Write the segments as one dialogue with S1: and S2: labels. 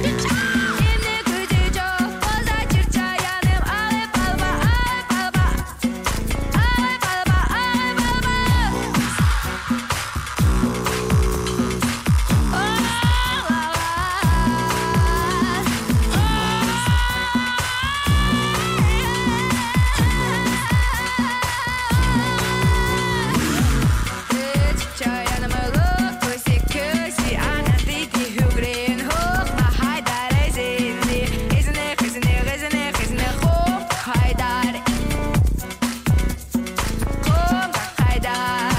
S1: 힘을 굳이 줘 화장실 차야는 아래 밟아 아래 밟아 아래 밟아 아래 밟아 올라와 Çayana malı, kösi kösi, ana tiki hügrin hok, ma haydar ezildi. Ezine, kızine, kızine, kızine hok, haydar. Hok, haydar.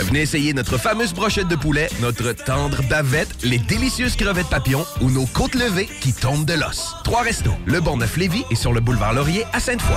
S2: Venez essayer notre fameuse brochette de poulet, notre tendre bavette, les délicieuses crevettes papillons ou nos côtes levées qui tombent de l'os. Trois restos, le bon neuf Lévis et sur le boulevard Laurier à Sainte-Foy.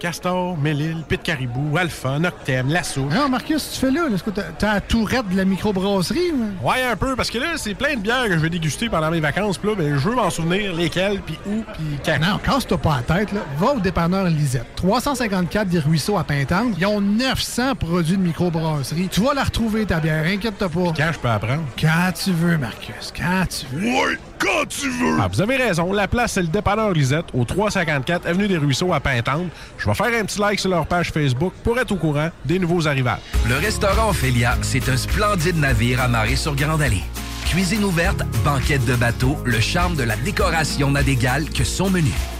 S3: Castor, Mélile, Pit Caribou, Alpha, Noctem, Lasso.
S4: Non, Marcus, tu fais là. là, Est-ce que t'as t'as la tourette de la microbrasserie? là?
S3: Ouais, un peu, parce que là, c'est plein de bières que je vais déguster pendant mes vacances. Puis là, ben, je veux m'en souvenir lesquelles, puis où, puis quand.
S4: Non, casse-toi pas la tête. Là. Va au dépanneur Lisette. 354 des Ruisseaux à Pintendre. Ils ont 900 produits de microbrasserie. Tu vas la retrouver, ta bière. Inquiète-toi pas.
S3: Quand je peux apprendre?
S4: Quand tu veux, Marcus. Quand tu veux.
S2: Oui, quand tu veux!
S3: Ah, vous avez raison. La place, c'est le dépanneur Lisette, au 354 Avenue des Ruisseaux à Pintante. Je vais faire un petit like sur leur page Facebook pour être au courant des nouveaux arrivages.
S2: Le restaurant Ophélia, c'est un splendide navire amarré sur Grande Allée. Cuisine ouverte, banquette de bateau, le charme de la décoration n'a d'égal que son menu.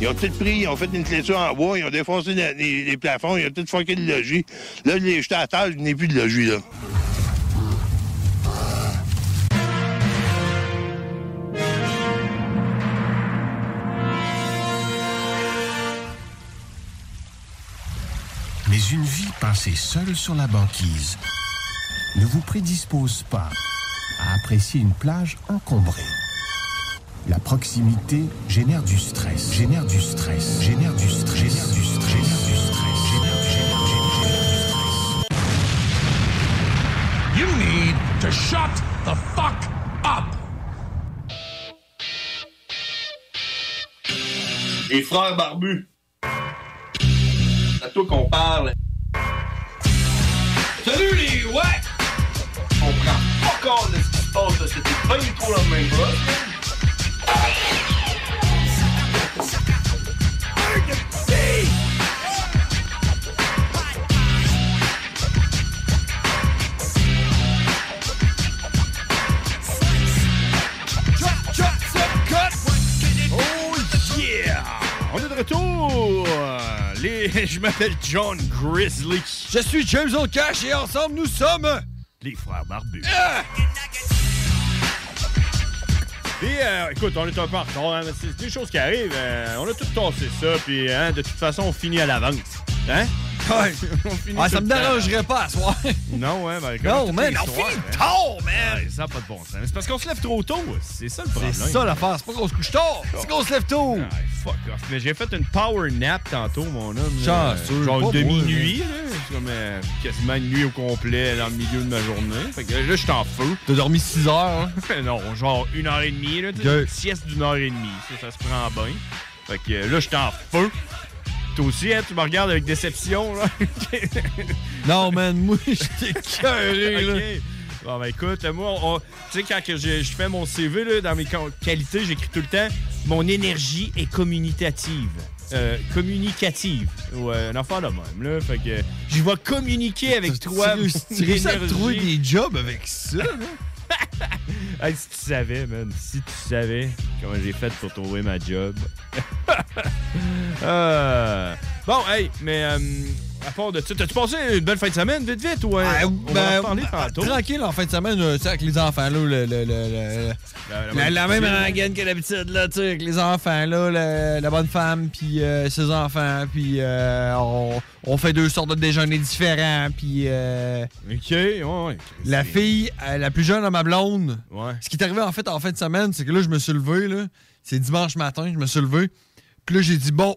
S5: Ils ont tout pris, ils ont fait une clôture en bois, ils ont défoncé le- les, les plafonds, ils ont tout fucké le logis. Là, je l'ai jeté à terre, je n'ai plus de logis, là.
S6: Mais une vie passée seule sur la banquise ne vous prédispose pas à apprécier une plage encombrée. La proximité génère du stress, génère du stress, génère du stress, génère du stress, génère du stress, génère du génère- génère- génère du stress.
S2: You need to shut the fuck up.
S7: Les frères barbus. C'est à toi qu'on parle. Salut les ouais! On prend pas compte de ce qui se passe, là. c'était pas du tout la même chose.
S8: Oh yeah! On est de retour! Les... Je m'appelle John Grizzly. Je suis James O'Cash et ensemble nous sommes les frères barbus.
S7: Ah!
S8: Et euh, écoute, on est un peu en retard, hein, mais c'est des choses qui arrivent. euh, on a tout tassé ça, puis hein, de toute façon, on finit à l'avance. Hein? Ouais, on finit
S9: Ah,
S8: tout
S9: ça me
S8: le temps.
S9: dérangerait pas à soir.
S8: Non, ouais, ben,
S9: Non,
S8: comme
S9: man,
S8: toutes les
S9: on
S8: soirs,
S9: finit
S8: hein.
S9: tard, man!
S8: Ouais, ça n'a pas de bon sens. Mais C'est parce qu'on se lève trop tôt, hein. c'est ça le problème.
S9: C'est ça l'affaire, c'est pas qu'on se couche tard, c'est qu'on se lève tôt.
S8: Fuck off. Mais j'ai fait une power nap tantôt, mon homme. là.
S9: Chanceux,
S8: Genre
S9: pas
S8: une demi-nuit,
S9: moi,
S8: là. C'est comme euh, quasiment une nuit au complet dans le milieu de ma journée. Fait que là, je suis en feu.
S9: T'as dormi 6 heures, hein?
S8: non, genre une heure et demie, là. tu sais,
S9: Ok.
S8: une sieste d'une heure et demie. Ça, ça se prend bien. Fait que euh, là, je suis en feu. Toi aussi, hein, tu me regardes avec déception, là.
S9: Non, man, moi, j'étais écoeuré, là.
S8: Ok. Bon, ben écoute, moi, on- tu sais, quand que je, je fais mon CV, là, dans mes com- qualités, j'écris tout le temps mon énergie est communicative. Euh, communicative. Ouais, un enfant de même, là. Fait que je vais communiquer avec toi.
S9: Tu- tu réussis à
S8: mon
S9: trouver
S8: énergie.
S9: des jobs avec ça, hein? là?
S8: Hey, si tu savais, man, si tu savais comment j'ai fait pour trouver ma job. Euh, Bon, hey, mais euh, à part de ça, t'as-tu passé une belle fin de semaine, vite, vite, ou euh, on va en parler tantôt?
S9: Ah, ben, Tranquille, en fin de semaine, euh, tu sais, avec les enfants, là, le, le- le-
S8: Euh,
S9: le- la, la même rengaine que d'habitude, là, tu sais, avec les enfants, là, le- la bonne femme, puis euh, ses enfants, puis euh, on, on fait deux sortes de déjeuners différents, puis... euh,
S8: OK, ouais, ouais.
S9: La fille, euh, la plus jeune à ma blonde,
S8: ouais.
S9: ce qui est arrivé, en fait, en fin de semaine, c'est que là, je me suis levé, là, c'est dimanche matin, je me suis levé, puis là, j'ai dit, bon,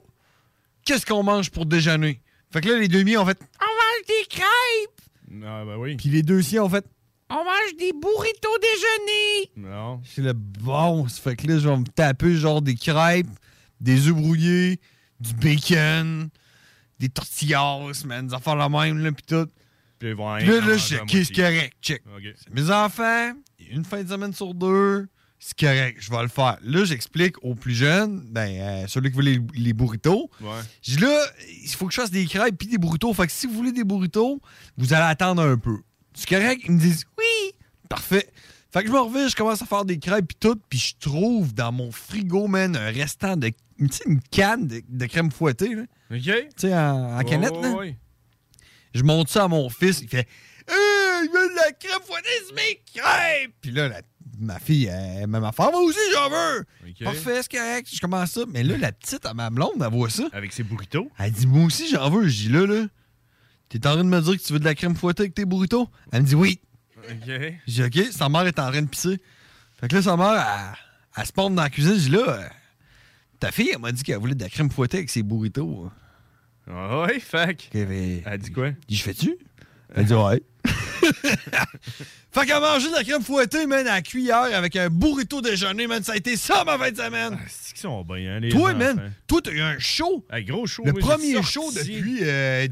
S9: qu'est-ce qu'on mange pour déjeuner? Fait que là, les demi ont fait, on mange des crêpes!
S8: Ah, ben oui.
S9: Puis les deux siens ont fait,
S10: On mange des burritos déjeuner.
S8: Non.
S9: C'est le bon. Ça fait que là, je vais me taper genre des crêpes, des œufs brouillés, du bacon, des tortillas, man, des affaires la même, là, pis tout.
S8: Puis
S9: là,
S8: rien
S9: là, je
S8: manger à
S9: check, c'est
S8: moitié.
S9: correct, check.
S8: Ok.
S9: C'est mes enfants, une fin de semaine sur deux, c'est correct, je vais le faire. Là, j'explique aux plus jeunes, ben, euh, celui qui veut les, les burritos,
S8: Ouais.
S9: je dis là, il faut que je fasse des crêpes puis des burritos. Fait que si vous voulez des burritos, vous allez attendre un peu. C'est correct? Ils me disent oui, parfait. Fait que je me reviens, je commence à faire des crêpes puis tout, puis je trouve dans mon frigo, man, un restant de. Tu sais, une canne de, de crème fouettée, là.
S8: OK.
S9: Tu sais, en, en canette,
S8: Ouais,
S9: là.
S8: ouais, ouais.
S9: Je monte ça à mon fils, il fait Euh, il veut de la crème fouettée, c'est mes crêpes! Puis là, la- ma fille, elle, même affaire, moi aussi, j'en veux!
S8: Ok.
S9: Parfait, c'est correct, je commence ça. Mais là, la petite, à ma blonde, elle voit ça.
S8: Avec ses burritos?
S9: Elle dit, moi aussi, j'en veux. Je dis, là, là, t'es en train de me dire que tu veux de la crème fouettée avec tes burritos? Elle me dit, oui.
S8: OK.
S9: Je dis, OK, sa mère est en train de pisser. Fait que là, sa mère, elle, elle se pompe dans la cuisine. Je dis, là, euh, ta fille, elle m'a dit qu'elle voulait de la crème fouettée avec ses burritos. ben,
S8: Ah ouais, fac. Elle dit quoi?
S9: Je fais-tu? Elle dit, ouais. Fait qu'à manger de la crème fouettée, man, à la cuillère avec un burrito déjeuner, man, ça a été ça ma fin de semaine.
S8: Ah, C'est qu'ils sont bien, hein, les
S9: toi,
S8: enfants.
S9: man, toi, t'as eu un show.
S8: Un gros show.
S9: Le
S8: moi, j'ai
S9: premier
S8: sorti.
S9: show depuis euh,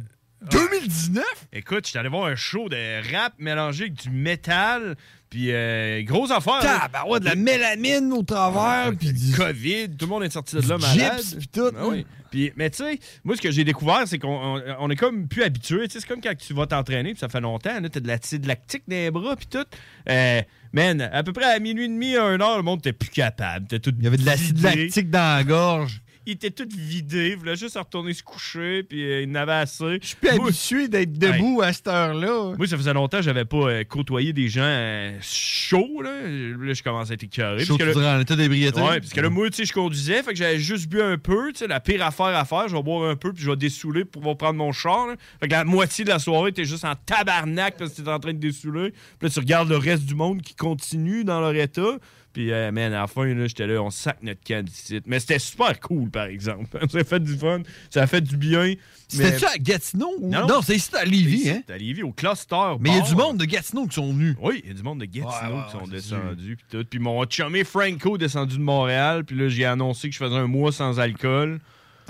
S9: 2019.
S8: Écoute, j'étais allé voir un show de rap mélangé avec du métal, puis euh, grosse affaire. là.
S9: Tabarouette, de la mélamine au
S8: Ah,
S9: travers, puis du
S8: COVID, tout le monde est sorti de là
S9: du
S8: malade.
S9: gyps, puis tout,
S8: Ah
S9: hein.
S8: oui. Puis, mais tu sais, moi, ce que j'ai découvert, c'est qu'on on- on est comme plus habitué. Tu sais, C'est comme quand tu vas t'entraîner, puis ça fait longtemps, là, t'as de l'acide lactique dans les bras, puis tout. Euh, man, à peu près à minuit et demi, à 1 heure, le monde était plus capable. Il
S9: y avait de l'acide lactique dans la gorge.
S8: Il était tout vidé, il voulait juste retourner se coucher, puis euh, il en avait assez. Je suis
S9: plus habitué d'être debout à cette heure-là.
S8: Moi, ça faisait longtemps que j'avais pas euh, côtoyé des gens euh, chauds, là. Là, je commençais à être écœuré.
S9: Chaud,
S8: parce que
S9: tu
S8: là-
S9: dirais, en état d'ébriété.
S8: Ouais, parce que là, moi, tu sais, je conduisais, fait que j'avais juste bu un peu, tu sais, la pire affaire à faire, je vais boire un peu, puis je vais dessouler pour pouvoir prendre mon char, là. Fait que la moitié de la soirée, t'es juste en tabarnak parce que t'es en train de dessouler, puis là, tu regardes le reste du monde qui continue dans leur état, puis, euh, man, à la fin, là, j'étais là, on sac notre canne ici. Mais c'était super cool, par exemple. ça a fait du fun, ça a fait du bien.
S9: C'était-tu
S8: mais-
S9: à Gatineau? ou-
S8: Non,
S9: non c'est ici à Lévis,
S8: c'est
S9: hein?
S8: ici, à Lévis, au cluster.
S9: Mais il y a
S8: bar.
S9: du monde de Gatineau qui sont venus.
S8: Oui, il y a du monde de Gatineau
S9: Ouais, ouais,
S8: qui sont
S9: ouais, c'est
S8: descendus. Puis tout. Puis mon chumé Franco descendu de Montréal. Puis là, j'ai annoncé que je faisais un mois sans alcool.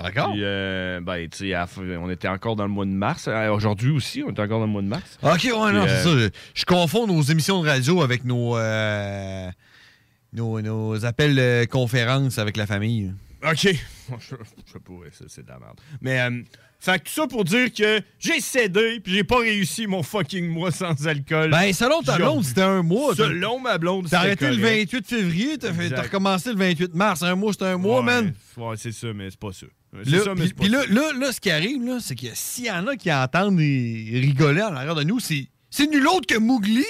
S9: D'accord.
S8: Puis, euh, ben, tu sais, à la fin, on était encore dans le mois de mars. Euh, Aujourd'hui aussi, on était encore dans le mois de mars.
S9: Ok, ouais, non,
S8: Puis,
S9: c'est
S8: euh,
S9: ça. Je, je confonds nos émissions de radio avec nos, euh, nos, nos appels de conférences avec la famille.
S8: OK. Je, je sais pas, ouais, ça, c'est de la merde. Mais, euh, fait que tout ça pour dire que j'ai cédé, puis j'ai pas réussi mon fucking mois sans alcool.
S9: Ben, selon ta
S8: J'ai-
S9: blonde, c'était un mois.
S8: Selon ma blonde,
S9: T'as
S8: c'était
S9: arrêté le
S8: correct.
S9: 28 février, t'as fait-
S8: Exact.
S9: t'as recommencé le 28 mars. Un mois, c'était un mois, man.
S8: Ouais, c'est ça, mais c'est pas ça. Ouais, C'est
S9: Là,
S8: ça, mais
S9: puis
S8: c'est pas
S9: puis
S8: ça.
S9: là, là, là, ce qui arrive, là, c'est que s'il y en a qui entendent et rigoler en arrière de nous, c'est c'est nul autre que Mougli.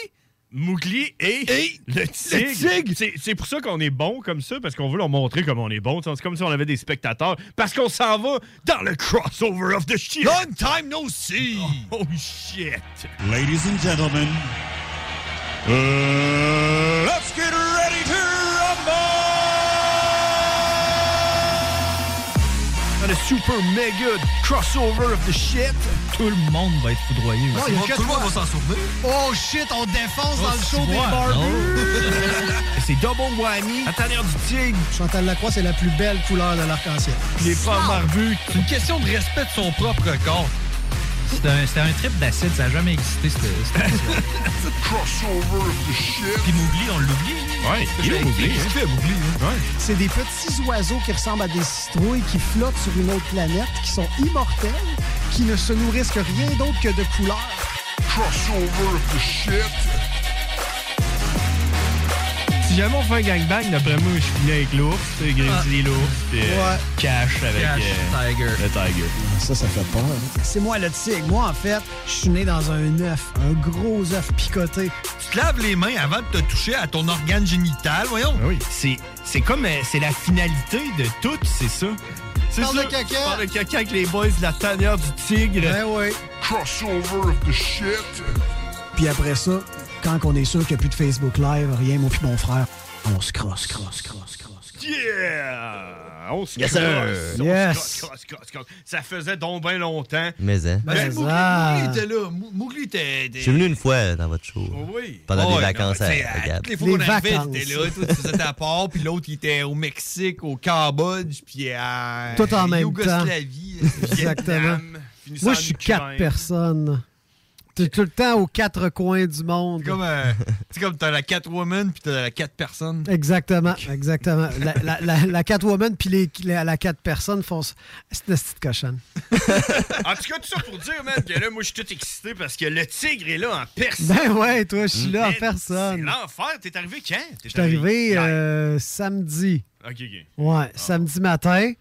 S8: Mougli et, le tigre. C'est- C'est pour ça qu'on est bon comme ça, parce qu'on veut leur montrer comment on est bon. C'est comme si on avait des spectateurs, parce qu'on s'en va dans le crossover of the shit. Long
S9: time no see.
S8: Oh, shit.
S6: Ladies and gentlemen, uh, let's get ready to rumble!
S8: Dans le super mega crossover of the shit.
S11: Tout le monde va être foudroyé.
S12: Non,
S11: aussi.
S12: il y a que toi. Oh shit, on défonce dans le
S8: Oh,
S12: show des barbus.
S11: C'est double whammy.
S8: La tanière du tigre.
S12: Chantal Lacroix, c'est la plus belle couleur de l'arc-en-ciel.
S9: Les pas barbus. C'est une question de respect de son propre corps.
S11: C'était un, c'était un trip d'acide, ça n'a jamais existé, cette station.
S6: Crossover of the shit!
S11: Puis Mougli, on l'oublie.
S8: Ouais,
S11: il est Mougli, hein.
S13: C'est des petits oiseaux qui ressemblent à des citrouilles qui flottent sur une autre planète, qui sont immortels, qui ne se nourrissent que rien d'autre que de couleurs.
S6: Crossover of the shit!
S11: Si jamais on fait un gangbang, d'après moi, je finis avec l'ours,
S8: euh,
S11: tu sais, Grizzly l'ours, puis euh,
S13: Ouais.
S11: Cash avec
S13: Cash,
S11: euh, le Tiger. Ah,
S13: Ça, ça fait peur. hein. C'est moi le tigre. Moi, en fait, je suis né dans un œuf, un gros œuf picoté.
S9: Tu te laves les mains avant de te toucher à ton organe génital, voyons.
S13: Ah
S11: oui. C'est, c'est comme, euh, c'est la finalité de tout, c'est ça. C'est
S9: Parle
S11: ça.
S9: de caca.
S11: Parle de caca avec les boys de la tanière du tigre. Ben
S13: ouais.
S6: Crossover of the shit!
S13: Puis après ça, quand on est sûr qu'il n'y a plus de Facebook Live, rien, moi puis mon frère, on se crosse, crosse, crosse, crosse.
S8: Yeah! On se
S13: Yes,
S8: crosse,
S13: sir.
S8: on se
S13: Yes.
S8: crosse, crosse, crosse, crosse. Ça faisait donc bien longtemps.
S3: Mais, hein.
S8: Ben,
S3: Mais,
S8: Mougli-
S3: ah.
S8: Mougli était là. Mou- Mougli était...
S3: Je suis venu une fois dans votre show.
S2: Oh
S8: oui.
S3: Pendant
S9: Ouais,
S3: des vacances
S9: Oh,
S3: euh,
S9: non,
S3: à,
S9: mais tu sais,
S3: à Gap.
S9: Toutes les fois qu'on arrivait, t'étais là, toi, tu faisais ta part, puis l'autre, il était au Mexique, au Cambodge, puis à
S13: Tout en même
S9: Euh, Yougoslavie, euh,
S13: temps.
S9: Vietnam,
S13: Exactement.
S9: finissant
S13: Moi, je suis
S9: en Cubain.
S13: quatre personnes. T'es tout le temps aux quatre coins du monde.
S9: C'est comme, euh, c'est comme t'as la Catwoman, puis t'as la quatre personnes.
S13: Exactement, exactement. La, la, la, la Catwoman puis les, la, la quatre personnes font... ça. C'est une petite cochonne.
S8: En tout cas, tout ça pour dire, man, que là, moi, je suis tout excité parce que le tigre est là en personne.
S13: Ben ouais, toi, je suis
S8: Mm.
S13: là en
S8: Mais
S13: personne.
S8: C'est l'enfer. T'es arrivé quand?
S13: Je suis arrivé euh, samedi.
S8: Ok, ok. Ah.
S13: Ouais, samedi matin.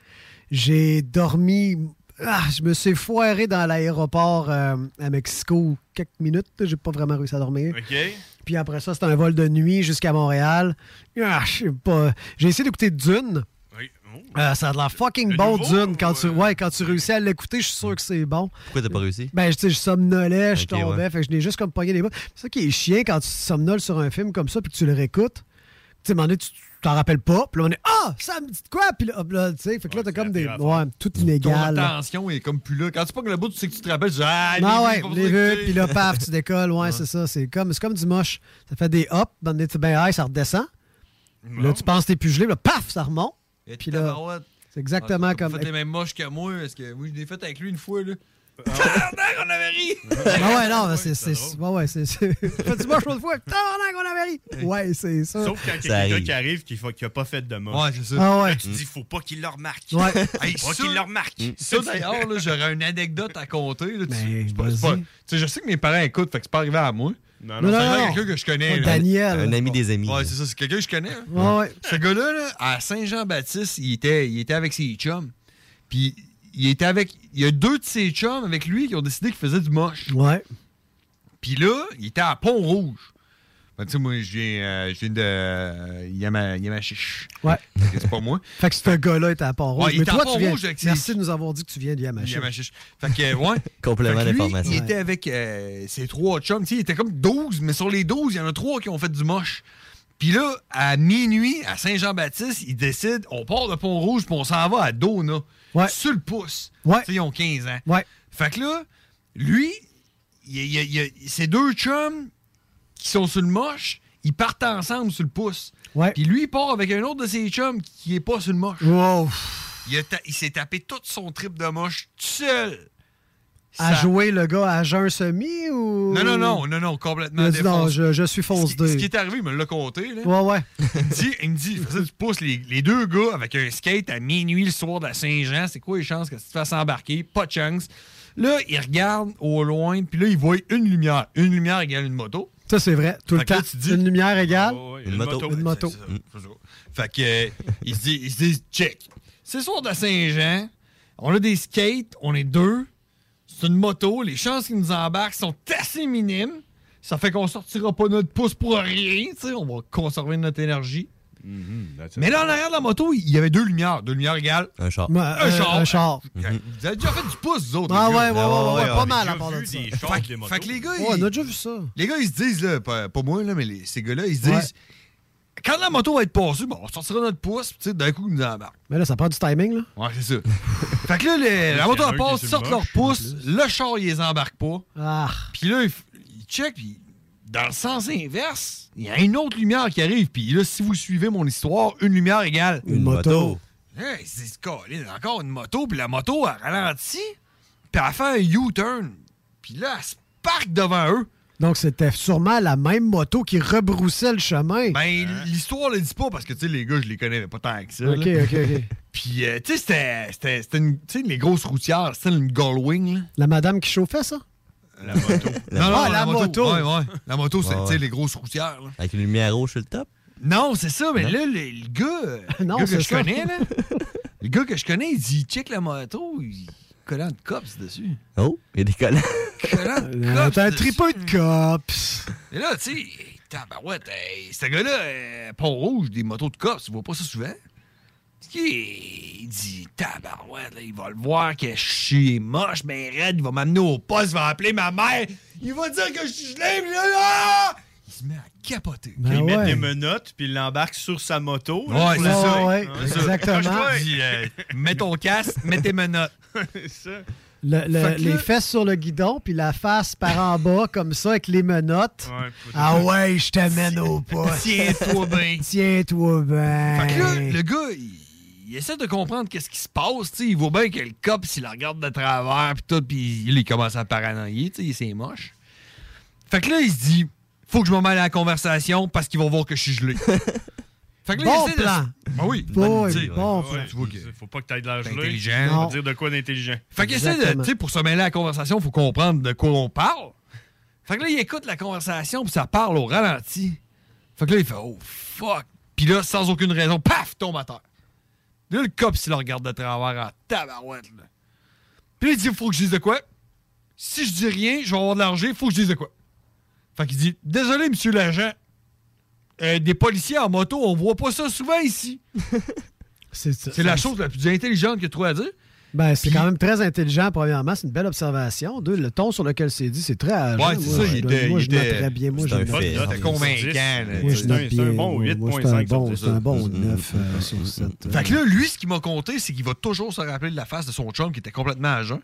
S13: J'ai dormi. Ah, je me suis foiré dans l'aéroport euh, à Mexico quelques minutes. là. J'ai pas vraiment réussi à dormir.
S8: OK.
S13: Puis après ça, c'était un vol de nuit jusqu'à Montréal. Ah, je sais pas. J'ai essayé d'écouter Dune. Euh, ça a de la fucking bon Dune. Quand tu,
S8: euh?
S13: ouais, quand tu réussis à l'écouter, je suis sûr que c'est bon.
S3: Pourquoi t'as pas réussi?
S13: Ben, je, tu sais, je somnolais, je
S3: Ok,
S13: tombais,
S3: ouais.
S13: fait que je l'ai juste comme pogné les bas. C'est ça qui est chiant quand tu somnoles sur un film comme ça puis que tu le réécoutes. Tu sais, à un moment donné, tu tu t'en rappelles pas, puis là, on est Ah, ça me dit de quoi? Puis là, hop, là, tu sais, fait que là, t'as comme des. Ouais, tout
S9: Ton
S13: inégal. là.
S9: attention est comme plus là. Quand tu pognes le bout, tu sais que tu te rappelles, tu dis, ah,
S13: Non,
S9: les
S13: ouais, les
S9: vues, pas besoin
S13: vues,
S9: d'écouter.
S13: puis là, paf, tu décolles, ouais, c'est ça. C'est comme, c'est comme du moche. Ça fait des hop, ben, tu ben, high, ça redescend. Là, tu penses que t'es plus gelé, puis là, paf, ça remonte.
S9: Et
S13: Puis là,
S9: tabarouette.
S13: c'est exactement
S9: Ah, t'as pas
S13: comme.
S9: fait les mêmes moches que moi, parce que moi, je l'ai fait avec lui une fois, là. on avait ri!
S1: Mhm.
S13: Ah ouais, non, c'est. c'est- Ouais, ouais, c'est. c'est- Fais du moche l'autre fois, tabarnak, on avait ri. Ouais, c'est ça.
S8: Sauf quand il y a quelqu'un qui arrive qui fa- qui a pas fait de moche.
S9: Ouais, Mm. c'est ça.
S13: Ah ouais.
S8: Là, tu dis, faut pas qu'il le remarque.
S13: Ouais.
S8: Hey, faut pas qu'il le remarque.
S13: Mm.
S9: Ça, d'ailleurs, là, j'aurais une anecdote à compter. là, tu-
S13: c'est
S9: pas- c'est pas- tu sais, je sais que mes parents écoutent, fait que c'est pas arrivé à moi.
S13: non, non,
S9: c'est arrivé à
S13: non.
S9: quelqu'un que je connais.
S13: Oh,
S9: là.
S13: Daniel.
S3: Un ami des amis.
S9: Ouais, c'est ça, c'est quelqu'un que je connais. hein.
S13: Ouais, ouais.
S9: Ce gars-là, là, à Saint-Jean-Baptiste, il était, il était avec ses chums. Puis, il était avec. Il y a deux de ses chums avec lui qui ont décidé qu'ils faisaient du moche.
S13: Ouais.
S9: Puis là, il était à Pont-Rouge. Ben, tu sais, moi, je viens, euh, je viens de euh, Yama- Yamachiche.
S13: Ouais.
S9: Fait que C'est pas moi.
S13: Fait que ce gars-là est à Pont-Rouge.
S9: Ouais, il
S13: Mais
S9: est à
S13: toi, tu viens.
S9: Pont-Rouge avec ses-
S13: Merci de nous avoir dit que tu viens de Yamachiche.
S9: Yamachiche. Fait que, ouais.
S3: Complément
S9: Fait que lui,
S3: d'information.
S9: Il était avec euh, ses trois chums. Tu sais, il était comme 12, mais sur les 12, il y en a trois qui ont fait du moche. Puis là, à minuit, à Saint-Jean-Baptiste, ils décident, on part de Pont-Rouge, puis on s'en va à Dona. Sur le pouce. Tu sais, ils ont 15 ans. Fait que là, lui, il, il- il- il- ses deux chums qui sont sur le moche, ils partent ensemble sur le pouce. Puis lui, il part avec un autre de ses chums qui est pas sur le moche.
S13: Wow.
S9: Il, a ta- il s'est tapé tout son trip de moche tout seul.
S13: À
S9: Ça-
S13: jouer le gars à jeun semi ou.
S9: Non, non, non, non, non, complètement
S13: Il a dit, non,
S9: défoncé.
S13: je, je suis fonce
S9: Ce qui
S13: 2.
S9: est arrivé, il me l'a compté. Là.
S13: euh, Ouais, ouais.
S9: Il me dit, il me dit, il faisait du pouce, les, les deux gars avec un skate à minuit le soir de la Saint-Jean, c'est quoi les chances que tu te fasses embarquer? Pas de chance. Là, il regarde au loin, puis là, il voit une lumière. Une lumière égale une moto.
S13: Ça, c'est vrai. Tout
S9: Fait
S13: le
S9: que là,
S13: temps.
S9: tu dis-
S13: Une lumière égale.
S9: ouais, Une une moto. moto.
S13: Une moto.
S9: Fait que euh, ils se disent, ils se disent, check. C'est soir de Saint-Jean, on a des skates, on est deux, c'est une moto, les chances qu'ils nous embarquent sont assez minimes. Ça fait qu'on sortira pas notre pouce pour rien, tu sais, on va conserver notre énergie. Mais là, en arrière de la moto, il y avait deux lumières. Deux lumières égales.
S1: Un char.
S13: Ouais,
S9: un,
S13: un-
S9: char. Mhm.
S13: un char.
S9: Vous avez déjà fait du pouce, vous autres.
S13: Ah
S9: les
S13: ouais,
S9: gars.
S13: ouais, ouais, ouais, ouais, pas mal à
S9: J'ai
S13: part
S9: vu
S13: de ça.
S9: des chars, des motos. Fait que les gars,
S13: Ouais,
S9: ils-
S13: on a déjà vu ça.
S9: les gars, ils se disent, là, pas, pas moi, là, mais les- ces gars-là, ils se disent
S13: Ouais.
S9: quand la moto va être passée, bon, on sortira notre pouce, puis tu sais, d'un coup, ils nous embarquent.
S13: Mais là, ça prend du timing, là.
S9: Ouais, c'est ça. fait que là, les- la
S13: Ah, s'il
S9: moto
S13: y en a
S9: elle
S13: un
S9: passe,
S13: qui est sur
S9: ils
S13: le
S9: sortent leur
S13: moche,
S9: pouce, le char, il les embarque pas.
S13: Ah.
S9: Puis là, ils il checkent, puis dans le sens inverse, il y a une autre lumière qui arrive. Puis là, si vous suivez mon histoire, une lumière égale
S13: Une moto. moto.
S9: Hey, ils se disent, Colin, encore une moto, puis la moto, elle ralentit, puis elle fait un U-turn. Puis là, elle se parque devant eux.
S13: Donc, c'était sûrement la même moto qui rebroussait le chemin.
S9: Ben, l'histoire le dit pas parce que, tu sais, les gars, je les connais pas tant que ça.
S13: Hein? Ok,
S9: là.
S13: ok, ok.
S9: Puis, euh, tu sais, c'était- c'était c'était une. Tu sais, les grosses routières, c'était une Gullwing, là.
S13: La madame qui chauffait, ça?
S9: La moto.
S13: Ah,
S9: non, non,
S13: la
S9: la,
S13: moto.
S9: moto. Ouais, ouais. La moto, c'est,
S1: Ouais,
S9: tu sais,
S1: ouais.
S9: les grosses routières, là.
S1: Avec une lumière rouge sur le top.
S9: Non, c'est ça, mais
S1: Non.
S9: là, le, le gars, le
S1: Non,
S9: gars
S1: c'est
S9: que je
S1: ça.
S9: connais, là, le gars que je connais, il dit check la moto, il collant de cops dessus.
S1: Oh, il y a des collants.
S9: Collant de
S13: Euh,
S9: cops.
S13: T'as un tripeux de cops.
S9: Et là, tu sais, tabarouette, hey, ce gars-là, euh, Pont-Rouge, des motos de cops, tu vois pas ça souvent? Il il dit tabarouette, là, il va le voir que je suis moche, mais raide, il va m'amener au poste, il va appeler ma mère, il va dire que je suis gelé, puis là, là, il se met à capoter.
S13: Ben
S8: ils mettent des menottes, puis ils l'embarquent sur sa moto. là, Hein?
S9: Ouais,
S8: pour
S9: c'est
S8: la-
S9: ça.
S13: ouais,
S9: C'est ça.
S13: exactement.
S9: Accroche-toi. Dis, euh, mets ton casque, mets tes menottes.
S8: C'est ça.
S13: Le- le-
S8: Fait que
S13: les
S8: là-
S13: fesses sur le guidon, puis la face par en bas, comme ça, avec les menottes.
S8: Ouais,
S13: ah ouais, je t'amène au poste.
S9: Tiens-toi bien.
S13: Tiens-toi bien.
S9: Fait que là, le gars, il, il essaie de comprendre qu'est-ce qui se passe. tu sais. il voit bien que le cop, s'il la regarde de travers, puis tout, puis il il commence à paranoïer. tu sais, C'est moche. Fait que là, il se dit faut que je me mêle à la conversation parce qu'ils vont voir que je suis gelé. fait que là,
S13: Bon
S9: il essaie de-
S13: plan.
S9: Ben oui,
S13: Boy,
S9: tu sais,
S13: bon
S9: ouais,
S13: plan.
S9: tu vois que-
S8: Faut pas que t'ailles de l'âge
S9: Intelligent.
S8: On
S9: Non.
S8: va dire de quoi d'intelligent.
S9: Fait qu'il essaie de, tu sais, pour se mêler à la conversation, faut comprendre de quoi on parle. Fait que là, il écoute la conversation, puis ça parle au ralenti. Fait que là, il fait Oh fuck. Puis là, sans aucune raison, paf, tombe à terre. Là, le cop, s'il le regarde de travers en tabarouette, là. Puis là, il dit Faut que je dise de quoi. Si je dis rien, je vais avoir de l'argent, faut que je dise de quoi. Fait qu'il dit Désolé, monsieur l'agent. Euh, des policiers en moto, on voit pas ça souvent ici.
S13: C'est ça.
S9: C'est la chose la plus intelligente que tu as à dire.
S13: Ben, c'est quand même très intelligent, premièrement. C'est une belle observation. Deux, le ton sur lequel c'est dit, c'est très agent.
S9: Ouais, c'est
S13: Moi,
S9: ça,
S13: je
S9: il
S13: donne-
S9: était-
S13: Moi,
S9: il
S13: je
S9: était-
S13: noterais bien. Moi,
S9: c'est
S13: je
S9: un
S13: noterais
S9: fait,
S13: bien.
S9: c'était convaincant, là.
S13: Moi, je
S9: C'est un-
S13: note
S9: c'est un
S13: bien.
S9: bon
S13: Moi,
S9: 8,5
S13: C'est un bon,
S9: sur
S13: c'est un
S9: dix.
S13: bon 9 euh, sur 7.
S9: Fait que là, lui, ce qu'il m'a conté, c'est qu'il va toujours se rappeler de la face de son chum qui était complètement à jeun.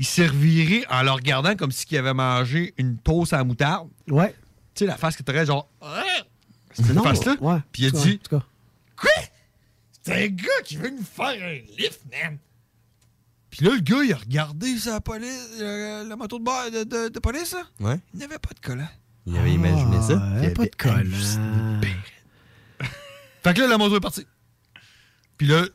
S9: Il s'est reviré en le regardant comme s'il avait mangé une toast à la moutarde.
S13: Ouais.
S9: Tu sais, la face qui était genre. Ah! Cette
S13: Non,
S9: face-là.
S13: ouais.
S9: Puis il a
S13: Ouais,
S9: dit.
S13: en tout cas.
S9: Quoi? C'est un gars qui veut nous faire un lift, man! Puis là, le gars, il a regardé sa police, euh, la moto de, bord- de, de- de police, là.
S1: Ouais.
S9: Il n'avait pas de collant.
S1: Il avait imaginé ça.
S13: Ah,
S1: Il
S13: pas de
S1: avait
S13: collant.
S9: Ah. Fait que là, la moto est partie. Puis là, le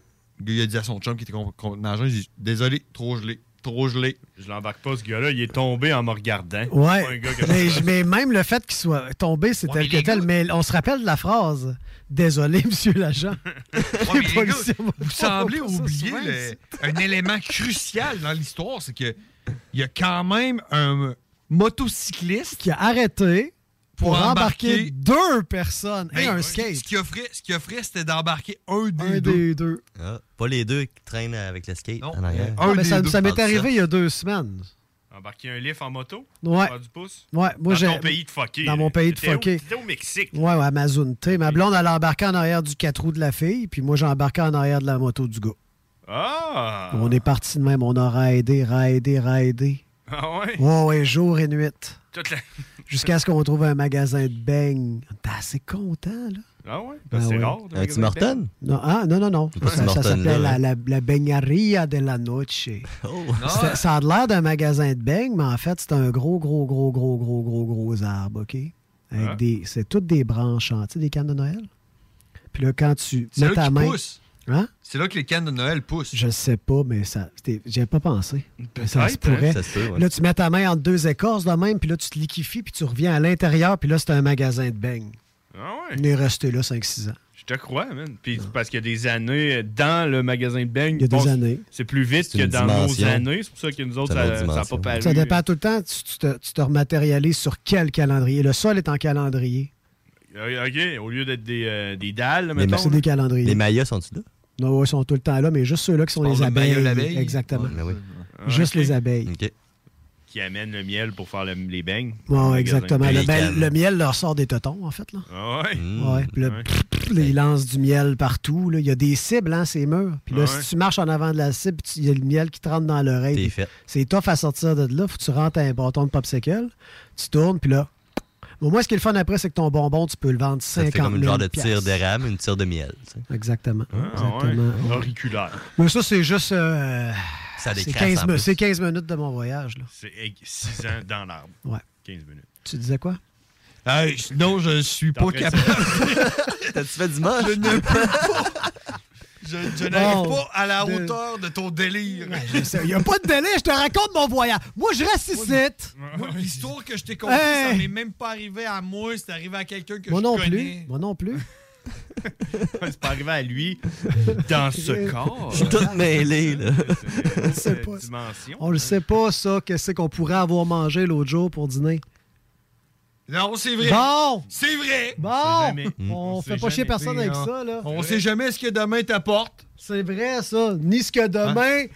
S9: gars, il a dit à son chum qui était con- complètement jeune, il dit Désolé, trop gelé, trop gelé.
S8: Je l'embarque pas, ce gars-là. Il est tombé en me regardant. C'est pas un
S13: Ouais.
S8: gars que je-
S13: Mais, je- mais même le fait qu'il soit tombé, c'est tel que tel. Mais on se rappelle de la phrase Désolé, monsieur l'agent.
S9: Ouais, mais les gars,
S13: policiers vont
S9: vous
S13: pas
S9: semblez
S13: voir ça
S9: oublier
S13: souvent,
S9: le-
S13: ici.
S9: un élément crucial dans l'histoire, c'est que il y a quand même un
S13: Ben,
S9: motocycliste
S13: qui a arrêté pour,
S9: Pour
S13: embarquer,
S9: embarquer-
S13: deux personnes et
S9: Ben,
S13: un skate.
S9: Ce qu'il offrait, ce qu'il offrait, c'était d'embarquer un des
S13: Un
S9: deux.
S13: des deux.
S1: Ah, pas les deux qui traînent avec le skate en arrière.
S13: Ah, mais ça ça m'est arrivé il y a deux semaines.
S8: Embarquer un lift en moto?
S13: Ouais.
S8: Faire du pouce?
S13: Ouais, moi,
S8: Dans
S13: j'ai-
S8: ton pays de fucké.
S13: Dans
S8: là.
S13: mon pays de
S8: T'étais au-
S13: fucké.
S8: T'étais au Mexique. Mm.
S13: Ouais, ouais, Amazon. T'sais, ma blonde, elle embarquait en arrière du 4 roues de la fille, puis moi, j'embarquais en arrière de la moto du gars.
S8: Ah!
S13: On est parti de même. On a raidé, raidé, raidé.
S8: Ah ouais?
S13: Ouais, ouais, jour et nuit.
S8: Toute la-
S13: Jusqu'à ce qu'on trouve un magasin de beignes. On était assez content, là.
S8: Ah ouais?
S13: Ben
S8: c'est
S13: oui.
S8: rare.
S7: Un Tim Horton?
S13: Non, hein? non, non. non.
S7: C'est pas
S13: Ça,
S7: ce
S13: ça
S7: Morton-là,
S13: s'appelait la,
S7: hein?
S13: la, la Beignaria de la Noche. C'était-
S7: Non.
S13: Ça a l'air d'un magasin de beignes, mais en fait, c'est un gros, gros, gros, gros, gros, gros, gros arbre, OK? Avec
S9: Ah.
S13: des, c'est toutes des branches, hein, tu sais, des cannes de Noël. Puis là, quand tu
S9: C'est
S13: mets
S9: là
S13: ta
S9: qu'ils
S13: main...
S9: poussent.
S13: Hein?
S9: C'est là que les cannes de Noël poussent.
S13: Je sais pas, mais ça. c'était- J'y avais pas pensé.
S9: Peut-être,
S13: Ben, Ça se
S9: hein.
S13: pourrait.
S9: Ça se peut, ouais.
S13: Là, tu mets ta main entre deux écorces là même, puis là, tu te liquifies, puis tu reviens à l'intérieur, puis là, c'est un magasin de beignes.
S8: Ah ouais?
S13: On est resté là 5-6 ans.
S8: Je te crois, man. Puis parce qu'il y a des années euh, dans le magasin de beignes.
S13: Il y a des
S8: bon,
S13: années.
S8: C'est plus vite
S13: C'est
S8: que
S13: une
S8: dans
S13: dimension.
S8: nos années. C'est pour ça que nous autres,
S7: C'est une
S8: ça n'a pas
S7: dimension.
S8: paru.
S13: Ça dépend tout le temps, tu, tu te, tu te rematérialises sur quel calendrier. Le sol est en calendrier.
S8: Euh, OK, au lieu d'être des, euh, des dalles, là,
S13: Mais
S8: mettons.
S13: c'est des
S8: là.
S13: calendriers.
S7: Les maillots sont-ils là?
S13: Non, ils sont tout le temps là, mais juste ceux-là qui sont les abeilles. Exactement. Juste
S8: Ah, ok.
S13: les abeilles.
S8: Qui amènent le miel pour faire le- les beignes.
S13: Bon,
S8: Au magasin.
S13: exactement. Le, miel- le miel leur sort des totons, en fait. Là.
S8: Ah ouais?
S7: Mmh.
S13: Ouais, puis là, pff, pff, là, ils lancent du miel partout. là. Il y a des cibles, hein, ces murs. Puis là,
S8: Ah Ouais.
S13: si tu marches en avant de la cible, tu- il y a le miel qui te rentre dans l'oreille.
S7: fait.
S13: C'est tough à sortir de là. Faut que tu rentres un bâton de popsicle. Tu tournes, puis là. Bon, moi, ce qui est le fun après, c'est que ton bonbon, tu peux le vendre
S7: Ça
S13: 50 000
S7: te fait comme une genre de tir
S13: piastres.
S7: d'érable, une tire de miel. tu sais.
S13: Exactement.
S8: Ah ouais,
S13: Exactement.
S8: Auriculaire.
S13: Mais ça, c'est juste. euh,
S8: Ça
S13: c'est
S8: décrasse
S13: 15,
S8: en
S13: mi-
S8: plus.
S13: c'est 15 minutes de mon voyage. là.
S8: C'est 6 ans dans l'arbre.
S13: Ouais.
S8: 15 minutes. Ah,
S13: Tu disais quoi?
S9: non, je suis pas
S8: T'as fait
S9: capable.
S7: T'as-tu fait du moche?
S9: Je ne peux pas. Je, je n'arrive
S13: Bon,
S9: pas à la
S13: de- Ben,
S9: hauteur de ton délire.
S13: Il n'y a pas de délai, je te raconte mon voyage. Moi, je reste ici.
S9: Moi, L'histoire que je t'ai contée, ça
S13: Hey!
S9: m'est même pas arrivé à moi, c'est arrivé à quelqu'un que
S13: Moi
S9: je
S13: non
S9: connais.
S13: plus. Moi non plus.
S8: c'est pas arrivé à lui dans ce corps.
S13: Je suis tout
S7: mêlé, là.
S8: C'est-
S13: sait
S8: c'est
S13: pas.
S8: dimension.
S13: On le sait pas, ça, qu'est-ce qu'on pourrait avoir mangé l'autre jour pour dîner.
S9: Non, c'est vrai.
S13: Bon!
S9: C'est vrai.
S13: Bon!
S9: Mm.
S13: On
S9: sait
S13: fait pas chier
S9: jamais.
S13: personne avec
S9: Non.
S13: ça, là.
S9: On sait jamais ce que demain t'apporte.
S13: C'est vrai, ça. Ni ce que demain,
S8: Ah.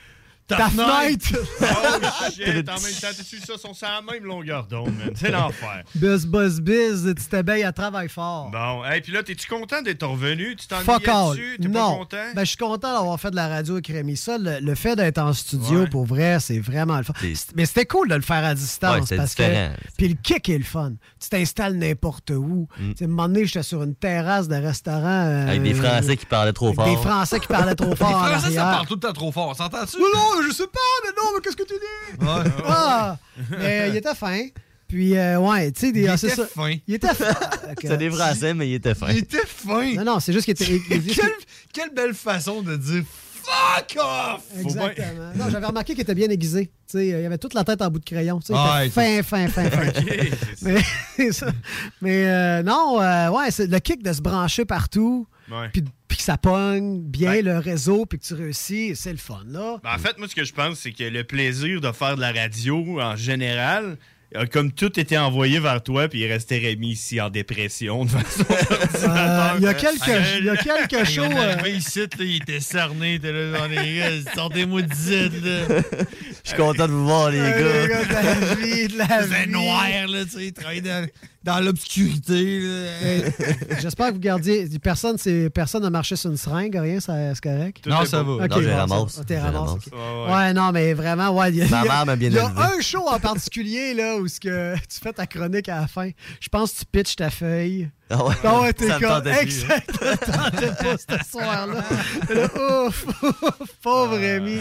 S13: ta, fenêtre.
S8: Oh shit, en même temps, t'es-tu ça, sont sur la même longueur d'onde, man. C'est l'enfer.
S13: Buzz, buzz, buzz, les petites abeilles, elles travaillent fort.
S8: Bon, et puis là, t'es-tu content d'être revenu? Tu
S13: Fuck all.
S8: t'ennuyais-tu? T'es pas
S13: Non.
S8: content?
S13: Ben, je suis content d'avoir fait de la radio avec Rémi. Ça, le, le fait d'être en studio, pour vrai, c'est vraiment le fun. C'est- Mais c'était cool de le faire à
S7: Ouais,
S13: distance.
S7: c'est
S13: parce
S7: différent.
S13: Que... Puis le kick est le fun. Tu t'installes n'importe où. Tu sais, À un moment donné, j'étais sur une terrasse de restaurant. euh,
S7: Mm. Avec des Français qui parlaient trop
S13: avec
S7: fort.
S13: Des Français qui parlaient trop fort.
S9: Les
S13: en
S9: Français, ça
S13: arrière.
S9: parle tout le temps trop fort, on s'entend-tu?
S13: Oh Non, non, je sais pas, mais non, mais qu'est-ce que tu dis? Ah! Mais il était fin. Puis, euh, ouais, tu sais, des.
S7: Il
S13: ah, c'est
S7: était
S13: ça.
S7: fin.
S13: Il était fin.
S7: C'était des Français, mais ils étaient fins.
S9: était fin.
S13: Non, non, c'est juste qu'il était. il- il-
S9: quelle, quelle belle façon de dire fuck off!
S13: Exactement. Non, j'avais remarqué qu'il était bien aiguisé. Tu sais, euh, il avait toute la tête en bout de crayon. Tu sais,
S9: Ah,
S13: il était fin, fin, fin, fin. mais ça- mais, euh, non, euh, ouais, c'est le kick de se brancher partout,
S8: Ouais.
S13: puis, puis que ça pogne bien le réseau, puis que tu réussis, c'est le fun, là.
S8: Ben, en fait, moi, ce que je pense, c'est que le plaisir de faire de la radio en général, euh, comme tout était envoyé vers toi, puis il restait Rémi ici en dépression devant son ordinateur.
S13: Euh, il y a quelques- il y a quelques
S8: Ah,
S13: shows,
S8: il y en a-
S13: euh,
S9: Mais ici, là, il était cerné, t'es là dans les gars, sortez-moi de zid, là.
S7: Je suis content de vous voir, les
S13: Euh,
S9: Les
S7: gars.
S9: gars, de la
S13: vie, de
S9: la vie. noir, là, tu sais, il travaille dans, dans l'obscurité, là.
S13: Ben, J'espère que vous gardiez. Personne n'a personne n'a marché sur une seringue, rien, ça- c'est correct?
S9: Non, ça va.
S13: Ok,
S7: Non, je
S13: bon,
S7: ramasse.
S13: ça va. Ah, t'es
S7: Je
S13: ramasse,
S7: ramasse.
S13: ok.
S7: Ouais,
S13: Ouais,
S7: ouais.
S13: non, mais vraiment, ouais. il y a-
S7: Ma
S13: il y a-
S7: mère m'a bien
S13: Il y a
S7: élevé.
S13: un show en particulier, là, où ce que tu fais ta chronique à la fin. Je pense que tu pitches ta feuille.
S7: Ah ouais?
S13: Non, ouais, t'es
S7: Ça me
S13: comme.
S7: tentait plus,
S13: Exact, ça te tentait pas ce soir-là. Et là, Ouf, ouf, pauvre Rémi.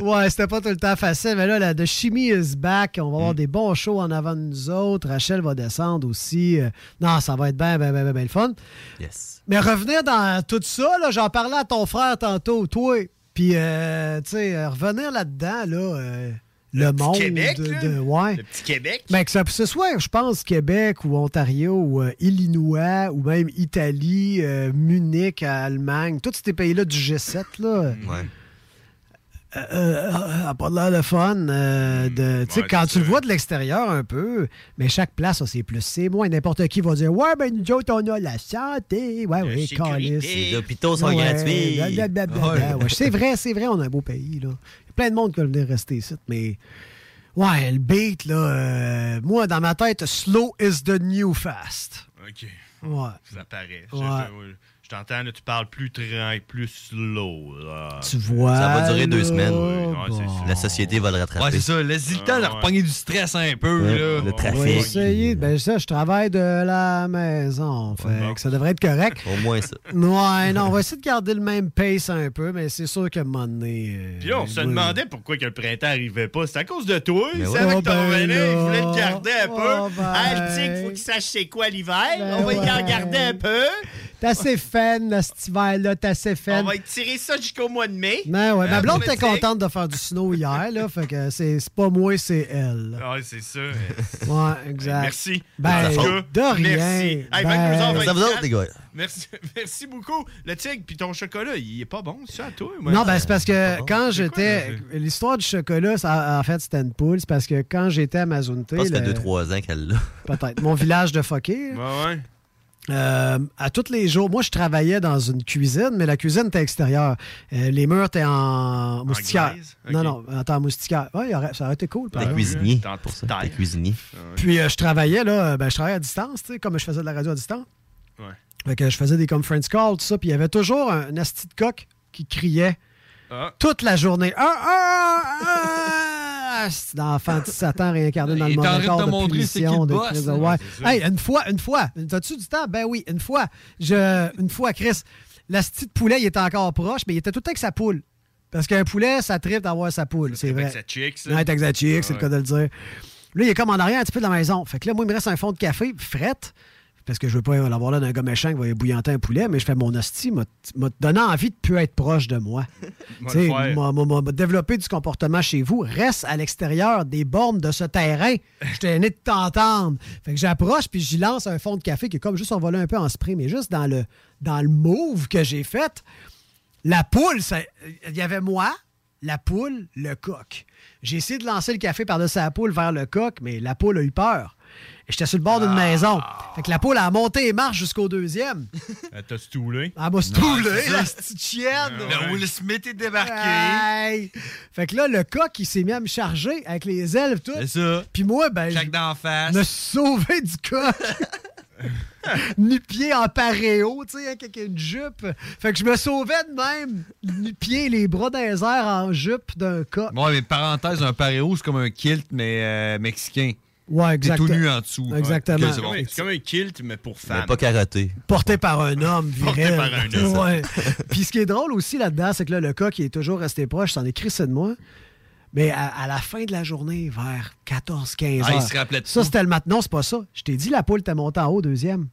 S13: Ouais, c'était pas tout le temps facile, mais là, la de Chimie is back. On va
S7: Mm.
S13: avoir des bons shows en avant de nous autres. Rachel va descendre aussi. Euh, Non, ça va être bien, bien, bien, bien, le fun.
S7: Yes.
S13: Mais revenir dans tout ça, là, j'en parlais à ton frère tantôt, toi. Puis, euh, tu sais, euh, revenir là-dedans, là, euh, le,
S8: petit
S13: monde.
S8: Québec,
S13: de,
S8: là.
S13: de- ouais.
S8: Le petit Québec.
S13: Ben, que ça- ce soit, je pense, Québec ou Ontario ou euh, Illinois ou même Italie, euh, Munich, Allemagne, tous ces pays-là du G7, là. Euh, euh, euh, a pas l'air le fun. euh, de, tu sais,
S9: ouais,
S13: quand
S9: c'est
S13: tu le vois de l'extérieur un peu, mais chaque place, ça, c'est plus, c'est moins. N'importe qui va dire Ouais, ben nous autres, on a la santé. Ouais, oui, calice.
S7: Les hôpitaux sont
S13: Ouais,
S7: gratuits.
S13: blablabla. Ouais, C'est vrai, c'est vrai, on a un beau pays. Là. Il y a plein de monde qui veulent venir rester ici, mais. Ouais, le beat, là. euh, moi, dans ma tête, slow is the new fast.
S8: OK.
S13: Ouais.
S8: Ça paraît. Je-
S13: Ouais.
S8: Je, Je t'entends, là, tu parles plus train, plus slow. là.
S13: Tu vois,
S1: Ça va durer deux
S13: là,
S1: semaines.
S13: Ouais, c'est ça.
S1: La société va le rattraper. Ah,
S9: Ouais, c'est ça. Laisse-y le temps de repogner du stress un peu.
S1: Ouais,
S9: là.
S1: le
S13: On va essayer. Ben ça, je travaille de la maison. Fait que ça devrait être correct.
S1: Au moins ça.
S13: Ouais, non, on va essayer de garder le même pace un peu, mais c'est sûr qu'à un moment donné... euh,
S8: Puis là, on se demandait pourquoi que le printemps arrivait pas. C'est à cause de toi.
S13: Ben
S8: Il
S13: oui.
S8: savait
S13: Oh
S8: que t'en
S13: ben
S8: revenais, il
S13: là.
S8: voulait te garder un
S13: Oh
S8: peu.
S13: ben.
S8: Ah, le tigre, faut qu'il sache c'est quoi l'hiver. on va y en garder un peu.
S13: T'as assez fan, là, cet hiver-là, t'as assez
S8: On
S13: fan.
S8: va y tirer ça jusqu'au mois de mai.
S13: Mais Ben ouais, ma
S8: Hein,
S13: blonde
S8: pour le
S13: était
S8: tigre.
S13: contente de faire du snow hier, là, fait que c'est c'est pas moi, c'est elle.
S8: Ah, c'est ça.
S13: Ouais, exact.
S8: Merci.
S13: Ben,
S8: En tout cas,
S13: de rien.
S8: Merci. Hey,
S13: Ben,
S8: 22h24.
S13: Merci à vous autres, les gars.
S8: Merci, merci beaucoup. Le tigre, puis ton chocolat, il est pas bon, c'est ça, à toi? moi?
S13: Non, ben c'est parce que quand
S8: C'est quoi,
S13: j'étais.
S8: là,
S13: L'histoire du chocolat, ça, en fait, c'était une poule. C'est parce que quand j'étais à Mazunte.
S1: Je pense qu'il y a
S13: le-
S1: 2-3 ans qu'elle l'a.
S13: Peut-être. Mon village de Foké. Euh, à tous les jours, moi je travaillais dans une cuisine, mais la cuisine était extérieure. Euh, les murs étaient en moustiquaire.
S1: glaise?
S13: Non, non, en moustiquaire. Ouais, il aurait- ça aurait été cool. par
S1: T'es
S13: exemple.
S1: cuisinier. Pour ça, t'es cuisinier.
S8: Ah
S13: Puis euh, je travaillais là, euh, ben, je travaillais à distance, tu sais, comme je faisais de la radio à distance.
S8: Ouais.
S13: Fait que je faisais des conference calls, tout ça, puis il y avait toujours un, un asti de coq qui criait toute la journée. Ah, ah, ah, ah, c'est d'enfant de Satan réincarné dans
S9: Il
S13: le
S9: est en
S13: monde
S9: train de te
S13: encore de
S9: montrer c'est qui le
S13: punition, de
S9: boss,
S13: crise de-
S9: là.
S13: ouais.
S9: C'est ça.
S13: Hey, une fois, une fois, t'as-tu du temps? Ben oui, une fois, je, une fois, Chris, la petite poulet, il était encore proche, mais il était tout le temps avec sa poule. Parce qu'un poulet, ça tripe d'avoir sa poule, c'est vrai.
S8: Avec sa chick, ça.
S13: Ouais, t'as que ça chic, c'est le
S8: Ah,
S13: cas de le dire. Là, il est comme en arrière un petit peu de la maison. Fait que là, moi, il me reste un fond de café, frette, parce que je veux pas l'avoir là d'un gars méchant qui va bouillanter un poulet, mais je fais mon hostie, m'a m'a donné envie de plus être proche de moi.
S8: Moi,
S13: Tu sais,
S8: le faire.
S13: m'a- m'a m'a développé du comportement chez vous. Reste à l'extérieur des bornes de ce terrain. Je t'ai né de t'entendre. Fait que j'approche, puis j'y lance un fond de café qui est comme juste envolé un peu en spray, mais juste dans le, dans le move que j'ai fait. La poule, ça- euh, il y avait moi, la poule, le coq. J'ai essayé de lancer le café par-dessus la poule vers le coq, mais la poule a eu peur. Et J'étais sur le bord d'une maison. Fait que la poule a monté les marches jusqu'au deuxième.
S8: Elle t'a stoulé.
S13: Elle m'a
S8: Ouais,
S13: stoulé,
S8: c'est
S13: la
S8: ça.
S13: petite chienne.
S9: Le Ben, Will Smith est débarqué.
S13: Aïe. Fait que là, le coq, il s'est mis à me charger avec les ailes et tout.
S9: C'est ça.
S13: Puis moi, ben,
S9: Chaque d'en
S13: je
S9: face.
S13: me sauvé du coq. Nu-pied en paréo, tu sais, hein, avec une jupe. Fait que je me sauvais de même. Nu-pied, les bras dans les airs en jupe d'un coq.
S9: Bon, mais parenthèse, un paréo, c'est comme un kilt, mais euh, mexicain.
S13: Ouais,
S9: T'es tout
S13: exactement.
S9: nu en dessous.
S13: Exactement.
S9: Ok, c'est bon.
S8: Ouais, C'est comme un kilt, mais pour femme.
S1: Mais pas carotté.
S13: Porté par un homme, viril.
S8: par un homme.
S13: Ouais. Puis ce qui est drôle aussi là-dedans, c'est que là, le coq, il est toujours resté proche, il s'en est crissé de moi. Mais à, à la fin de la journée, vers 14-15 heures.
S9: Ah, il se rappelait de
S13: Ça,
S9: tout.
S13: c'était le matin. Non, c'est pas ça. Je t'ai dit, la poule t'a montée en haut, deuxième.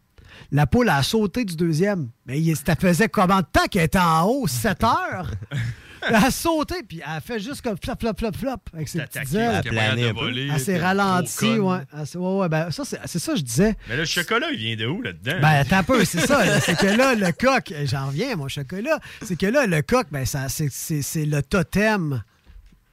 S13: La poule a sauté du deuxième. Mais il ça faisait comment de temps qu'elle était en haut? 7 heures? elle a sauté, puis elle a fait juste comme flop, flop, flop, flop, avec ses
S8: T'attaquer,
S13: petites ailes.
S8: t'es capable de voler,
S13: Elle
S8: t'es
S13: s'est
S8: gros
S13: ralentie,
S8: conne.
S13: ouais. Elle s'est- ouais, ouais, ben, ça, c'est c'est ça que je disais.
S8: Mais le chocolat, il vient de où là-dedans?
S13: Ben, attends un peu, c'est ça. là. C'est que là, le coq, eh, j'en reviens, mon chocolat. C'est que là, le coq, ben, ça, c'est, c'est- c'est le totem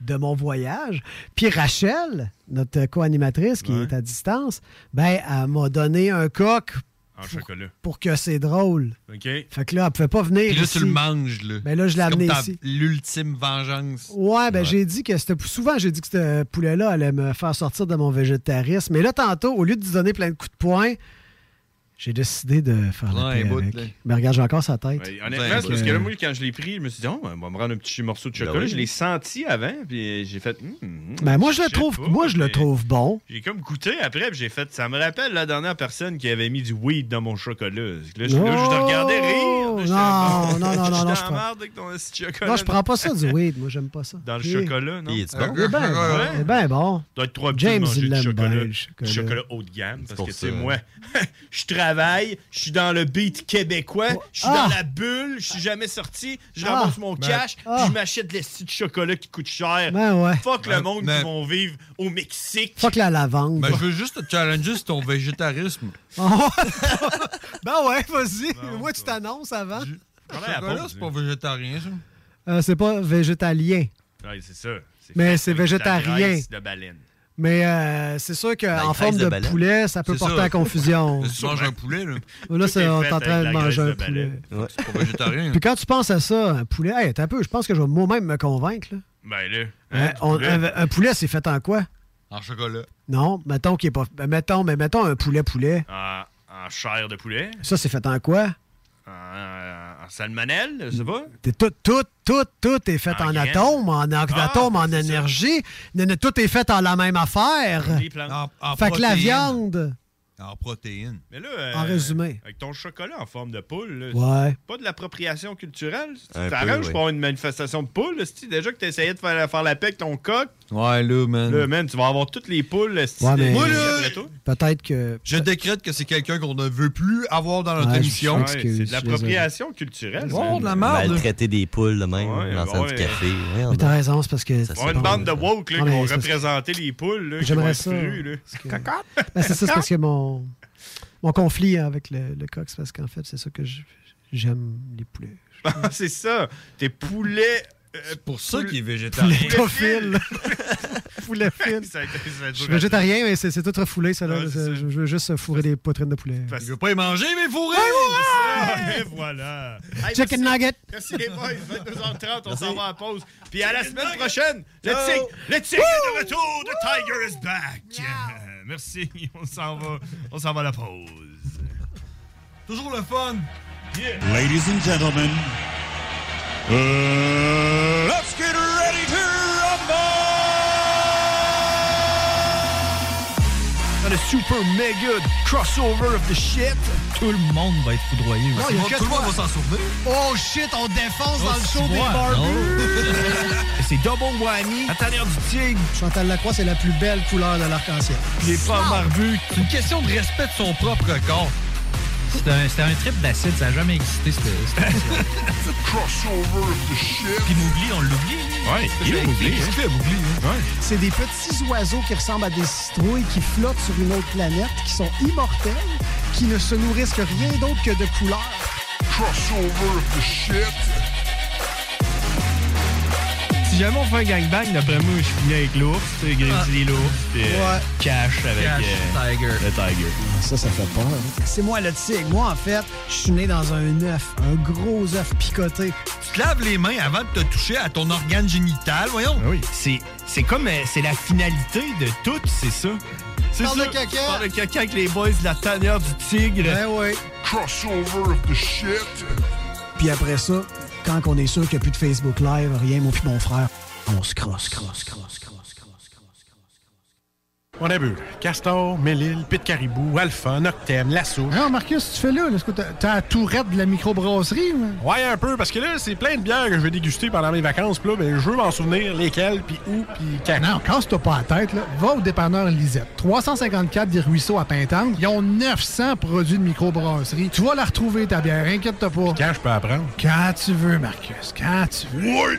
S13: de mon voyage. Puis Rachel, notre co-animatrice qui est à distance, ben, elle m'a donné un coq
S8: En chocolat.
S13: pour que c'est drôle.
S8: OK.
S13: Fait que là, elle pouvait pas venir.
S9: Puis là,
S13: ici.
S9: tu le manges, là.
S13: Ben là, je l'ai
S9: C'est
S13: amené
S9: comme ta-
S13: ici.
S9: L'ultime vengeance.
S13: Ouais, ben
S9: Ouais.
S13: j'ai dit que c'était. Souvent, j'ai dit que ce poulet-là allait me faire sortir de mon végétarisme. Mais là, tantôt, au lieu de lui donner plein de coups de poing, j'ai décidé de faire la
S8: Ouais,
S13: paix
S8: un bout,
S13: avec.
S8: là.
S13: Mais regarde, j'ai encore sa tête.
S8: Ouais, Ben, honnêtement, c'est parce que là, moi, quand je l'ai pris, je me suis dit, oh, ben, on va me rendre un petit morceau de chocolat.
S13: Ben oui.
S8: Je l'ai senti avant, puis j'ai fait. Hum, hum,
S13: Ben, moi, je le
S8: sais
S13: trouve,
S8: pas.
S13: moi, je le trouve bon.
S8: J'ai comme goûté après, puis j'ai fait. Ça me rappelle la dernière personne qui avait mis du weed dans mon chocolat. Là, je, là, je te regardais
S13: Oh!
S8: rire. là, j'étais-
S13: Non, non, non, non, non,
S8: J'étais
S13: je
S8: en
S13: prends-
S8: merde avec ton petit chocolat.
S13: Non, je prends pas ça du weed. Eh Moi, j'aime pas ça.
S8: Dans le
S13: Et-
S8: chocolat, non? Il est-tu bon?
S13: Il est bien bon.
S8: Ouais.
S13: il est bien ben, bon.
S8: doit être trois petits de
S13: James,
S8: manger
S13: il
S8: du
S13: l'aime
S8: chocolat,
S13: bien, le
S8: du
S13: chocolat.
S8: chocolat haut de gamme. Parce
S13: pour
S8: que, tu
S13: ça.
S8: sais, moi, je travaille, je suis dans le beat québécois, je suis
S13: Ah!
S8: dans la bulle, je suis jamais sorti, je
S13: Ah!
S8: ramasse mon
S13: Ben-
S8: cash, puis
S13: Ah!
S8: je m'achète les petits de chocolat qui coûtent cher.
S13: Ben ouais.
S8: Fuck le
S13: Ben-
S8: monde
S13: ben-
S8: qui vont vivre au Mexique.
S13: Fuck la lavande.
S9: Ben, je veux juste te challenger sur ton végétarisme.
S13: ben ouais, vas-y. Moi, tu t'annonces avant.
S9: Chocolat, c'est pas végétarien, ça.
S13: Euh, c'est pas végétalien.
S8: Ouais, c'est ça.
S13: Mais
S8: fait
S13: c'est
S8: avec de la
S13: végétarien.
S8: graisse de baleine.
S13: Mais euh, c'est sûr qu'en
S9: Ben, graisse
S13: forme
S9: de
S13: de,
S9: baleine.
S13: poulet, ça peut
S9: C'est
S13: porter
S9: ça.
S13: à confusion.
S9: Tu manges un poulet, là.
S13: Là, c'est- on est en train de manger un poulet.
S9: baleine. C'est pas végétarien. hein.
S13: Puis quand tu penses à ça, un poulet, hey, attends un peu, je pense que je vais moi-même me convaincre. là.
S8: Ben là.
S13: Hein, on- un, un poulet, c'est fait en quoi?
S9: En chocolat.
S13: Non, mettons qu'il est pas. ben, Mettons, mais mettons un poulet poulet.
S8: En, en chair de poulet.
S13: Ça, c'est fait en quoi?
S8: En, en salmonelle, je sais pas.
S13: T'es Tout, tout, tout, tout est fait en,
S8: graines. Ah,
S13: atomes, en atomes, en énergie. Non, non, Tout est fait en la même affaire.
S8: Des plantes. En- en
S13: fait que la
S8: protéines.
S13: viande.
S9: En protéines.
S8: Mais là, euh,
S13: En résumé.
S8: Avec ton chocolat en forme de poule, là,
S13: Ouais.
S8: c'est pas de l'appropriation culturelle. Tu
S9: Un peu,
S8: t'arranges
S9: oui.
S8: pour avoir une manifestation de poule. là, c'est-tu Déjà que t'essayais de faire, faire la paix avec ton coq.
S9: Ouais, là, man.
S13: Mm.
S8: Là, man, tu vas avoir toutes les poules. là, c'est-tu
S13: Ouais,
S8: des-
S13: mais-
S8: Moi, là,
S13: Peut-être que.
S9: Je décrète que c'est quelqu'un qu'on ne veut plus avoir dans notre
S13: Ouais, je
S9: émission.
S13: vous excuse,
S8: c'est de l'appropriation culturelle.
S9: Oh, de la merde.
S1: Maltraiter des poules, de même, dans le
S8: ouais.
S1: du café.
S13: Mais
S1: Merde.
S13: t'as raison, c'est parce que.
S1: Ça
S8: On a une bande de woke là,
S13: Ah,
S8: qui
S13: mais
S8: vont
S13: c'est parce que-
S8: représenter les poules. là, qui
S13: J'aimerais
S8: vont être
S13: ça.
S8: crues, là. Cocotte.
S13: Ben, c'est ça, c'est parce que mon, mon conflit avec le, le coq, c'est parce qu'en fait, c'est ça que je- j'aime les poulets.
S8: c'est ça. T'es euh, poulet. c'est
S9: pour ça
S8: qu'il est
S9: végétarien.
S13: Poulet-tophile. poulet fil. Je suis végétarien, mais c'est c'est tout refoulé, ça. là. Je je veux juste fourrer des poitrines de poulet.
S9: Il veut pas y manger, mais fourré!
S8: Et voilà.
S13: Chicken
S8: merci-
S13: nugget.
S8: Merci les boys. 22h30, on s'en va en pause. Puis à la semaine prochaine. Let's
S7: Ciao.
S8: see. Let's see. De retour. The Tiger is back. Euh, Merci. On s'en va. On s'en va à la pause.
S9: Toujours le fun.
S7: Ladies and gentlemen, uh, let's get ready to
S9: Le super mega crossover of the shit. Tout le monde va être foudroyé.
S7: Non, il y a que
S9: tout le monde
S7: toi.
S9: va s'en souvenir.
S13: Oh shit, on défonce
S9: dans le show des
S13: barbus!
S9: C'est double whammy. À travers du tigre.
S13: Chantal Lacroix, c'est la plus belle couleur de l'arc-en-ciel.
S9: Il est pas barbu. C'est une question de respect de son propre corps. C'était un, c'était un trip d'acide, ça n'a jamais existé, cette cette émission.
S7: Crossover of the shit.
S9: Puis Mougli, on l'oublie.
S7: Ouais,
S9: il est Mougli, hein.
S13: C'est des petits oiseaux qui ressemblent à des citrouilles qui flottent sur une autre planète, qui sont immortels, qui ne se nourrissent que rien d'autre que de couleurs.
S7: Crossover of the shit.
S8: Si jamais on fait un gangbang, d'après moi, je finis avec l'ours, Grizzly l'ours, puis
S13: euh, Ouais.
S8: Cash
S13: avec, Cash, euh,
S8: Tiger. le Tiger.
S13: Ça, ça fait peur. hein. C'est moi le tigre. Moi, en fait, je suis né dans un œuf, un gros œuf picoté.
S9: Tu te laves les mains avant de te toucher à ton organe génital, voyons.
S8: Oui. C'est, c'est comme euh, c'est la finalité de tout, c'est ça. C'est
S9: Parle
S8: ça.
S9: de caca.
S8: Parle de caca avec les boys de la tanière du tigre.
S13: Ben ouais.
S7: Crossover of the shit.
S13: Puis après ça, quand on est sûr qu'il n'y a plus de Facebook Live, rien, mon puis mon frère, on se crosse, crosse, crosse, crosse, crosse.
S3: On a bu. Castor, Mélile, Pit Caribou, Alpha, Noctem, Lasso.
S4: Non, Marcus, tu fais là. là. Est-ce que t'as- t'as la tourette de la microbrasserie? ou-
S3: Ouais, un peu, parce que là, c'est plein de bières que je vais déguster pendant mes vacances. Puis là, ben, je veux m'en souvenir lesquelles, puis où, puis quand.
S4: Non, casse-toi pas la tête, là. va au dépanneur Lisette. 354 des Ruisseaux à Pintante. Ils ont 900 produits de microbrasserie. Tu vas la retrouver, ta bière, inquiète-toi pas.
S3: quand je peux apprendre?
S4: Quand tu veux, Marcus, quand tu veux.
S3: Ouais,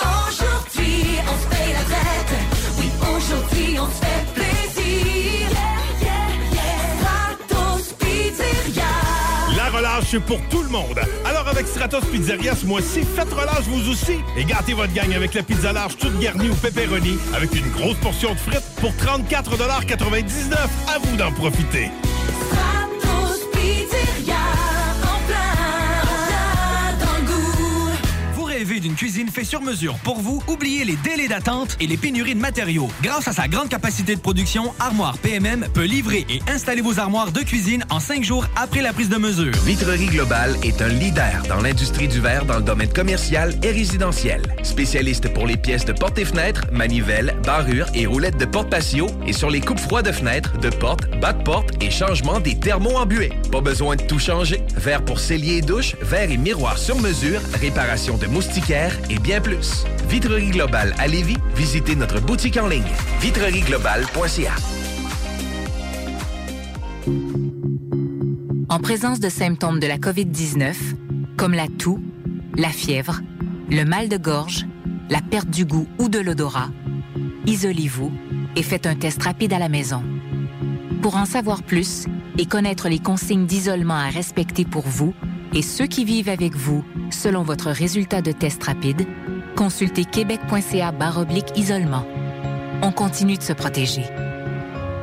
S7: Aujourd'hui, on se fait la fête. Oui, aujourd'hui, on se fait plaisir. Yeah, yeah, yeah. Stratos Pizzeria.
S6: La relâche, c'est pour tout le monde. Alors avec Stratos Pizzeria ce mois-ci, faites relâche vous aussi et gâtez votre gang avec la pizza large toute garnie ou pepperoni avec une grosse portion de frites pour 34,99 À vous d'en profiter.
S7: Stratos Pizzeria, en plein, en plein dans le goût.
S12: Vous rêvez d'une cuisine faite sur mesure pour vous? Oubliez les délais d'attente et les pénuries de matériaux. Grâce à sa grande capacité de production, Armoire PMM peut livrer et installer vos armoires de cuisine en cinq jours après la prise de mesure.
S14: Vitrerie Globale est un leader dans l'industrie du verre dans le domaine commercial et résidentiel. Spécialiste pour les pièces de portes et fenêtres, manivelles, barrures et roulettes de porte patio et sur les coupes froides de fenêtres, de portes, bas de porte et changement des thermos embués. Pas besoin de tout changer. Verre pour cellier et douche, verre et miroir sur mesure, réparation de moustiquaires et bien plus. Vitrerie Globale à Lévis, visitez notre boutique en ligne vitrerieglobale.ca.
S15: En présence de symptômes de la COVID-19, comme la toux, la fièvre, le mal de gorge, la perte du goût ou de l'odorat, isolez-vous et faites un test rapide à la maison. Pour en savoir plus et connaître les consignes d'isolement à respecter pour vous et ceux qui vivent avec vous selon votre résultat de test rapide, consultez québec.ca barre oblique isolement. On continue de se protéger.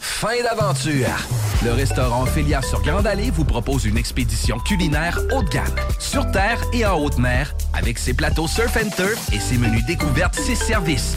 S2: Fin d'aventure. Le restaurant Filia sur Grande Allée vous propose une expédition culinaire haut de gamme, sur terre et en haute mer, avec ses plateaux surf and turf et ses menus découvertes, ses services.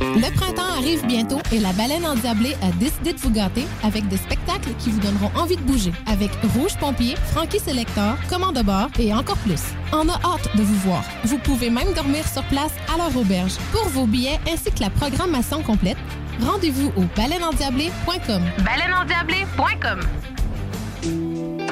S16: Le printemps arrive bientôt et la baleine endiablée a décidé de vous gâter avec des spectacles qui vous donneront envie de bouger. Avec Rouge Pompier, Frankie Selector, Commande de bord et encore plus. On a hâte de vous voir. Vous pouvez même dormir sur place à leur auberge. Pour vos billets ainsi que la programmation complète, rendez-vous au baleineendiablée.com. Baleineendiablée.com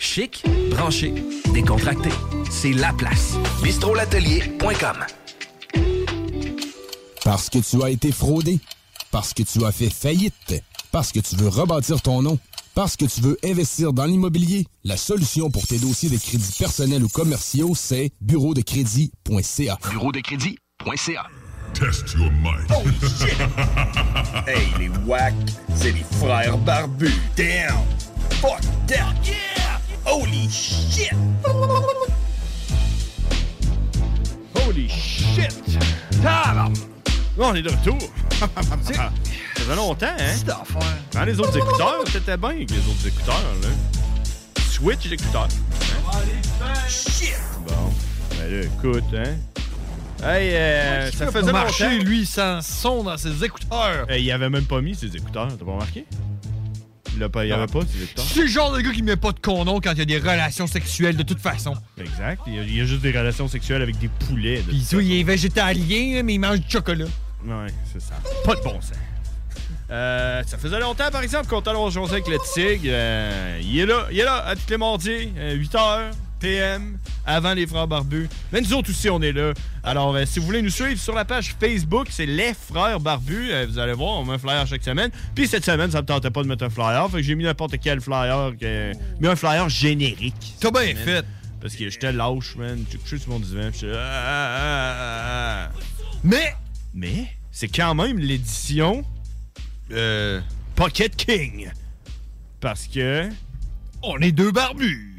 S2: Chic, branché, décontracté. C'est la place. Bistrolatelier.com.
S6: Parce que tu as été fraudé. Parce que tu as fait faillite. Parce que tu veux rebâtir ton nom. Parce que tu veux investir dans l'immobilier. La solution pour tes dossiers de crédits personnels ou commerciaux, c'est bureau de crédit.ca.
S2: Bureau de crédit.ca.
S7: Test your might. Oh shit! hey, les wack, c'est les frères barbus. Damn! Fuck that! Yeah! Holy shit!
S8: Holy shit! Tabarn- Bon, on est de retour. ça faisait longtemps, hein? Prends les autres écouteurs, c'était bien avec les autres écouteurs, là. Switch l'écouteur.
S7: Shit!
S8: Bon, ben là, écoute, hein? Hey, euh, ça
S9: peut
S8: faisait
S9: marcher,
S8: longtemps.
S9: lui, sans son dans ses écouteurs.
S8: Hey, il avait même pas mis ses écouteurs, t'as pas remarqué? Il l'a pas- il
S9: Non.
S8: avait pas ses écouteurs.
S9: C'est le genre de gars qui met pas de condom quand il y a des relations sexuelles, de toute façon.
S8: Exact. Il y a- il y, a juste des relations sexuelles avec des poulets. de-
S9: Puis tu vois, il est végétalien, là, mais il mange du chocolat.
S8: Ouais, c'est ça. Pas de bon sens. Euh, ça faisait longtemps, par exemple, qu'on t'allait jaser avec le Tigre. Euh, il est là, il est là, à tous les mardis, euh, 8h, PM, avant les Frères Barbus. Mais nous autres aussi, on est là. Alors, euh, si vous voulez nous suivre sur la page Facebook, c'est Les Frères Barbus. Euh, vous allez voir, on met un flyer chaque semaine. Puis cette semaine, ça me tentait pas de mettre un flyer. Fait que j'ai mis n'importe quel flyer, que... mais un flyer générique. T'as bien fait. Parce que j'étais lâche, man. J'ai couché sur mon divan. puis j'étais là, Ah, ah, ah, ah. Mais. Mais. C'est quand même l'édition. euh, Pocket King. Parce que. On est deux barbus.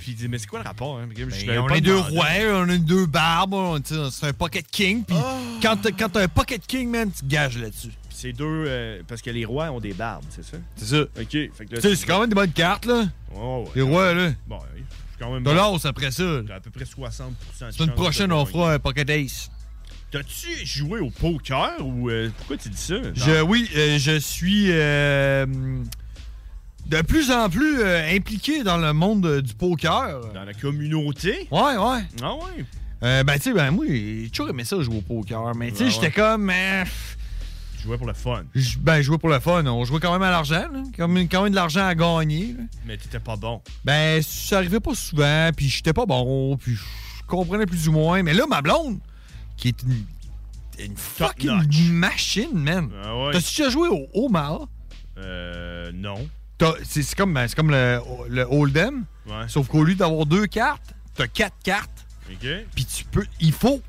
S8: Puis, mais c'est quoi le rapport? Hein? Parce que je l'avais
S9: Ben, on
S8: pas
S9: est deux
S8: demandé.
S9: rois, on a deux barbes, on- tu sais, c'est un pocket king. Puis
S8: Ah.
S9: quand t'as quand t'as un pocket king, man, tu te gages là-dessus.
S8: Puis C'est deux. euh, parce que les rois ont des barbes, c'est ça?
S9: C'est ça.
S8: Ok. Fait que
S9: Tu
S8: là,
S9: sais, c'est quand même des bonnes cartes, là.
S8: Oh, ouais.
S9: Les rois, là.
S8: Bon, oui. Je suis quand même.
S9: De l'os après ça.
S8: T'as à peu près 60 de
S9: Semaine
S8: chance de
S9: prochaine, on
S8: gagner.
S9: fera un pocket ace.
S8: T'as-tu joué au poker ou. euh, pourquoi tu dis ça?
S9: Je, oui, euh, je suis euh, de plus en plus euh, impliqué dans le monde euh, du poker.
S8: Dans la communauté?
S9: Ouais, ouais.
S8: Ah ouais?
S9: ben, tu sais, ben, moi, j'ai toujours aimé ça, jouer au poker. Mais, tu sais,
S8: Ouais,
S9: j'étais
S8: Ben ouais.
S9: comme. euh, pff,
S8: Je jouais pour le fun.
S9: j- ben, jouer pour le fun. On jouait quand même à l'argent, là. Quand même, quand même de l'argent à gagner. là.
S8: Mais t'étais pas bon.
S9: Ben, ça arrivait pas souvent, puis j'étais pas bon, puis je comprenais plus ou moins. Mais là, ma blonde, qui est une, une fucking machine, man.
S8: Ah ouais.
S9: T'as-tu déjà joué au Omaha?
S8: Euh. Non.
S9: T'as- C'est c'est comme, ben, c'est comme le, le Hold'em,
S8: Ouais.
S9: sauf qu'au lieu d'avoir deux cartes, t'as quatre cartes.
S8: Ok?
S9: Puis tu peux, il faut.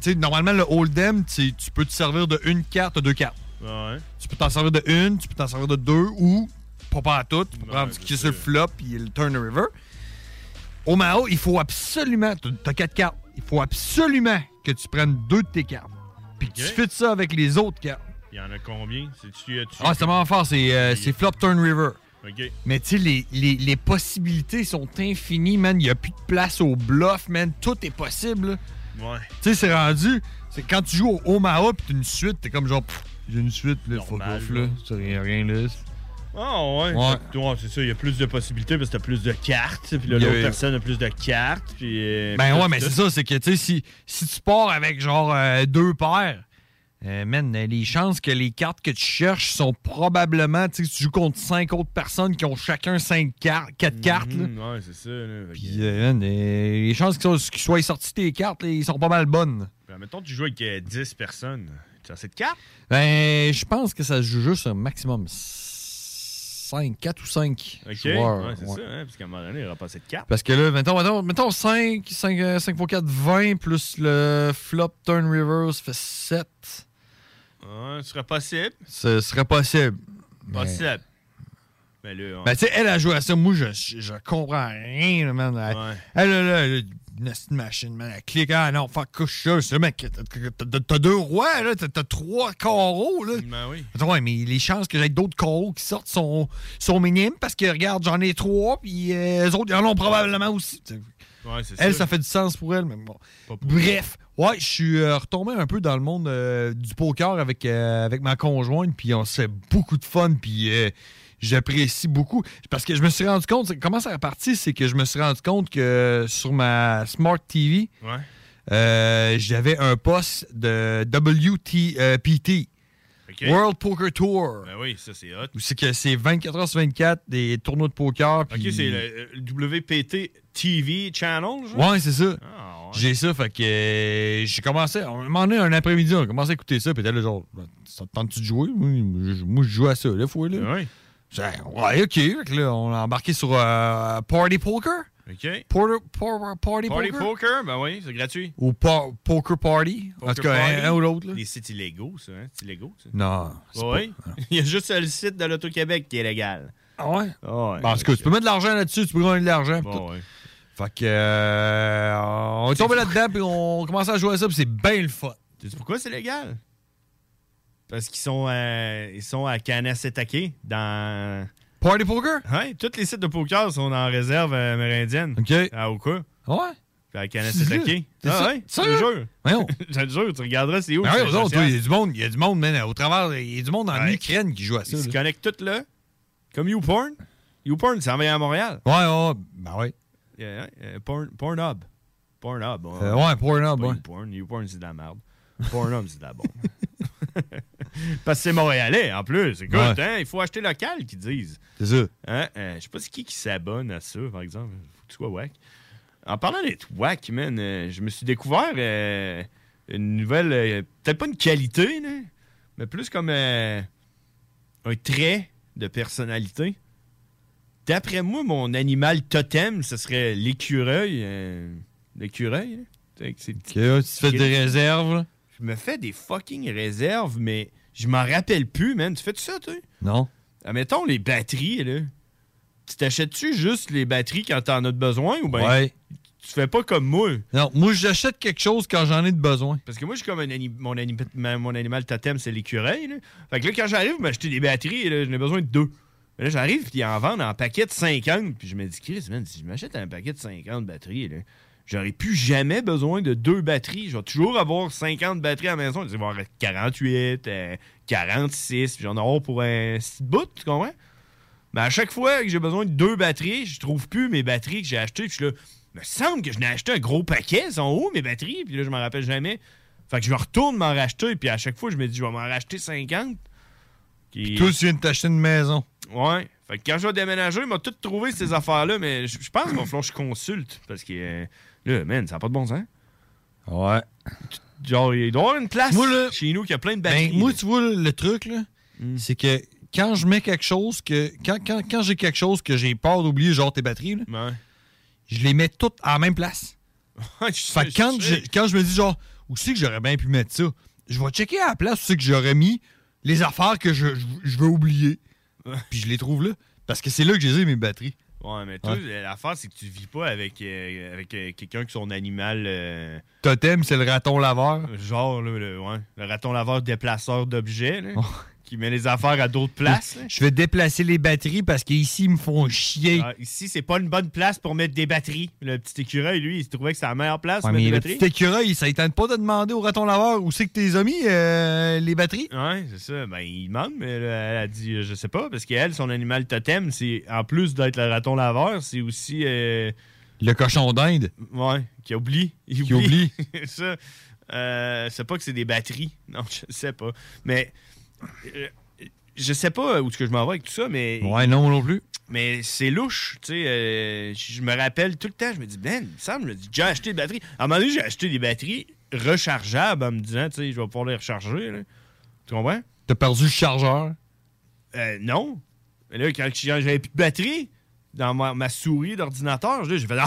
S9: Tu sais, normalement, le Hold'em, tu tu peux te servir de une carte, deux cartes.
S8: Ouais.
S9: Tu peux t'en servir de une, tu peux t'en servir de deux ou pas pas à toutes. Tu peux prendre ce qui est sur le flop et le turn river. Au Mao, il faut absolument. t'as- T'as quatre cartes. Il faut absolument que tu prennes deux de tes cartes. Puis que tu fites ça avec les autres cartes.
S8: Il y en a combien? C'est-tu... as-tu-
S9: Ah, c'est vraiment fort, c'est euh, c'est Flop Turn River.
S8: OK.
S9: Mais tu sais, les, les- les possibilités sont infinies, man. Il n'y a plus de place au bluff, man. Tout est possible. là.
S8: Ouais.
S9: Tu sais, c'est rendu. C'est quand tu joues au Omaha pis t'as une suite, t'es comme genre, pff, j'ai une suite, là, fuck off, là. C'est rien, rien, là.
S8: Ah ouais.
S9: Ouais.
S8: Fait que, ouais, c'est ça, il y a plus de possibilités parce que t'as plus de cartes, puis là,
S9: Il y a-
S8: l'autre personne a plus de cartes, puis... euh,
S9: Ben
S8: puis
S9: ouais,
S8: tout
S9: mais c'est ça, c'est que, tu sais, si, si tu pars avec genre euh, deux paires, euh, man, les chances que les cartes que tu cherches sont probablement, tu sais, si tu joues contre cinq autres personnes qui ont chacun cinq cartes, quatre cartes, là.
S8: Mhm, ouais, c'est ça. Là. Fait que-
S9: Puis, euh, man, euh, les chances qu'ils soient, qu'ils soient sortis tes cartes, là, ils sont pas mal bonnes.
S8: Ben, mettons, tu joues avec euh, 10 personnes. Tu as assez de cartes?
S9: Ben, je pense que ça se joue juste un maximum 5, 4 ou 5
S8: OK.
S9: joueurs.
S8: ouais, c'est
S9: ouais.
S8: ça, hein, parce qu'à un moment donné, il aura pas assez de cartes.
S9: Parce que là, mettons, mettons, mettons euh, 5, 5, 5 x 4, 20, plus le flop turn reverse, fait 7.
S8: Ouais, ce serait possible.
S9: Ce serait possible. Mais-
S8: Possible. Mais là, on-
S9: Ben, tu sais, elle a joué à ça. Moi, je, je, je comprends rien, là, man. Elle, elle, là, là, elle a une petite machine, man. Elle clique, ah non, fuck, couche ça. C'est mec, t'as- t'as- t'as deux rois, là. T'as t'as trois carreaux, là.
S8: Ben oui.
S9: Attends, ouais, mais les chances que j'ai d'autres coraux qui sortent sont, sont minimes parce que, regarde, j'en ai trois, puis euh, les autres, ils en ont probablement aussi. Tu sais,
S8: Ouais, c'est
S9: Elle, ça fait du sens pour elle, mais bon. Bref, ouais, je suis euh, retombé un peu dans le monde euh, du poker avec, euh, avec ma conjointe, puis on s'est beaucoup de fun, puis euh, j'apprécie beaucoup. Parce que je me suis rendu compte, c'est- comment ça a parti, c'est que je me suis rendu compte que euh, sur ma Smart TV,
S8: Ouais.
S9: euh, j'avais un poste de WTPT.
S8: OK.
S9: World Poker Tour.
S8: Ben oui, ça, c'est hot.
S9: Où c'est que c'est 24 h sur 24 des tournois de poker.
S8: OK,
S9: puis-
S8: c'est le euh, WPT TV Channel, genre?
S9: Ouais, c'est ça.
S8: Ah,
S9: J'ai ça, fait que euh, j'ai commencé. À un moment donné, un après-midi, on a commencé à écouter ça, puis t'as le genre, ben, ça te tente-tu de jouer? Oui, je- moi, je joue à ça, là, fouet, là.
S8: Ouais.
S9: Ouais, ok. Fait que là, on a embarqué sur euh, Party Poker.
S8: OK.
S9: Porter- por- party,
S8: Party
S9: Poker.
S8: Poker? Ben oui, c'est gratuit.
S9: Ou po- Poker Party. en tout cas, un- un ou l'autre.
S8: Des sites illégaux, ça. Hein? C'est illégaux, ça.
S9: Non. c'est
S8: Oui. Il y a juste le site de l'Auto-Québec qui est légal.
S9: Ah ouais?
S8: Ah ouais.
S9: Bon, en tout cas, tu peux mettre de l'argent là-dessus, tu peux gagner de l'argent. pis tout. Fait que. euh, on est tombé là-dedans, puis on commence à jouer à ça, puis c'est bien le fun.
S8: Tu sais pourquoi c'est légal? Parce qu'ils sont, à- ils sont à Canasetake, dans.
S9: Party Poker?
S8: Oui, tous les sites de poker sont en réserve euh, amérindienne.
S9: OK. Ah
S8: À Oka.
S9: Ouais.
S8: À
S9: Sérieux?
S8: Canasetake.
S9: T'es
S8: Ah
S9: sûr-
S8: ouais, je
S9: sérieux?
S8: te jure.
S9: Voyons.
S8: je te jure, tu regarderas c'est où.
S9: Ben ouais,
S8: c'est
S9: aux autres,
S8: social.
S9: oui, il y a du monde, il y a du monde, man, au travers, il y a du monde en Ukraine qui joue à ça.
S8: Ils se
S9: là.
S8: connectent tous là. Comme YouPorn. YouPorn, c'est envoyé à Montréal.
S9: Ouais, ouais, ben ouais.
S8: Euh, euh, porn, Pornhub. Pornhub. on-
S9: Euh, ouais, Pornhub,
S8: pas
S9: ouais.
S8: YouPorn. YouPorn, c'est de la merde. Pornhub, c'est de la bombe. Parce que c'est montréalais, en plus. Écoute,
S9: Ouais.
S8: hein, il faut acheter local, qu'ils disent.
S9: C'est ça.
S8: Hein, euh, je sais pas c'est qui qui s'abonne à ça, par exemple. Faut que tu sois whack. En parlant d'être whack, man, euh, je me suis découvert euh, une nouvelle... euh, Peut-être pas une qualité, là, mais plus comme euh, un trait de personnalité. D'après moi, mon animal totem, ce serait l'écureuil. euh, l'écureuil, hein. Tu sais, c'est-
S9: là, euh, tu te fais des réserves, là.
S8: Je me fais des fucking réserves, mais je m'en rappelle plus, man. Tu fais tout ça, toi?
S9: Non.
S8: Admettons, les batteries, là. Tu t'achètes-tu juste les batteries quand t'en as de besoin ou bien
S9: Ouais.
S8: tu fais pas comme moi?
S9: Non, moi, j'achète quelque chose quand j'en ai de besoin.
S8: Parce que moi, je suis comme un ani- mon, ani- ma- mon animal totem, c'est l'écureuil. là. Fait que là, quand j'arrive, m'acheter des batteries, là, j'en ai besoin de deux. Mais là, j'arrive, puis ils en vendent en paquet de 50. Puis je me dis, Chris, man, si je m'achète un paquet de 50 batteries, là, j'aurais plus jamais besoin de deux batteries. Je vais toujours avoir 50 batteries à la maison. Je vais avoir 48, euh, 46, puis j'en aurai pour un petit bout, tu comprends? Mais Ben, à chaque fois que j'ai besoin de deux batteries, je trouve plus mes batteries que j'ai achetées. Puis je suis là, me semble que je n'ai acheté un gros paquet. Elles sont où mes batteries? Puis là, je m'en rappelle jamais. Fait que je me retourne m'en racheter. Puis à chaque fois, je me dis, je vais m'en racheter 50. Puis
S9: Toi, tu viens de t'acheter une maison.
S8: Ouais. Fait que quand je vais déménager, il m'a tout trouvé ces affaires-là. Mais je je pense qu'il va falloir que je consulte. Parce que euh, là, man, ça n'a pas de bon sens.
S9: Ouais.
S8: Genre, il doit y avoir une place chez nous qui a plein de batteries. Mm.
S9: Ben, moi, tu vois, le truc, là, c'est que quand je mets quelque chose que. Quand, quand, quand j'ai quelque chose que j'ai peur d'oublier, genre tes batteries, là, je les mets toutes à la même place. fait que quand, je, quand je me dis, genre, où c'est que j'aurais bien pu mettre ça, je vais checker à la place où c'est que j'aurais mis les affaires que je, je- je veux oublier. Puis je les trouve là. Parce que c'est là que j'ai mes batteries.
S8: Ouais, mais toi, l'affaire, c'est que tu vis pas avec, euh, avec euh, quelqu'un que son animal. euh,
S9: Totem, c'est le raton laveur.
S8: genre, là, le, ouais, le raton laveur déplaceur d'objets, là,
S9: Oh.
S8: qui met les affaires à d'autres places. là.
S9: Je vais déplacer les batteries parce qu'ici, ils me font chier.
S8: Ah, ici, c'est pas une bonne place pour mettre des batteries. Le petit écureuil, lui, il se trouvait que c'est la meilleure place
S9: Ouais,
S8: pour mettre
S9: mais
S8: des
S9: le
S8: batteries.
S9: petit écureuil, ça ne tente pas de demander au raton laveur où c'est que t'es mis euh, les batteries.
S8: Ouais, c'est ça. Ben, il demande, mais elle, elle a dit, euh, je sais pas, parce qu'elle, son animal totem, c'est en plus d'être le raton laveur, c'est aussi. euh,
S9: Le cochon d'Inde.
S8: Ouais, qui oublie. Il
S9: Qui
S8: oublie. ça. Euh, c'est pas que c'est des batteries. Non, je sais pas. Mais. euh, je sais pas où est-ce que je m'en vais avec tout ça, mais.
S9: Ouais, non, non plus.
S8: Mais c'est louche, tu sais. euh, je je me rappelle tout le temps, je me dis, ben, il me semble, je me dis, j'ai acheté des batteries. À un moment donné, j'ai acheté des batteries rechargeables en me disant, tu sais, je vais pouvoir les recharger. là. Tu comprends?
S9: T'as perdu le chargeur.
S8: Euh, non. Mais là, quand j'ai- j'avais plus de batterie dans ma, ma souris d'ordinateur, là, j'ai fait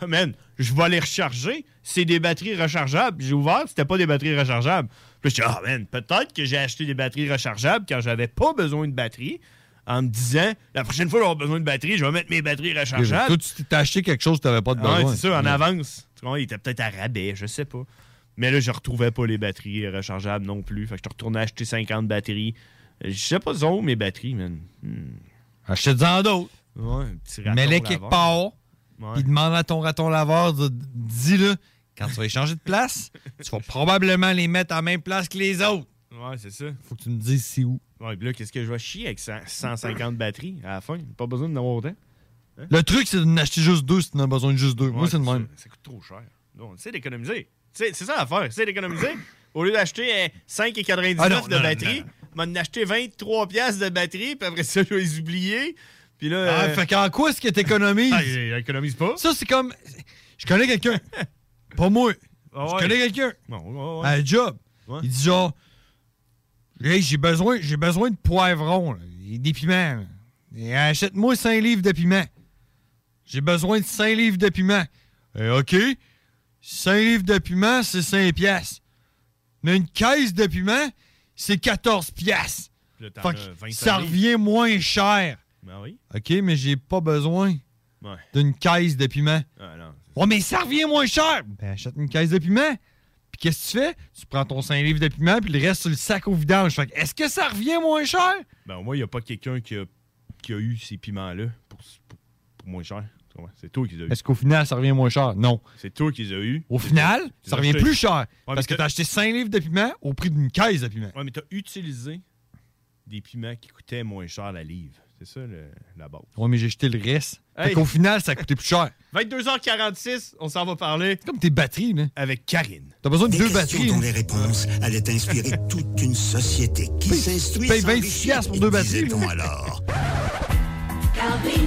S8: Ah, man, je vais les recharger. C'est des batteries rechargeables. J'ai ouvert, c'était pas des batteries rechargeables. Puis là, j'ai dit, ah, man, peut-être que j'ai acheté des batteries rechargeables quand j'avais pas besoin de batterie en me disant la prochaine fois que j'aurai besoin de batterie, je vais mettre mes batteries rechargeables.
S9: Toi, tu t'as acheté quelque chose que t'avais pas de
S8: Ah
S9: besoin.
S8: ouais, c'est ça, en
S9: Ouais.
S8: avance. Tu comprends, il était peut-être à rabais, je sais pas. Mais là, je retrouvais pas les batteries rechargeables non plus. Fait que je retournais acheter 50 batteries. Euh, Je sais pas ils sont où mes batteries, man. Hmm.
S9: Achète-en d'autres.
S8: Ouais, un petit raton
S9: Mets-les
S8: laveur.
S9: quelque part.
S8: Ouais.
S9: Puis demande à ton raton laveur, de- dis-le, quand tu vas échanger de place, tu vas probablement les mettre à la même place que les autres.
S8: Ouais, c'est ça.
S9: Faut que tu me dises c'est où.
S8: Ouais, puis là, qu'est-ce que je vais chier avec 100 150 batteries à la fin? Pas besoin d'en avoir autant. Hein?
S9: Le truc, c'est d'en acheter juste deux si tu en as besoin de juste deux. Moi,
S8: Ouais,
S9: c'est le
S8: c'est
S9: même.
S8: Ça coûte trop cher. Donc, c'est d'économiser. C'est c'est ça l'affaire. C'est d'économiser. Au lieu d'acheter euh, 5,99
S9: Ah non, non,
S8: de
S9: non,
S8: batterie, m'en acheter 23 piastres de batterie, puis après ça, je vais les oublier. Puis là...
S9: Ah,
S8: euh,
S9: fait qu'en quoi est-ce que t'économises?
S8: Ah, il- il économise pas.
S9: Ça, c'est comme. Je connais quelqu'un. pas moi.
S8: Ah
S9: Je
S8: ouais.
S9: connais quelqu'un. Ah,
S8: Bon, ouais, ouais.
S9: À Ben, un job.
S8: Ouais.
S9: Il dit genre. Hey, j'ai besoin, j'ai besoin de poivrons, là, et des piments. là. Et achète-moi 5 livres de piments. J'ai besoin de 5 livres de piments. Eh, OK. 5 livres de piments, c'est 5 piastres. Mais une caisse de piments, c'est 14 piastres.
S8: Puis là, t'en
S9: Fait
S8: as
S9: que
S8: 25
S9: ça
S8: livres.
S9: revient moins cher.
S8: Ben oui.
S9: OK, mais j'ai pas besoin
S8: Ouais.
S9: d'une caisse de piment.
S8: Ah, non.
S9: Ouais, mais ça revient moins cher! Ben, achète une caisse de piment. Puis qu'est-ce que tu fais? Tu prends ton 5 livres de piment, puis le reste sur le sac au vidange. Fait que, est-ce que ça revient moins cher?
S8: Ben au moins, il n'y a pas quelqu'un qui a, qui a eu ces piments-là pour, pour, pour moins cher. Tu comprends? C'est toi qui les as eu.
S9: Est-ce qu'au final, ça revient moins cher? Non.
S8: C'est toi qui les as eu.
S9: Au final,
S8: Ils
S9: ça
S8: ont
S9: revient
S8: acheté-
S9: plus cher.
S8: Ouais,
S9: parce que
S8: mais
S9: t'as acheté 5 livres de piment au prix d'une caisse de piment.
S8: Ouais, mais t'as utilisé des piments qui coûtaient moins cher la livre. C'est ça, le- la base.
S9: Ouais, mais j'ai jeté le reste. Fait
S8: Hey.
S9: qu'au final, ça a coûté plus cher.
S8: 22h46, on s'en va parler.
S9: Comme tes batteries, là.
S8: Avec Karine.
S9: T'as besoin de
S17: Des
S9: deux
S17: questions
S9: batteries.
S17: dont
S9: là.
S17: les réponses allaient inspirer toute une société qui
S9: Paye-
S17: s'instruit
S9: paye
S17: sans
S9: 20
S17: richesse,
S9: piastres pour deux batteries,
S17: disait-on
S9: là.
S17: alors.
S7: Calvin,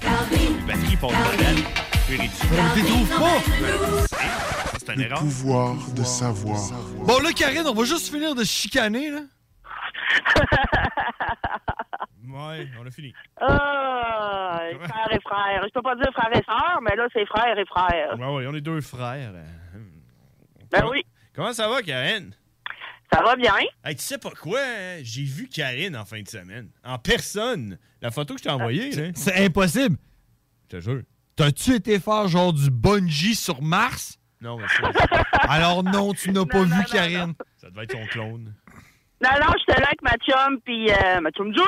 S7: Calvin,
S8: Les batteries passent pas mal.
S7: Calvin,
S8: C'est une erreur.
S18: pouvoir de savoir.
S9: Bon, là, Karine, on va juste finir de se chicaner, là.
S8: Ouais, on a fini.
S19: Ah, frère et frère. Je peux pas dire frère et sœur, mais là, c'est frère et frère.
S8: Ouais, ouais, on est deux frères.
S19: Ben
S8: Comment-
S19: oui.
S8: Comment ça va, Karine?
S19: Ça va bien?
S8: Hey, tu sais pas quoi? hein? J'ai vu Karine en fin de semaine. En personne. La
S19: Ah,
S8: photo que je t'ai envoyée, là.
S9: C'est impossible.
S8: hein? Je te jure.
S9: T'as-tu été faire genre du bungee sur Mars?
S8: Non, mais ça,
S9: Alors non, tu n'as pas vu Karine.
S8: ça devait être son clone.
S19: Non, non, j'étais là avec ma chum, puis euh, ma chum Jules.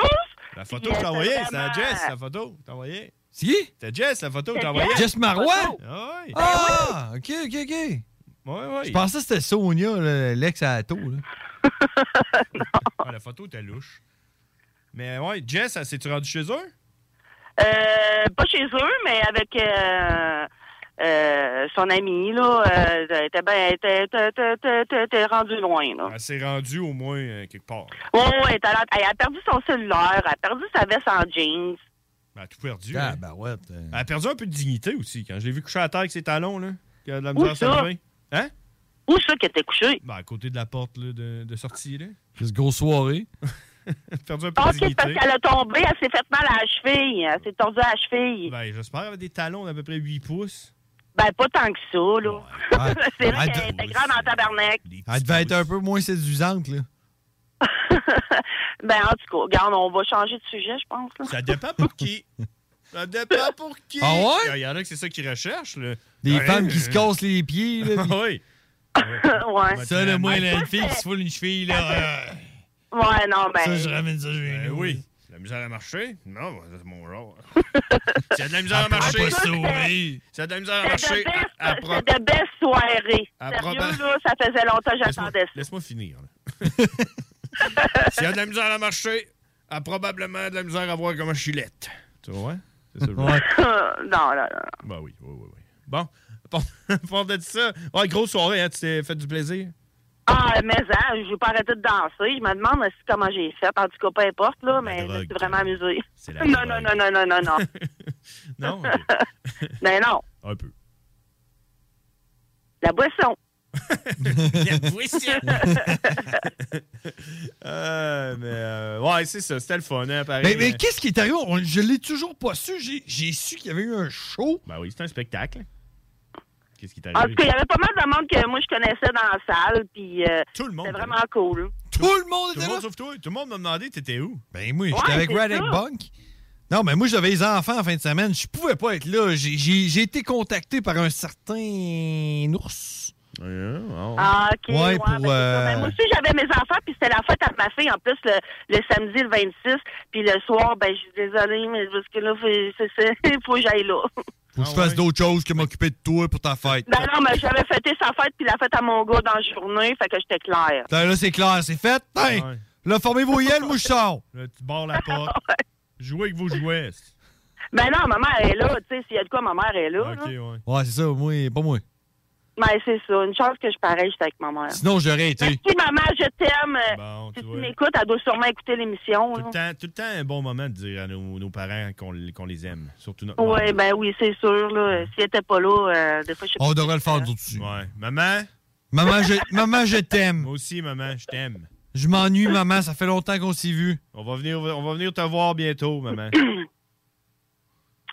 S8: La photo que t'as envoyée, c'est à Jess, la photo que t'as envoyée.
S9: Si?
S8: C'était Jess, la photo que
S9: C'est
S8: t'as envoyée.
S9: Jess. Jess Marois?
S8: Ah ouais.
S9: Ah, ok, ok, ok.
S8: Ouais, ouais.
S9: Je pensais que c'était Sonia, là, l'ex à Atto. là.
S8: Ah, la photo était louche. Mais ouais, Jess, elle s'est-tu rendue chez eux?
S19: Euh, pas chez eux, mais avec euh, euh, son ami, là. Euh, elle était ben, t'es, rendu loin, là.
S8: Elle s'est rendue au moins euh, quelque part.
S19: Ouais, ouais, elle a, elle a perdu son cellulaire, elle a perdu sa veste en jeans.
S8: Elle a tout perdu.
S9: Ah,
S8: hein.
S9: ben ouais.
S8: Elle a perdu un peu de dignité aussi. Quand je l'ai vu coucher à terre avec ses talons, là, qu'elle a de la misère
S19: Où
S8: à se
S19: ça?
S8: lever. Hein?
S19: Où ça qu'elle était couchée?
S8: Ben, à côté de la porte là, de, de sortie, là.
S9: Puis ce grosse soirée.
S8: Elle a perdu un peu de
S19: Ok, c'est
S8: dignité.
S19: parce qu'elle a tombé, elle s'est fait mal à la cheville. Elle s'est tordue à la cheville.
S8: Ben, j'espère qu'elle avait des talons d'à peu près 8 pouces.
S19: Ben, pas tant que ça, là.
S9: Ouais.
S19: c'est vrai
S9: Ouais, Ah,
S19: qu'elle était grande en tabarnak.
S9: Elle devait être un peu moins séduisante, là.
S19: Ben, en tout cas, regarde, on va changer de sujet, je pense. là.
S8: Ça dépend pour qui. Ça dépend pour qui.
S9: Ah ouais?
S8: Il y en a que c'est ça qu'ils recherchent, là.
S9: Des
S8: Ouais,
S9: femmes qui se
S8: euh,
S9: cassent les pieds, là.
S8: Ah oui.
S19: ouais.
S9: Ça, là, moi,
S8: la
S19: fille qui se
S8: foule une cheville, là.
S19: Ouais, non, ben.
S8: ramène ça, je Oui. La misère à marcher? Non, ben, c'est mon genre. S'il y a de la misère à marcher.
S19: pas
S8: S'il y a de la misère à marcher.
S19: C'était de,
S8: à- à
S19: best-
S8: pro-
S19: c'était de belle soirée.
S8: À
S19: Sérieux,
S8: proba-
S19: là, ça faisait longtemps que j'attendais ça.
S8: Laisse-moi finir. là. S'il y a de la misère à marcher, elle a probablement de la misère à voir comme un chilette. Tu vois? C'est ça. je veux dire.
S19: non, non, non.
S8: Ben oui, oui, oui, oui. Bon, pour, pour te dire ça, ouais, grosse soirée, hein, tu t'es fait du plaisir.
S19: Ah, mais ça, j'ai pas arrêté de danser. Je me demande aussi comment j'ai fait. En tout cas, peu importe, là, mais je me suis vraiment amusée.
S8: la
S19: Non, non, non, non, non, non, non.
S8: Non?
S19: Mais non,
S8: Un peu.
S19: la boisson.
S8: La boisson. Euh, mais euh, ouais, c'est ça, c'était le fun, hein, pareil.
S9: Mais, mais qu'est-ce qui est arrivé? On- je l'ai toujours pas su. J'ai- J'ai su qu'il y avait eu un show.
S8: Ben oui, c'est un spectacle. Qu'est-ce qui t'est
S19: En tout
S8: arrivé?
S19: cas, il y avait pas mal de monde que moi je connaissais dans la salle, puis euh,
S8: c'était
S19: vraiment cool.
S9: Tout le monde
S8: hein. Tout le monde Ah, sauf toi. Tout le monde m'a demandé t'étais où.
S9: Ben oui,
S8: Ouais,
S9: j'étais avec
S8: c'est
S9: Radek
S8: ça.
S9: Bunk. Non, mais moi, j'avais les enfants en fin de semaine. Je pouvais pas être là. J'ai- J'ai j'ai été contacté par un certain ours.
S19: Ah, ok.
S9: hein, Ouais,
S19: ouais,
S9: pour,
S19: ben, c'est ça. Ben, moi
S9: euh,
S19: aussi, j'avais mes enfants, puis c'était la fête à ma fille, en plus, le, le samedi, le 26. Puis le soir, ben, je suis désolée, mais parce que là, faut- c'est ça, il faut que j'aille là.
S9: Faut que je fasse d'autres choses que m'occuper de toi pour ta fête.
S19: Ben non, mais j'avais fêté sa fête, puis la fête à mon gars dans la journée, fait que j'étais claire.
S9: Putain, Là, c'est clair, c'est fait. Hey, Là, formez vos yeux, moi, je sors.
S8: Là, tu barres la porte. Jouez avec vos jouets.
S19: Ben non, ma mère est là, tu sais, s'il y a de quoi, ma mère est là. là.
S9: Ouais, c'est ça, moi, pas moi.
S19: Ben c'est ça, une chance que je pareille, j'étais avec ma mère.
S9: Sinon, j'aurais été.
S19: Si maman, je t'aime, euh, si tu
S8: vois.
S19: m'écoutes, elle doit sûrement écouter l'émission.
S8: Tout
S19: là.
S8: le, temps, tout le temps un bon moment de dire à nos, nos parents qu'on qu'on les aime. Surtout notre
S19: Ouais, ben
S8: mère.
S19: oui, c'est sûr, là. S'il était pas là, euh, des fois, je sais pas.
S9: devrait le faire dessus.
S8: Ouais. Maman?
S9: Maman, je, maman, je t'aime.
S8: Moi aussi, maman, je t'aime.
S9: Je m'ennuie, maman. Ça fait longtemps qu'on s'est vu.
S8: On va venir, on va venir te voir bientôt, maman.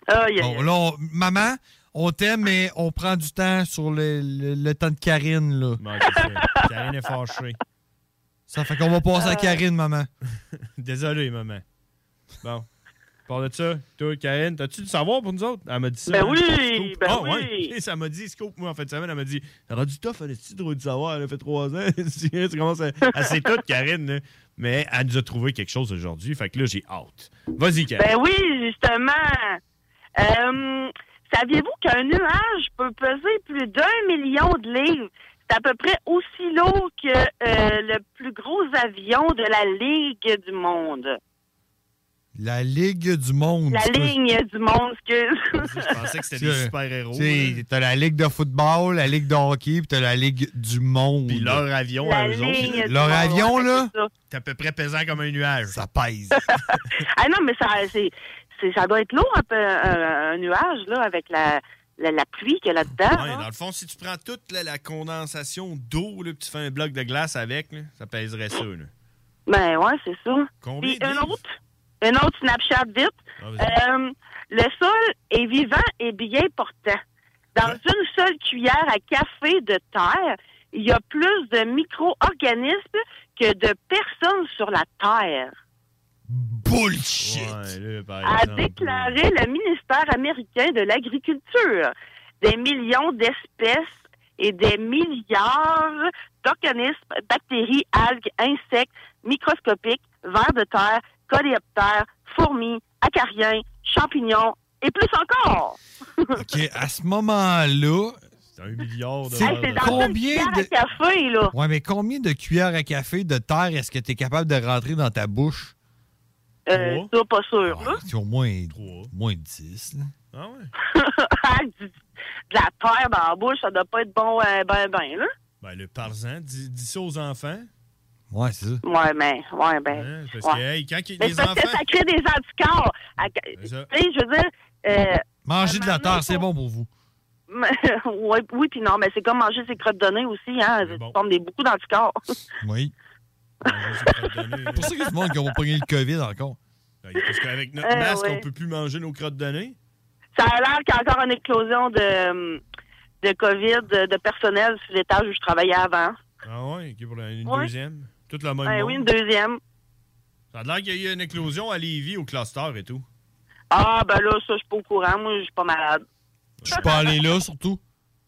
S9: Bon, là, on- maman, on t'aime, mais on prend du temps sur le, le- le temps de Karine, là.
S8: Karine est fâchée.
S9: Ça fait qu'on va passer
S19: Euh.
S9: à Karine, maman.
S8: Désolé, maman. Bon. Parle de ça. Toi, Karine, t'as-tu du savoir pour nous autres? Elle m'a dit ça.
S19: Ben
S8: hein,
S19: oui,
S8: scoop.
S19: ben
S8: Ah,
S19: oui.
S8: ouais. Ok, ça m'a dit, scoop, moi, en fin de semaine, elle m'a dit, ça rend du tough, elle a-tu trop de savoir? Elle a fait trois ans. tu tu commences à. Elle sait tout, Karine. là. Mais elle nous a trouvé quelque chose aujourd'hui. Fait que là, j'ai hâte. Vas-y, Karine.
S19: Ben oui, justement. Euh, Saviez-vous qu'un nuage peut peser plus d'un million de livres? C'est à peu près aussi lourd que euh, le plus gros avion de la Ligue du monde.
S9: La Ligue du Monde.
S19: La
S9: c'est quoi?
S19: ligne du monde, excuse.
S8: Je pensais que c'était des
S9: C'est-
S8: super-héros.
S9: Tu sais, t'as la Ligue de football, la Ligue de hockey, puis t'as la Ligue du Monde. Puis
S8: leur avion à La eux autres, ligne là. du
S9: Leur
S8: monde,
S9: avion,
S8: ouais,
S9: là.
S8: T'es à peu près pesant comme un nuage. Ça
S9: pèse.
S19: ah non, mais ça, c'est, c'est- ça doit être lourd un, peu, un, un nuage là avec la, la, la pluie qu'il y a là-dedans.
S8: Ouais, dans le fond, si tu prends toute la, la condensation d'eau, là, puis tu fais un bloc de glace avec, là, ça pèserait ça. là.
S19: Ben ouais, c'est ça.
S8: Combien
S19: Puis
S8: de
S19: un
S8: livres?
S19: autre, un autre Snapchat vite.
S8: Ah,
S19: Euh, le sol est vivant et bien portant. Dans une seule cuillère à café de terre, il y a plus de micro-organismes que de personnes sur la terre.
S9: Bullshit!
S8: Ouais, là, par
S19: a
S8: exemple.
S19: déclaré le ministère américain de l'agriculture. Des millions d'espèces et des milliards d'organismes, bactéries, algues, insectes, microscopiques, vers de terre, coléoptères, fourmis, acariens, champignons et plus encore.
S9: OK, à ce moment-là...
S8: C'est un milliard
S19: Hey, c'est dans
S9: combien
S19: une
S9: de...
S19: cuillère à café, là.
S9: Ouais, mais combien de cuillères à café de terre est-ce que t'es capable de rentrer dans ta bouche?
S19: Euh, ça, pas sûr. là.
S9: C'est au moins, au moins 10. là.
S8: Ah ouais?
S19: Ah, du- de la terre dans la bouche, ça doit pas être bon euh, ben ben, là.
S8: Ben, le parlant, dis, dis ça aux enfants. Hein,
S9: Ouais, c'est ça.
S19: Ouais, mais, ouais, ben.
S8: Parce que,
S19: ouais.
S8: hey, quand il-
S19: Mais
S8: les
S19: c'est parce
S8: enfants.
S19: que ça crée des anticorps. À- Tu
S8: ça.
S19: sais, je veux dire. euh,
S9: Manger de la terre, c'est bon pour vous.
S19: ouais, oui, puis non, mais c'est comme manger ses crottes de nez aussi, hein. Tu tombes des, beaucoup d'anticorps.
S9: Oui. C'est pour ça que du monde qui va pogner le COVID encore.
S8: ben, Parce qu'avec notre
S19: Euh,
S8: masque,
S19: ouais.
S8: on peut plus manger nos crottes de nez.
S19: ça a l'air qu'il y a encore une éclosion de, euh, de COVID, de, de personnel sur l'étage où je travaillais avant. Euh,
S8: Ah ouais, ok, pour la- une
S19: Ouais. Ben
S8: deuxième. Toute la même.
S19: Ouais,
S8: monde.
S19: oui, une deuxième.
S8: Ça a l'air qu'il y a eu une éclosion à Lévis, au cluster et tout.
S19: Ah, ben là, ça, je suis pas au courant. Moi, je suis pas malade.
S8: Je suis pas allé là, surtout.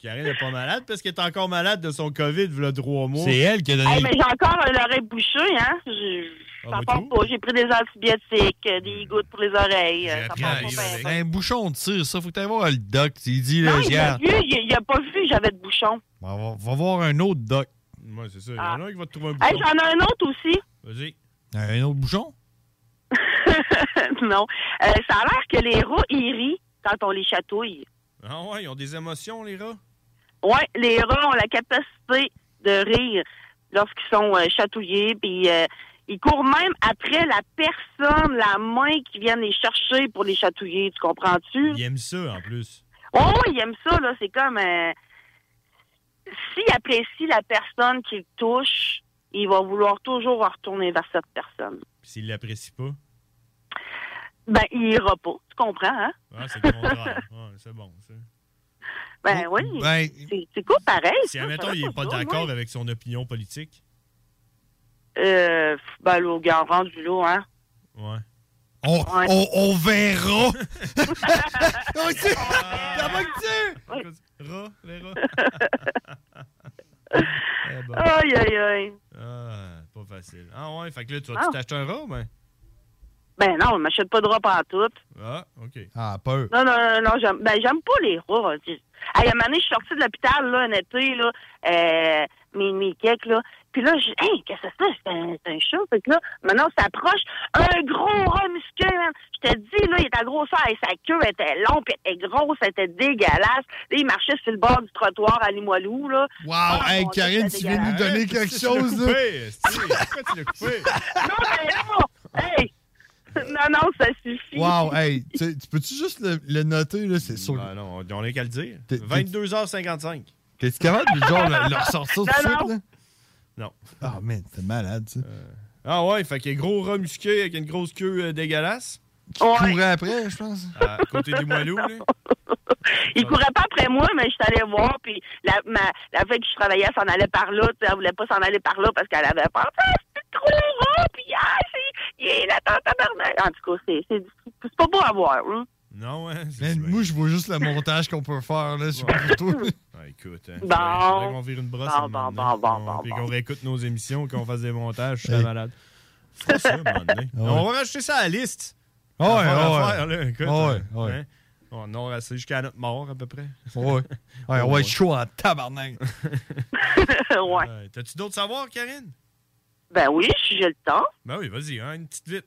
S11: Karine n'est pas malade parce qu'elle est encore malade de son COVID, voilà trois mois.
S8: C'est elle qui a donné
S19: Hey,
S8: le-
S19: mais j'ai encore euh, l'oreille bouchée, hein? Je- Ça
S8: Ah, moi,
S19: part pas. J'ai pris des antibiotiques, euh, des gouttes pour les oreilles. euh, Ça part pas bien.
S9: C'est un bouchon de tir, ça. Faut que t'ailles voir le doc. Il dit,
S19: Non,
S9: là,
S19: il a
S9: regarde,
S19: vu, il, il a pas vu que j'avais de bouchon.
S9: on va, va voir un autre doc.
S8: Ouais, c'est ça. Il y
S19: Ah.
S8: en a un qui va te trouver un
S19: Hey,
S8: bouton.
S19: j'en ai un autre aussi.
S8: Vas-y.
S9: Un autre bouchon?
S19: non. Euh, ça a l'air que les rats, ils rient quand on les chatouille.
S8: Ah ouais, ils ont des émotions, les rats.
S19: Ouais, les rats ont la capacité de rire lorsqu'ils sont euh, chatouillés, puis euh, ils courent même après la personne, la main qui vient les chercher pour les chatouiller, tu comprends-tu?
S8: Ils aiment ça, en plus.
S19: Oh, oui, ils aiment ça, là, c'est comme... euh, S'il apprécie la personne qu'il touche, il va vouloir toujours en retourner vers cette personne.
S8: Puis s'ils l'apprécient pas.
S19: Ben, il ira pas, tu comprends, hein?
S8: Ah, c'est le contraire. Ouais, c'est bon, ça.
S19: Ben oui,
S8: Ben,
S19: c'est- c'est quoi pareil?
S8: Si,
S19: ça,
S8: admettons,
S19: je
S8: il
S19: savais
S8: est pas
S19: ça, moi.
S8: d'accord avec son opinion politique.
S19: Euh, ben, là, gars, rendu là, hein?
S8: Ouais.
S9: On,
S8: Oh,
S19: on-
S9: on verra.
S8: Rat, les rats. Eh ben.
S19: Aïe, aïe, aïe.
S8: Ah, pas facile. Ah ouais, fait que là, tu
S19: Ah.
S8: vas-tu t'acheter un rat, ben?
S19: Ben non, on m'achète pas de rats en tout.
S8: Ah, OK.
S9: Ah, peur.
S19: Non, non, non, non, j'aime, ben, j'aime pas les rats. Tu- Hey, à un moment donné, je suis sortie de l'hôpital, là, un été, là, euh, mes, mes cakes, là. Puis là, je hey, qu'est-ce que c'est ça? C'est un, c'est un chat. Fait que là, maintenant, on s'approche. Un gros rat musqué, man. Je te dis, là, il était à grosseur. Et sa queue était longue, puis elle était grosse, elle était dégueulasse. Là, il marchait sur le bord du trottoir à Limoilou, là. Ah,
S9: Wow, hey, Karine, tu viens de nous donner quelque chose, là.
S8: Pourquoi tu l'as coupé?
S19: Non, non, ça suffit.
S9: Wow, hey, tu, tu peux-tu juste le, le noter, là? C'est sur.
S8: Ah non, on n'a qu'à le dire.
S9: T'es- t'es-
S8: 22h55.
S9: T'es-tu capable de genre, le, le ressortir tout de
S8: Non,
S9: suite,
S8: non.
S9: là?
S8: Non.
S9: Ah, man, t'es malade, ça.
S8: Ah ouais, fait qu'il y a gros rat musqué avec une grosse queue euh, dégueulasse. Ah,
S9: Qui courait après, je pense.
S8: À côté du moelleux, là.
S19: Il courait pas après moi, mais je suis allée voir, puis la, ma, la fille que je travaillais s'en allait par là, tu sais, elle voulait pas s'en aller par là parce qu'elle avait peur. Ah, c'est trop gros, puis ah, c'est, il est là, ton tabarnak. En tout cas, c'est, c'est, c'est pas beau à voir, hein.
S8: Non, hein?
S9: Man, moi, je vois juste le montage qu'on peut faire, là, sur la photo.
S8: Ah, écoute, hein.
S9: Bon.
S8: Faudrait qu'on vire une brosse.
S9: Bon,
S8: à un moment donné. On- Puis qu'on réécoute nos émissions, qu'on fasse des montages, je serais malade. Faut ça, à un moment donné.
S9: Ah ouais.
S8: On va rajouter ça à la liste.
S9: Ah ouais,
S8: Affaire
S9: ah
S8: à
S9: ouais.
S8: faire, là, écoute,
S9: Ah ouais,
S8: hein,
S9: ah ouais.
S8: hein. On aura assez jusqu'à notre mort, à peu près.
S9: Ouais. Ouais, on va être chaud en tabarnak.
S19: ouais.
S8: Euh, T'as-tu d'autres savoirs, Karine?
S19: Ben oui, si j'ai le temps.
S8: Ben oui, vas-y, hein, une petite vite.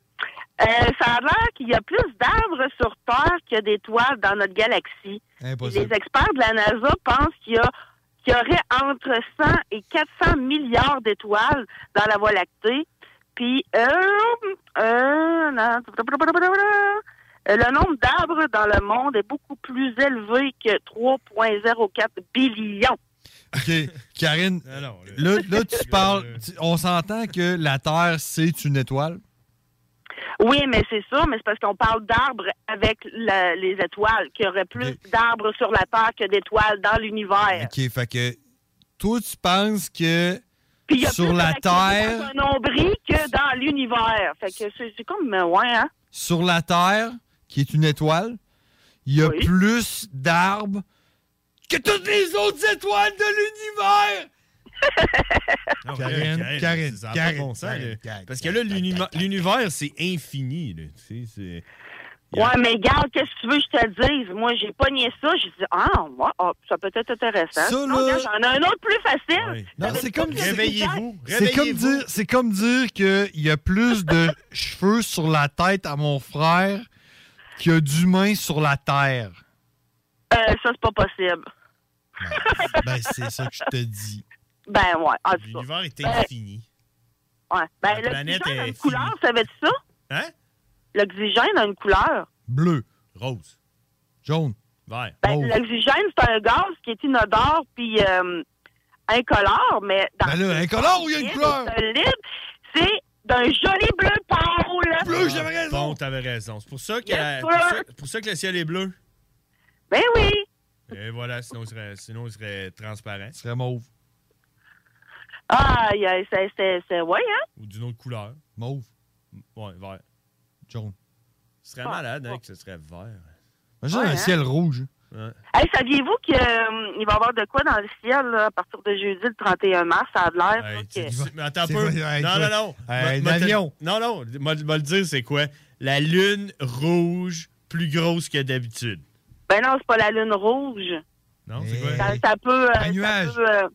S19: Euh, ça a l'air qu'il y a plus d'arbres sur Terre qu'il y a d'étoiles dans notre galaxie.
S9: Impossible.
S19: Les experts de la NASA pensent qu'il y, a- qu'il y aurait entre 100 et 400 milliards d'étoiles dans la Voie lactée. Puis, euh, euh, non, euh, le nombre d'arbres dans le monde est beaucoup plus élevé que 3,04 billions.
S9: OK, Karine, là, là, tu parles... tu- on s'entend que la Terre, c'est une étoile.
S19: Oui, mais c'est ça, mais c'est parce qu'on parle d'arbres avec la- les étoiles, qu'il y aurait plus d'arbres sur la Terre que d'étoiles dans l'univers.
S9: OK, fait que... Toi, tu penses que...
S19: Puis il y a
S9: Sur
S19: plus
S9: la
S19: de bactéries
S9: Terre...
S19: Dans un nombril que dans l'univers. Fait que c'est c'est comme, euh, ouais, hein?
S9: sur la Terre, qui est une étoile, il y a plus d'arbres que toutes les autres étoiles de l'univers!
S8: Ah,
S9: Karine, Karine,
S8: ça a pas
S9: Karine,
S8: de bon sens,
S9: Karine,
S8: là.
S9: Karine,
S8: Parce que là, l'univers- l'univers, c'est infini. Là. Tu sais, c'est-
S19: Ouais, mais regarde, qu'est-ce que tu veux que je te dise? Moi, j'ai pogné ça, j'ai dit, ah, moi, ah, ça peut être intéressant.
S9: Ça,
S19: Non,
S9: là-
S19: regarde, J'en ai un autre plus facile.
S9: Non,
S19: T'avais
S9: c'est
S19: tout
S9: comme
S19: le
S9: c'est-
S19: réveillez-vous,
S9: C'est comme
S19: réveillez-vous.
S9: dire, c'est comme dire que il y a plus de cheveux sur la tête à mon frère qu'il y a d'humains sur la terre.
S19: Euh, ça, c'est pas possible.
S9: Ben c'est ça que je te dis.
S19: Ben, ouais. en tout cas.
S8: L'univers est
S19: Ben,
S8: infini.
S19: Ouais. Ben,
S8: La
S19: l'oxygène
S8: planète
S19: a
S8: est
S19: une couleur, ça veut dire ça?
S8: Hein?
S19: L'oxygène a une couleur.
S9: Bleu,
S8: rose,
S9: jaune,
S8: vert.
S9: Oh.
S19: Ben, l'oxygène, c'est un gaz qui est inodore puis euh, incolore, mais dans
S9: Ben là, incolore ou il y a une
S19: libre,
S9: couleur?
S19: c'est un libre, c'est d'un joli bleu pâle.
S8: j'avais raison. Bon, t'avais raison. C'est pour ça que,
S19: Yes,
S8: pour
S19: sir.
S8: ça, pour ça que le ciel est bleu.
S19: Ben oui.
S8: Et voilà, sinon il serait, sinon, il serait transparent. Il
S9: serait mauve.
S19: Aïe, aïe, c'est, c'est, c'est, ouais, hein?
S8: Ou d'une autre couleur.
S9: Mauve.
S8: Ouais, vert.
S9: Jaune.
S8: Ce serait malade,
S19: Ah,
S8: hein, que ce serait vert.
S9: Imagine
S19: Ouais,
S9: un
S19: hein?
S9: ciel rouge.
S19: Hey, saviez-vous qu'il va y avoir de quoi dans le ciel là, à partir de jeudi le 31 mars? Ça a de
S9: Ah,
S19: l'air. là, que-
S8: Mais attends un
S19: C'est
S8: peu.
S19: vrai, hey,
S8: non,
S19: toi.
S8: non, non,
S19: Hey,
S8: M'a-
S19: un
S8: m'a-
S19: avion.
S8: Non, non. M'a m'a le dire, c'est quoi? La lune rouge plus grosse que d'habitude.
S19: Ben non, c'est pas la lune rouge.
S8: Non,
S9: Eh
S8: c'est quoi?
S19: Ça, ça peut. euh, ça
S8: nuage.
S19: peut, euh,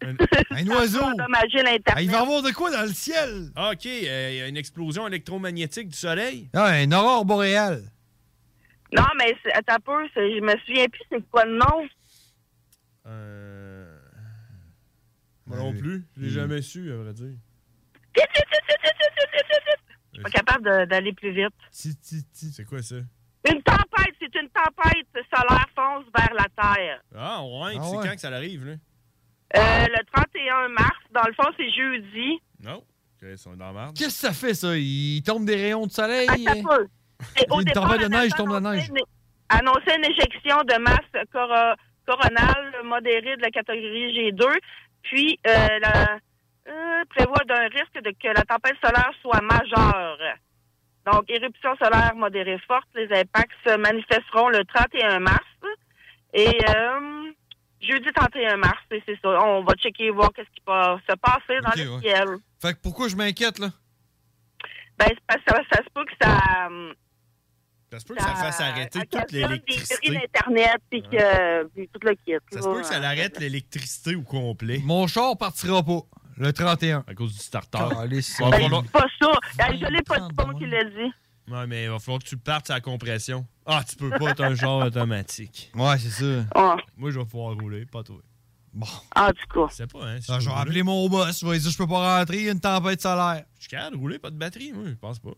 S9: Un oiseau. Ah,
S19: endommager l'Internet.
S9: il va y avoir de quoi dans le ciel?
S8: Ah, OK, euh, il y a une explosion électromagnétique du soleil.
S9: Ah, un aurore boréal.
S19: Non, mais c'est- attends un peu, c'est- je me souviens plus c'est quoi le nom.
S8: Moi non plus. Je l'ai jamais su, à vrai dire.
S19: Je suis pas capable de- d'aller plus vite.
S8: C'est quoi ça?
S19: Une tempête, c'est une tempête solaire fonce vers la Terre.
S8: Ah, ouais, puis
S19: Ah,
S8: c'est
S19: ouais.
S8: quand que ça arrive, là?
S19: Euh, le 31 mars, dans le fond, c'est jeudi.
S8: Non. OK, ils sont dans la merde.
S9: Qu'est-ce que ça fait, ça? Il tombe des rayons de soleil.
S19: Attends un peu. C'est- au
S9: Une
S19: départ,
S9: tempête de
S19: on
S9: neige,
S19: attend
S9: tombe la neige.
S19: une- Annoncer une éjection de masse coro- coronale modérée de la catégorie G2, puis euh, la- euh, prévoit d'un risque de que la tempête solaire soit majeure. Donc, éruption solaire modérée forte, les impacts se manifesteront le 31 mars et euh, jeudi 31 mars, et c'est ça. On va checker voir qu'est-ce qui va se passer dans
S9: Ok,
S19: le
S9: ouais.
S19: ciel.
S9: Fait que pourquoi je m'inquiète, là?
S19: Ben, c'est parce que ça, ça se peut que ça... euh,
S8: Ça se peut que ça fasse arrêter toute
S19: des prix
S8: l'électricité.
S19: d'Internet, puis que puis tout le kit.
S8: Ça se peut que ça l'arrête l'électricité au complet.
S9: Mon char partira pas le 31.
S8: À cause du starter.
S9: Allez,
S8: Bon,
S19: Ben,
S8: bon,
S19: c'est pas ça. Ben, je l'ai pas dit bon qui l'a dit.
S8: Ouais, mais il va falloir que tu partes sa compression. Ah, tu peux pas être un genre automatique.
S9: Ouais, c'est ça.
S8: Moi, je vais pouvoir rouler, pas toi.
S9: Bon.
S19: En tout cas.
S8: C'est pas, hein? si
S9: Ah,
S8: je
S9: je vais
S8: peux
S9: appeler mon boss. Je vais lui dire, je peux pas rentrer, il y a une tempête solaire.
S8: Je suis capable de rouler, pas de batterie, moi, je pense pas.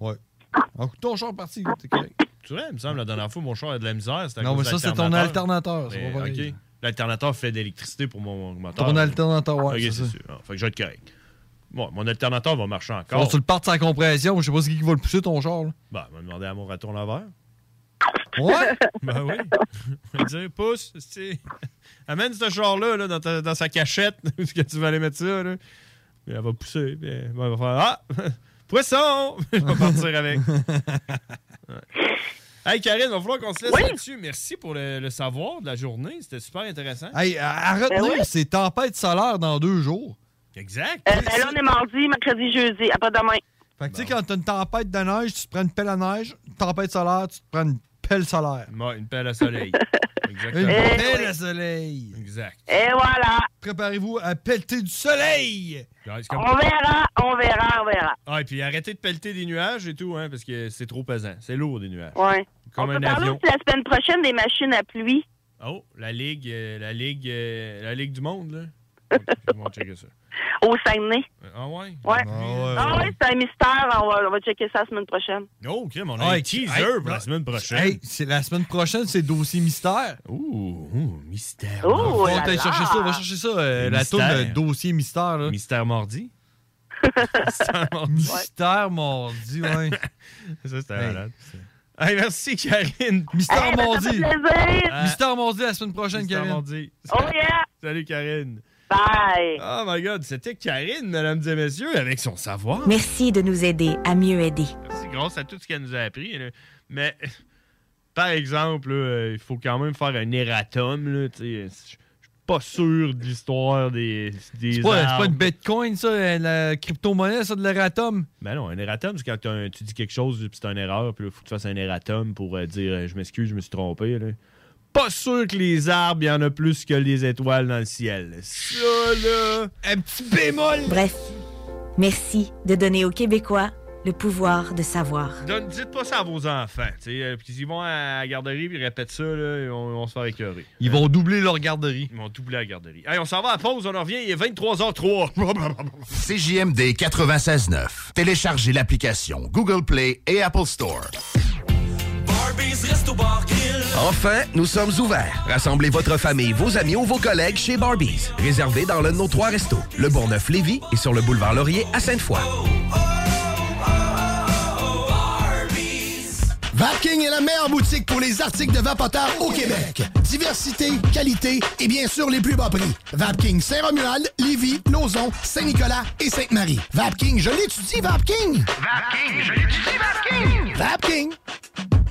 S9: Ouais. Ah, écoute, ton char est parti, t'es correct.
S8: Tu vois, il me semble, la dernière fois, mon char a de la misère. c'était à
S9: Non,
S8: cause
S9: mais
S8: de
S9: ça, c'est ton alternateur. c'est
S8: Mais,
S9: pas pareil.
S8: OK. L'alternateur fait de l'électricité pour mon moteur.
S9: Ton alternateur, ouais,
S8: OK,
S9: c'est
S8: c'est
S9: ça.
S8: sûr. Ah, fait que je vais être correct. Bon, mon alternateur va marcher
S9: Faut que
S8: encore.
S9: tu le partes sans compression, je sais pas ce qui va le pousser, ton char, là.
S8: Bah, on va demander à mon raton laveur.
S9: Ouais?
S8: ben oui. On va dire, pousse, c'est- amène ce char-là là, dans, ta- dans sa cachette, où est-ce que tu vas aller mettre ça. Là. Puis elle va pousser, puis elle va faire Ah, poisson Je vais partir avec. Ouais. Hey Karine, va falloir qu'on se laisse là-dessus. Merci pour le, le savoir de la journée. C'était super intéressant.
S9: Hey, à, à
S19: Ben
S9: retenir, c'est tempête solaire dans deux jours.
S8: Exact.
S19: Euh, ben là, on est mardi, mercredi, jeudi, après-demain.
S9: Fait que tu sais, quand t'as une tempête de neige, tu te prends une pelle à neige. Une tempête solaire, tu te prends une pelle solaire.
S8: Ouais, une pelle à soleil. Exactement.
S9: Une
S19: Euh,
S8: Eh
S9: pelle
S8: oui.
S9: à soleil.
S8: Exact.
S19: Et voilà.
S9: Préparez-vous à pelleter du soleil.
S8: Ouais, c'est comme-
S19: On verra, on verra, on verra.
S8: Ah, et puis arrêtez de pelleter des nuages et tout, hein, parce que c'est trop pesant. C'est lourd, des nuages.
S19: Ouais.
S8: Comme
S19: on
S8: un
S19: peut parler
S8: avion.
S19: aussi la semaine prochaine des machines à pluie.
S8: Oh, la Ligue, euh, la Ligue, euh, la Ligue du Monde, là. Ok, je vais checker ça.
S19: Au Saguenay.
S8: Ah ouais?
S19: Ouais.
S8: ouais,
S19: Ah
S8: ouais.
S19: ouais, c'est un mystère. On va, on va checker ça la semaine prochaine.
S8: Oh, crime,
S9: Ah,
S8: on a un teaser pour la semaine prochaine.
S9: Hey, c'est la semaine prochaine, c'est dossier mystère.
S8: Ouh, ouh mystère.
S9: on
S8: Oh
S9: va
S8: là
S9: aller
S8: là.
S9: chercher ça, on va chercher ça, euh,
S8: Le
S9: la tour de
S8: mystère.
S9: dossier mystère. Là.
S8: Mystère mardi.
S9: mystère
S8: mardi.
S9: Mystère mardi, ouais.
S8: ça, c'était
S9: Hey.
S8: malade. Hey, merci, Karine.
S9: Mystère
S8: Hey, ben, ça
S9: mardi.
S8: fait plaisir.
S9: Mystère mardi la semaine prochaine,
S8: Mystère
S9: Karine.
S8: mardi.
S19: Oh,
S8: Salut, Karine.
S19: Bye.
S8: Oh my God, c'était Karine, mesdames et messieurs, avec son savoir.
S15: Merci de nous aider à mieux aider.
S8: C'est grâce à tout ce qu'elle nous a appris. là. Mais, par exemple, là, euh, il faut quand même faire un erratum. là, tu sais, Je suis pas sûr de l'histoire des, des
S9: C'est pas, c'est pas
S8: arbres.
S9: une bitcoin, ça, euh, la crypto-monnaie, ça, de l'erratum.
S8: Ben non, un erratum, c'est quand t'as un- tu dis quelque chose, puis c'est une erreur, puis il faut que tu fasses un erratum pour euh, dire euh, je m'excuse, je me suis trompé. là. Pas sûr que les arbres, il y en a plus que les étoiles dans le ciel. Ça, là,
S9: un petit bémol.
S15: Bref, merci de donner aux Québécois le pouvoir de savoir.
S8: Donne- dites pas ça à vos enfants. tu sais, euh, Puis ils vont à la garderie, puis ils répètent ça, là, et on, on se fait écœurer.
S9: Ils vont doubler leur garderie.
S8: Ils vont doubler la garderie. Hey, on s'en va à la pause, on en revient, il est 23h03.
S20: CJMD 96.9. Téléchargez l'application Google Play et Apple Store.
S14: Enfin, nous sommes ouverts. Rassemblez votre famille, vos amis ou vos collègues chez Barbies. Réservé dans l'un de nos trois restos, le Bourgneuf Lévis et sur le boulevard Laurier à Sainte-Foy.
S21: Vapking est la meilleure boutique pour les articles de vapoteurs au Québec. Diversité, qualité et bien sûr les plus bas prix. Vapking Saint-Romuald, Lévis, Lauson, Saint-Nicolas et Sainte-Marie. Vapking, je l'étudie, Vapking!
S7: Vapking, je l'utilise Vapking!
S21: Vapking!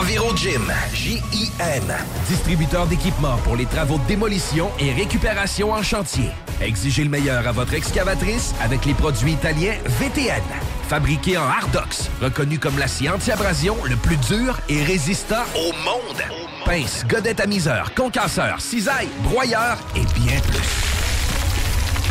S2: Enviro Gym, J-I-M, distributeur d'équipements pour les travaux de démolition et récupération en chantier. Exigez le meilleur à votre excavatrice avec les produits italiens VTN. Fabriqué en Hardox, reconnu comme l'acier anti-abrasion le plus dur et résistant au monde. Pince, godette à miseur, concasseur, cisaille, broyeur et bien plus.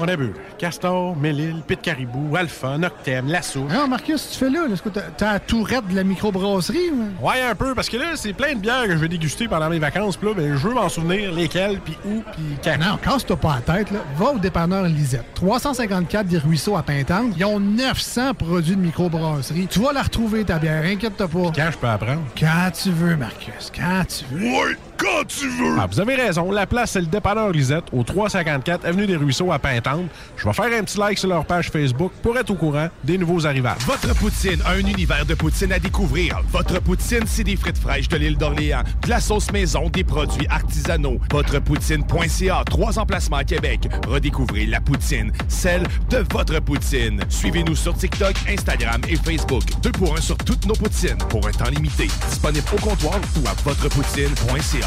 S3: On a bu Castor, Mélile, Pit Caribou, Alpha, Noctem, Lasso.
S4: Non, Marcus, tu fais là. là. Est-ce que t'as t'as la tourette de la microbrasserie? ou-
S3: Ouais, un peu, parce que là, c'est plein de bières que je vais déguster pendant mes vacances. Puis là, ben, je veux m'en souvenir lesquelles, puis où, puis quand.
S4: Non, casse-toi pas la tête. Là. Va au dépanneur Lisette. 354 des Ruisseaux à Pintante. Ils ont 900 produits de microbrasserie. Tu vas la retrouver, ta bière. Inquiète-toi pas.
S3: quand je peux apprendre?
S4: Quand tu veux, Marcus. Quand tu veux.
S3: Oui, quand tu veux! Ah, vous avez raison, la place, c'est le dépanneur Lisette, au 354 Avenue des Ruisseaux à Pintante. Je vais faire un petit like sur leur page Facebook pour être au courant des nouveaux arrivages.
S22: Votre poutine, un univers de poutine à découvrir. Votre poutine, c'est des frites fraîches de l'île d'Orléans, de la sauce maison, des produits artisanaux. Votrepoutine.ca, trois emplacements à Québec. Redécouvrez la poutine, celle de votre poutine. Suivez-nous sur TikTok, Instagram et Facebook. Deux pour un sur toutes nos poutines, pour un temps limité. Disponible au comptoir ou à votrepoutine.ca.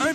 S12: Un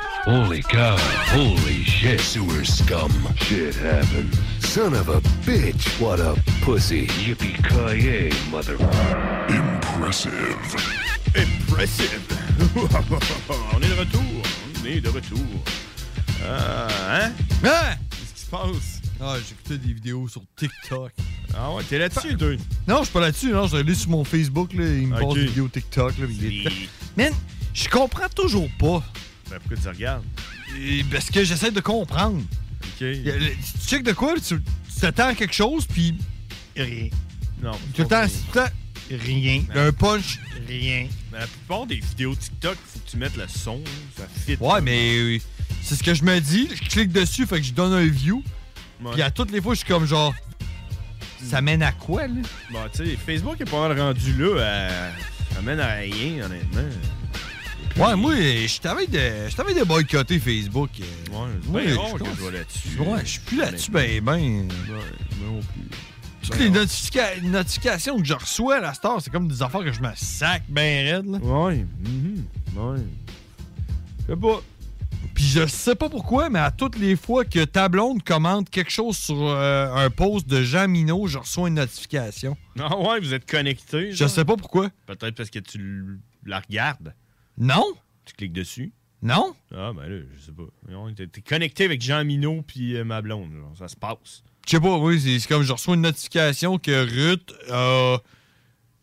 S1: Holy cow. Holy shit. Sewer scum. Shit happened. Son of a bitch. What a pussy. Yippee-ki-yay, mother... Impressive.
S6: Impressive. on est de retour. On est de retour.
S8: Euh,
S6: Ah, hein?
S9: Hein?
S6: Qu'est-ce qui se passe?
S9: Ah, j'écoutais des vidéos sur TikTok.
S6: Ah ouais, t'es là-dessus,
S9: deux. Non, je suis pas là-dessus. Non, je suis allé sur mon Facebook. Là, il me
S6: Ok.
S9: passe des vidéos TikTok. Là, puis des- Man, je comprends toujours pas.
S6: Ben, pourquoi tu regardes?
S9: Et Parce que j'essaie de comprendre.
S6: OK.
S9: Y a le- Tu checkes de quoi? là, Tu tu t'attends à quelque chose, puis...
S6: Rien. Non.
S9: Tout le temps, tout le temps,
S8: Rien.
S9: Un punch.
S8: Rien. Mais la plupart des vidéos TikTok, faut que tu mettes le son. Ça fit.
S9: Ouais, mais euh, c'est ce que je me dis. Je clique dessus, fait que je donne un view.
S8: Ouais.
S9: Puis à toutes les fois, je suis comme genre. Ça mène à quoi, là?
S8: Hmm. Bah, tu sais, Facebook est pas mal rendu là. à- Ça mène à rien, honnêtement.
S9: Ouais, moi, euh, je t'avais de, je t'avais de boycotter Facebook. euh.
S8: Ouais,
S9: Moi,
S8: c'est
S9: je
S8: bien rare que
S9: pense-
S8: je vois là-dessus.
S9: Ouais, je suis plus là-dessus, ben, ben. Toutes les notifica- notifications que je reçois à la star, c'est comme des affaires que je me sac ben raide, là.
S8: Ouais, mm-hmm, ouais. Je sais pas.
S9: Puis je sais pas pourquoi, mais à toutes les fois que ta blonde commente quelque chose sur euh, un post de Jean Minot, je reçois une notification.
S8: Ah ouais, vous êtes connecté.
S9: Je sais pas pourquoi.
S8: Peut-être parce que tu l- la regardes.
S9: Non.
S8: Tu cliques dessus.
S9: Non.
S8: Ah, ben là, je sais pas. Non, T'es t'es connecté avec Jean Minot puis euh, ma blonde. genre, ça se passe.
S9: Je sais pas, oui, c'est- c'est comme je reçois une notification que Ruth a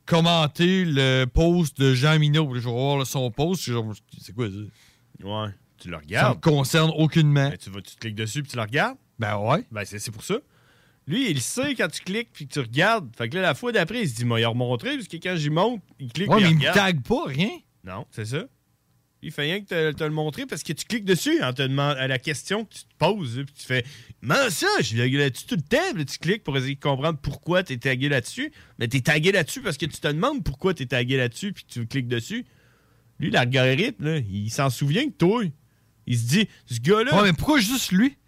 S9: commenté le post de Jean Minot. Puis là, Je vais voir son post, je suis genre, c'est quoi ça?
S8: Ouais, tu le
S9: Ça me
S8: regardes.
S9: concerne aucunement.
S8: Ben, tu, vas, tu cliques dessus puis tu le regardes.
S9: Ben ouais.
S8: Ben c'est c'est pour ça. Lui, il sait quand tu cliques puis que tu regardes. Fait que là, la fois d'après, il se dit, m'a remontré. Parce que quand j'y monte, il clique.
S9: Ouais,
S8: puis
S9: mais il me
S8: regarde.
S9: tague pas, rien.
S8: Non, c'est ça. Il fait rien que te, te le montrer parce que tu cliques dessus en te demandant à la question que tu te poses. hein, Puis tu fais Mais ça, je suis tagué là-dessus tout le temps. Puis là, tu cliques pour essayer de comprendre pourquoi tu es tagué là-dessus. Mais tu es tagué là-dessus parce que tu te demandes pourquoi tu es tagué là-dessus. Puis tu cliques dessus. Lui, l'algorithme, là, il s'en souvient que toi. Il se dit Ce gars-là.
S9: Ouais, mais pourquoi juste lui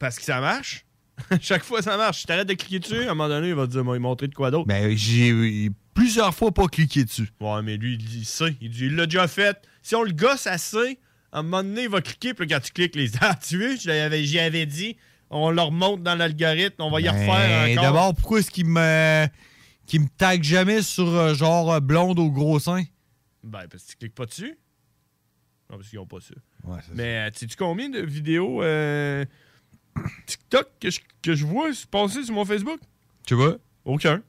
S8: Parce que ça marche. Chaque fois, ça marche. Si t'arrêtes de cliquer dessus, à un moment donné, il va te dire M'a montré de quoi d'autre.
S9: Ben j'ai plusieurs fois pas cliqué dessus.
S8: Ouais, mais lui, il, il sait. Il dit, il l'a déjà fait. Si on le gosse assez, à un moment donné, il va cliquer. Puis là, quand tu cliques, les ah, tu veux, je l'avais- j'y avais dit. On le remonte dans l'algorithme. On va y refaire
S9: Ben,
S8: encore.
S9: D'abord, pourquoi est-ce qu'il me qu'il me tague jamais sur euh, genre euh, blonde au gros sein?
S8: Ben, parce que tu cliques pas dessus. Non, parce qu'ils ont pas ça.
S9: Ouais,
S8: mais tu sais-tu combien de vidéos euh, TikTok que je, que je vois se passer sur mon Facebook?
S9: Tu vois?
S8: Aucun.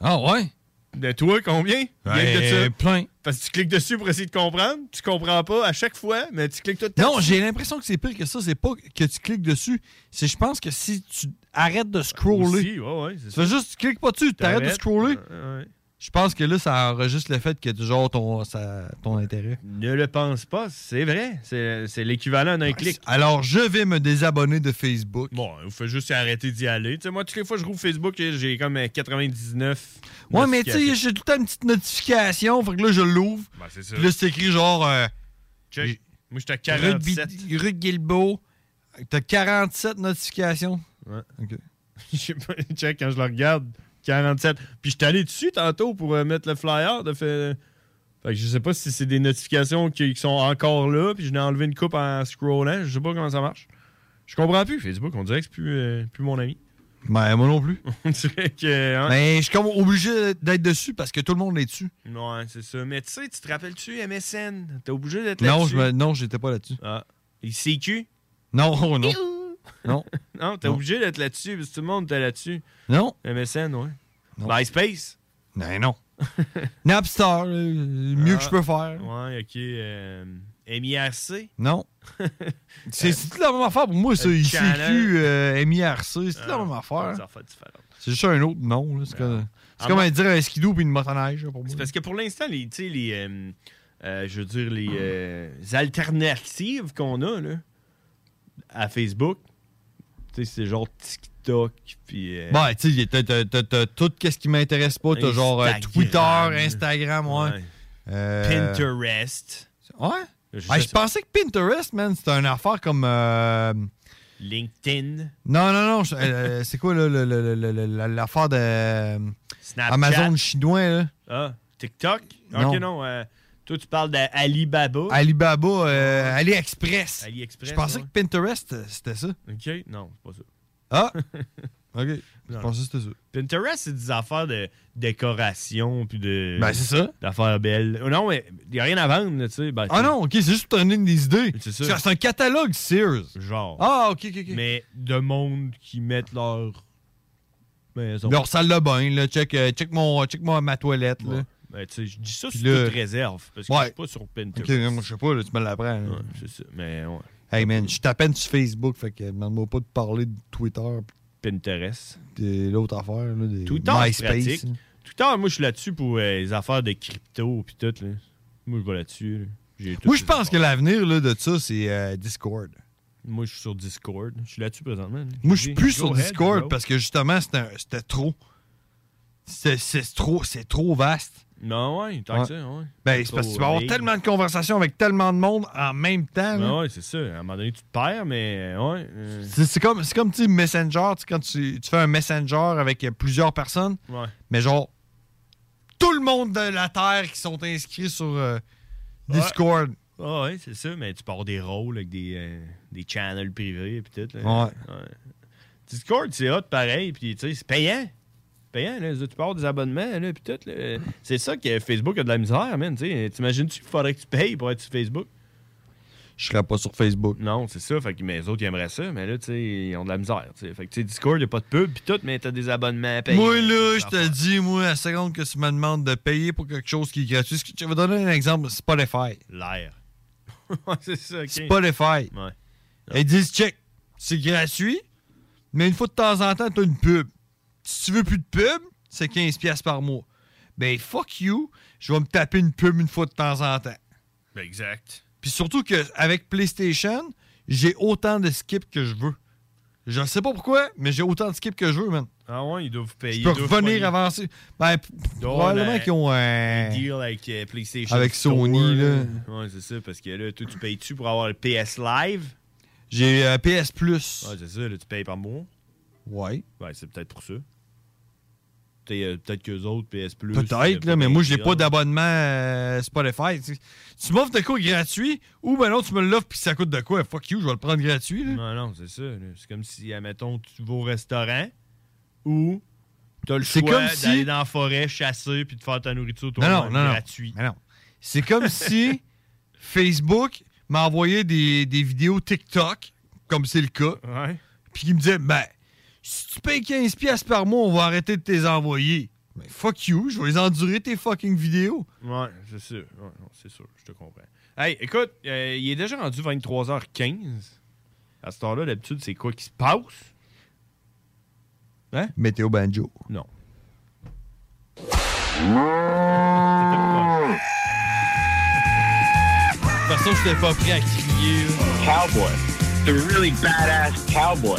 S9: Ah ouais?
S8: De toi, combien? Rien que de
S9: Euh,
S8: ça.
S9: plein.
S8: Parce que tu cliques dessus pour essayer de comprendre. Tu comprends pas à chaque fois, mais tu cliques tout le temps.
S9: Non, j'ai l'impression que c'est pire que ça. C'est pas que tu cliques dessus. C'est je pense que si tu arrêtes de scroller.
S8: Aussi, ouais, ouais, c'est
S9: tu
S8: ça.
S9: fais juste, tu cliques pas dessus, tu arrêtes de
S8: T'arrêtes,
S9: scroller.
S8: euh, ouais.
S9: Je pense que là, ça enregistre le fait que tu genre ton, ça- ton intérêt.
S8: Ne le pense pas, c'est vrai. C'est c'est l'équivalent d'un clic.
S9: Alors, je vais me désabonner de Facebook.
S8: Bon, il faut juste arrêter d'y aller. Tu sais, moi, toutes les fois que je rouvre Facebook, j'ai comme euh, 99.
S9: Ouais, mais tu sais,
S8: notifications.
S9: j'ai tout le temps une petite notification. Fait que là, je l'ouvre.
S8: Ben, c'est ça.
S9: Puis là, c'est écrit genre. euh,
S8: Check. Moi, j'étais à
S9: Ruth
S8: 47.
S9: Bi- Ruth Guilbeault. T'as 47 notifications.
S8: Ouais.
S9: OK.
S8: Je sais pas, check, quand je le regarde, 47. Puis je suis allé dessus tantôt pour euh, mettre le flyer. De fait... euh, fait que je sais pas si c'est des notifications qui, qui sont encore là, puis je n'ai enlevé une coupe en scrollant. Je sais pas comment ça marche. Je comprends plus Facebook, on dirait que c'est plus, euh, plus mon ami.
S9: Ben, moi non plus.
S8: On dirait que. hein?
S9: Mais je suis comme obligé d'être dessus parce que tout le monde est dessus.
S8: Ouais, c'est ça. Mais tu sais, tu te rappelles-tu MSN? T'es obligé d'être
S9: Non,
S8: là-dessus.
S9: je me- non, j'étais pas là-dessus.
S8: Ah. Et CQ?
S9: Non, oh, non. non.
S8: Non, t'es
S9: Non.
S8: obligé d'être là-dessus, parce que tout le monde était là-dessus.
S9: Non.
S8: MSN, ouais. MySpace?
S9: Ben non. Napstar, euh, mieux
S8: Ah.
S9: que je peux faire.
S8: Ouais, ok. euh, MIRC?
S9: Non. C'est c'est toute la même affaire pour moi, ça.
S8: Le
S9: ICQ,
S8: channel.
S9: euh, MIRC, c'est toute la
S8: Ah,
S9: même
S8: des
S9: affaire. hein.
S8: affaires différentes.
S9: C'est juste un autre nom. là. C'est comme, c'est
S8: Ah,
S9: comme
S8: moi-
S9: dire un skidoo puis une motoneige là, pour moi.
S8: C'est parce que pour l'instant, les, tu sais, les, euh, euh, je veux dire, les euh, alternatives qu'on a là, à Facebook, tu sais, c'est genre TikTok, puis... euh,
S9: Ouais, tu sais, t'as- t'as- t'as t'as tout ce qui m'intéresse pas. T'as genre euh,
S8: Instagram.
S9: Twitter, Instagram, ouais.
S8: Ouais.
S9: Euh,
S8: Pinterest.
S9: Ouais.
S8: Je
S9: Ouais,
S8: sais
S9: je
S8: pas.
S9: pensais que Pinterest, man, c'était une affaire comme. euh,
S8: LinkedIn.
S9: Non, non, non. je- euh, c'est quoi, là, le- le- le- le- le- l'affaire de. euh,
S8: Snapchat.
S9: Amazon chinois, là.
S8: Ah, TikTok?
S9: Non.
S8: Ok, non. euh, toi, tu parles d'Alibaba.
S9: Alibaba, euh, AliExpress.
S8: AliExpress,
S9: Je pensais
S8: ouais.
S9: que Pinterest, euh, c'était ça.
S8: Ok, non, c'est pas ça.
S9: Ah! OK. Je pensais que c'était ça.
S8: Pinterest, c'est des affaires de décoration, puis de.
S9: Ben, c'est ça.
S8: D'affaires belles. Non, mais il a rien à vendre, là, tu sais. Ben,
S9: Ah non, OK, c'est juste pour te donner des idées.
S8: C'est ça.
S9: C'est un catalogue Sears.
S8: Genre.
S9: Ah, OK, OK, OK.
S8: Mais de monde qui mettent leur. Maison.
S9: Leur salle de bain, là. Check, euh, check, mon, check mon, ma toilette, là.
S8: Ben, tu sais, je dis ça
S9: Puis
S8: sur
S9: là-
S8: toute réserve, parce que
S9: Ouais.
S8: je suis pas sur Pinterest.
S9: OK, moi, je sais pas, là, tu me l'apprends. là.
S8: C'est ça, mais ouais.
S9: Hey, man, je suis à peine sur Facebook, fait que demande-moi pas de parler de Twitter
S8: Pinterest.
S9: pis de l'autre affaire, là, des
S8: Twitter, c'est
S9: MySpace. hein.
S8: pratique.
S9: là.
S8: Tout le temps, moi, je suis là-dessus pour euh, les affaires de crypto puis tout. Là. Moi, je vais là-dessus. là. J'ai tout
S9: Moi, je
S8: ces
S9: pense que l'avenir là, de ça, c'est euh, Discord.
S8: Moi, je suis sur Discord. Je suis là-dessus présentement. là.
S9: Moi, je suis
S8: Dis,
S9: plus
S8: go
S9: sur
S8: ahead,
S9: Discord
S8: bro.
S9: parce que justement, c'était un- c'était trop. C'est c'est trop, c'est trop vaste.
S8: Non, ouais, tant
S9: Ouais.
S8: que ça, ouais.
S9: Ben, c'est parce que tu vas avoir tellement hein. de conversations avec tellement de monde en même temps. là.
S8: Ben ouais, c'est ça. À un moment donné, tu te perds, mais euh, ouais. euh,
S9: C'est c'est comme, c'est comme tu sais, Messenger, tu sais, quand tu, tu fais un Messenger avec euh, plusieurs personnes,
S8: Ouais.
S9: mais genre, tout le monde de la Terre qui sont inscrits sur euh,
S8: Ouais.
S9: Discord.
S8: Ah ouais, c'est ça, mais tu pars des rôles avec des, euh, des channels privés et tout. là.
S9: Ouais.
S8: Discord, c'est hot pareil, puis tu sais, c'est payant. Payant, là, tu pars des abonnements, là, puis tout. là. C'est ça que Facebook a de la misère, man. tu sais. T'imagines-tu qu'il faudrait que tu payes pour être sur Facebook?
S9: Je serais pas sur Facebook.
S8: Non, c'est ça. Fait que mais les autres, ils aimeraient ça, mais là, tu sais, ils ont de la misère. tu sais. Fait que tu sais, Discord, y a pas de pub, puis tout, mais t'as des abonnements payants.
S9: Moi, là, je te dis, moi, à la seconde que tu me demandes de payer pour quelque chose qui est gratuit, est-ce que je vais donner un exemple Spotify.
S8: L'air. Ouais, c'est ça, ok.
S9: Spotify.
S8: Ouais.
S9: Ils disent, check, c'est gratuit, mais une fois de temps en temps, tu as une pub. Si tu veux plus de pub, c'est 15$ piastres par mois. Ben, fuck you, je vais me taper une pub une fois de temps en temps.
S8: Ben, exact.
S9: Puis surtout qu'avec PlayStation, j'ai autant de skips que je veux. Je sais pas pourquoi, mais j'ai autant de skips que je veux, man.
S8: Ah ouais, ils doivent vous payer.
S9: Je peux
S8: deux
S9: revenir
S8: fois-
S9: avancer. Ben, p-
S8: Ils ont,
S9: probablement
S8: euh,
S9: qu'ils ont
S8: des
S9: un.
S8: deals avec euh, PlayStation.
S9: avec
S8: Store,
S9: Sony,
S8: Ouais, c'est ça, parce que là, toi, tu payes-tu pour avoir le PS Live?
S9: J'ai euh, PS Plus.
S8: Ouais, c'est ça, là, tu payes par mois.
S9: Ouais.
S8: Ouais, c'est peut-être pour ça. T'es, euh, Peut-être que qu'eux autres, PS Plus. euh,
S9: Peut-être, là, mais
S8: payer
S9: moi, j'ai
S8: deal.
S9: pas d'abonnement euh, Spotify. Tu, sais. Tu m'offres de quoi gratuit ou ben non, tu me l'offres puis ça coûte de quoi? Fuck you, je vais le prendre gratuit. là.
S8: Non, non, c'est ça. là. C'est comme si, admettons, tu vas au restaurant ou t'as le
S9: C'est
S8: choix
S9: comme si-
S8: d'aller dans la forêt, chasser, puis de faire ta nourriture
S9: Non,
S8: toi-même
S9: non, non, non.
S8: gratuit.
S9: Mais non. C'est comme si Facebook m'a envoyé des, des vidéos TikTok, comme c'est le cas. Puis il me disait, ben, si tu payes 15$ piastres par mois, on va arrêter de te les envoyer. Ben, fuck you, je vais les endurer tes fucking vidéos.
S8: Ouais, c'est sûr. Ouais, non, c'est sûr, je te comprends. Hey, écoute, euh, il est déjà rendu 23h15. À cette heure-là, d'habitude, c'est quoi qui se passe?
S9: Météo Banjo.
S8: Non.
S9: Parce que je t'ai pas prêt à crier.
S23: Cowboy. The really badass cowboy.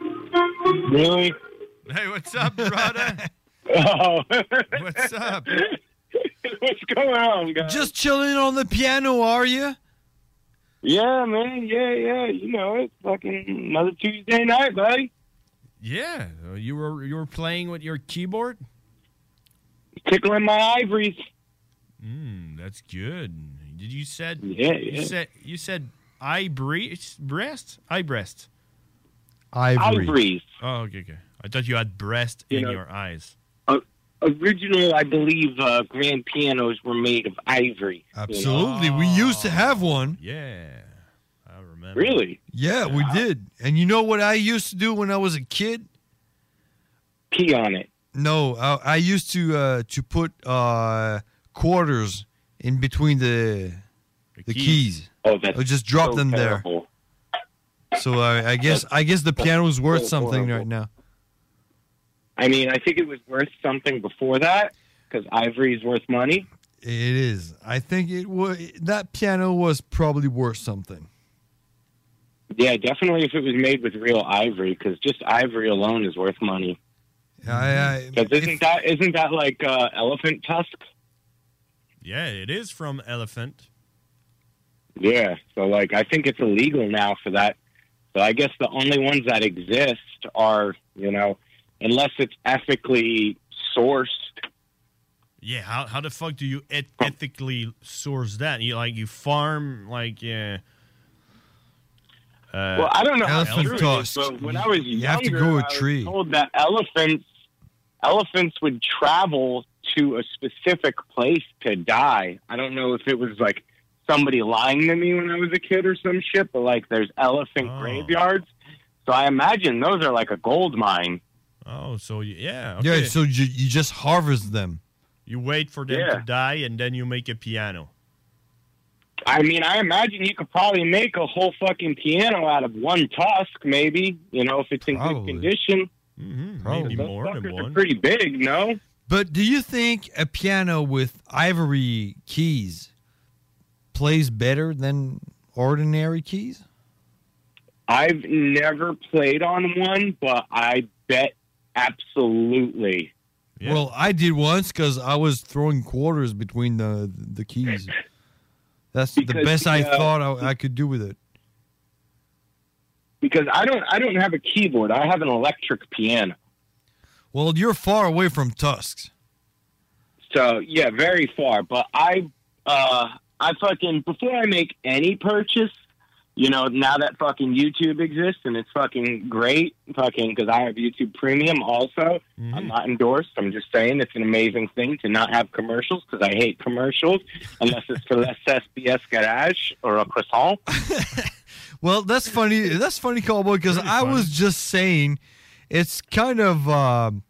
S23: Really?
S8: Hey, what's up, brother?
S23: Oh.
S8: what's up?
S23: What's going on, guys?
S9: Just chilling on the piano, are you?
S23: Yeah, man. Yeah, yeah. You know, it's fucking another Tuesday night, buddy.
S8: Yeah, uh, you were you were playing with your keyboard.
S23: Tickling my ivories.
S8: Mm, that's good. Did you said
S23: Yeah, yeah.
S8: you said you said eye breast breast eye breast
S23: Ivory. Ivories.
S8: Oh, okay, okay. I thought you had breast
S23: You
S8: in
S23: know-
S8: your eyes.
S23: O- original, I believe, uh, grand pianos were made of ivory.
S9: Absolutely. We used to have one.
S8: Yeah. I remember.
S23: Really?
S9: Yeah, we did. And you know what I used to do when I was a kid?
S23: Pee on it.
S9: No, I, I used to uh, to put uh, quarters in between the the, keys.
S23: Oh, that's
S9: Or just drop
S23: so
S9: them
S23: terrible.
S9: there. So I, I guess I guess the
S23: That's
S9: piano's worth
S23: so
S9: something
S23: horrible.
S9: right now.
S23: I mean, I think it was worth something before that because ivory is worth money.
S9: It is. I think it was that piano was probably worth something.
S23: Yeah, definitely if it was made with real ivory because just ivory alone is worth money.
S9: I, I,
S23: 'Cause isn't that isn't that like uh, elephant tusk?
S8: Yeah, it is from elephant.
S23: Yeah. So like I think it's illegal now for that. So I guess the only ones that exist are, you know, unless it's ethically sourced
S8: Yeah, how, how the fuck do you eth- ethically source that? You like you farm like uh, uh
S23: well, I don't know how
S8: elephant
S23: true it is,
S8: tusks.
S23: but when I was younger,
S8: You have to grow a
S23: I was
S8: tree.
S23: told that elephants elephants would travel to a specific place to die. I don't know if it was like somebody lying to me when I was a kid or some shit, but like there's elephant
S8: Oh.
S23: graveyards, so I imagine those are like a gold mine.
S8: Oh, so you, yeah,
S9: Yeah, so you, you just harvest them.
S8: you wait for them
S23: Yeah.
S8: to die and then you make a piano.
S23: I mean, I imagine you could probably make a whole fucking piano out of one tusk, maybe. You know, if it's in good condition.
S8: Mm-hmm.
S9: Probably more than
S23: They're
S9: one.
S23: pretty big, no?
S9: But do you think a piano with ivory keys plays better than ordinary keys?
S23: I've never played on one, but I bet absolutely.
S9: Well, I did once because I was throwing quarters between the the keys. That's the
S23: Because,
S9: best I
S23: yeah.
S9: thought I, I could do with it.
S23: Because I don't, I don't have a keyboard. I have an electric piano.
S9: Well, you're far away from tusks.
S23: So yeah, very far. But I, uh, I fucking before I make any purchase, you know, now that fucking YouTube exists and it's fucking great, fucking because I have YouTube Premium also. I'm not endorsed. I'm just saying it's an amazing thing to not have commercials because I hate commercials unless it's for Les SBS Garage or a croissant.
S9: Well, that's funny. That's funny, Cowboy, because I was just saying it's kind of. um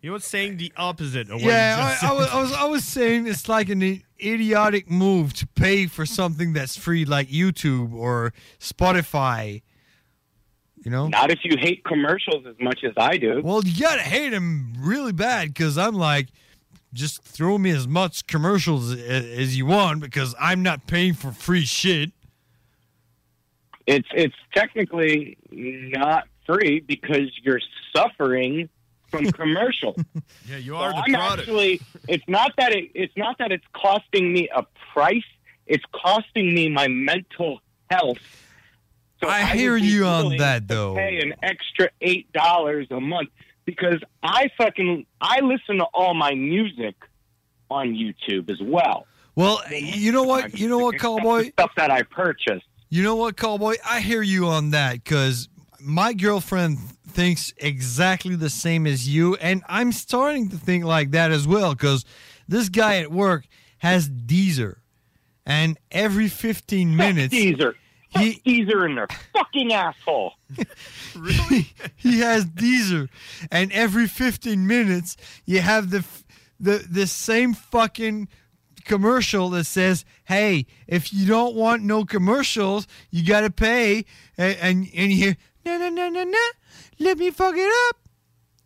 S8: You were saying the opposite. Of what you
S9: yeah,
S8: just
S9: I, I,
S8: said.
S9: was, I, was, I was saying it's like an i- idiotic move to pay for something that's free, like YouTube or Spotify. You know?
S23: Not if you hate commercials as much as I do.
S9: Well, you gotta hate him really bad because I'm like, just throw me as much commercials as, as you want because I'm not paying for free shit.
S23: It's it's technically not free because you're suffering from commercial.
S8: yeah, you
S23: are
S8: the
S23: I'm
S8: product.
S23: actually. It's not that it, it's not that it's costing me a price. It's costing me my mental health. So I,
S9: hear
S23: would be
S9: you on
S23: willing
S9: that,
S23: to
S9: though.
S23: Pay an extra eight dollars a month because I fucking I listen to all my music on YouTube as well.
S9: Well, you know what? You know what, Cowboy?
S23: Stuff that I purchased.
S9: You know what, Cowboy? I hear you on that because my girlfriend thinks exactly the same as you, and I'm starting to think like that as well because this guy at work has Deezer, and every 15 minutes,
S23: Deezer, he, Deezer in their fucking asshole.
S9: he has Deezer, and every 15 minutes you have the f- the the same fucking commercial that says, "Hey, if you don't want no commercials, you gotta pay," and and, and you hear, "No, no, no, no, no, let me fuck it up,"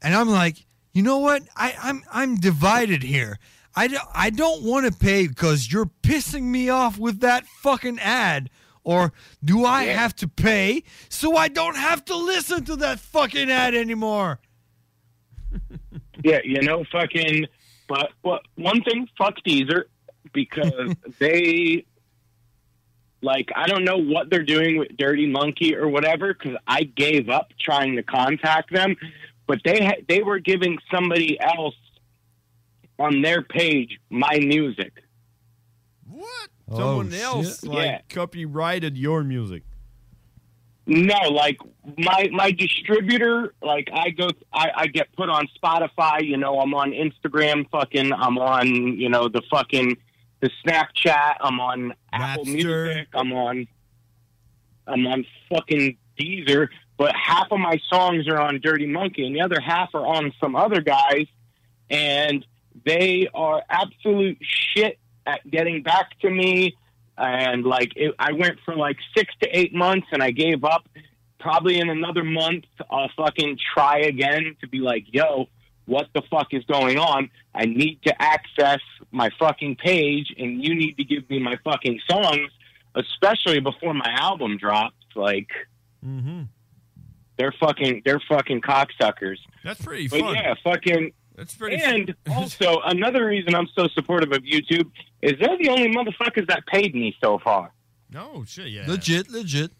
S9: and I'm like, you know what? I I'm I'm divided here. I don't, I don't want to pay because you're pissing me off with that fucking ad. Or do I have to pay so I don't have to listen to that fucking ad anymore?
S23: Yeah, you know, fucking. But but one thing, fuck Deezer, because they, like, I don't know what they're doing with Dirty Monkey or whatever. Because I gave up trying to contact them, but they ha- they were giving somebody else on their page my music.
S8: Someone
S23: Oh,
S8: else
S23: shit.
S8: like
S23: Yeah.
S8: copyrighted your music.
S23: No, like my my distributor, like I go, I, I get put on Spotify. You know, I'm on Instagram, fucking, I'm on, you know, the fucking the Snapchat. I'm on Apple Music. I'm on, I'm on fucking Deezer. But half of my songs are on Dirty Monkey, and the other half are on some other guys, and they are absolute shit at getting back to me. And like, it, I went for like six to eight months, and I gave up. Probably in another month, I'll fucking try again to be like, yo, what the fuck is going on? I need to access my fucking page, and you need to give me my fucking songs, especially before my album drops. Like,
S8: Mm-hmm.
S23: they're fucking, they're fucking cocksuckers.
S8: That's pretty
S23: But
S8: fun.
S23: yeah, fucking.
S8: That's pretty.
S23: And also, another reason I'm so supportive of YouTube is they're the only motherfuckers that paid me so far.
S8: No shit. Yeah.
S9: Legit, legit.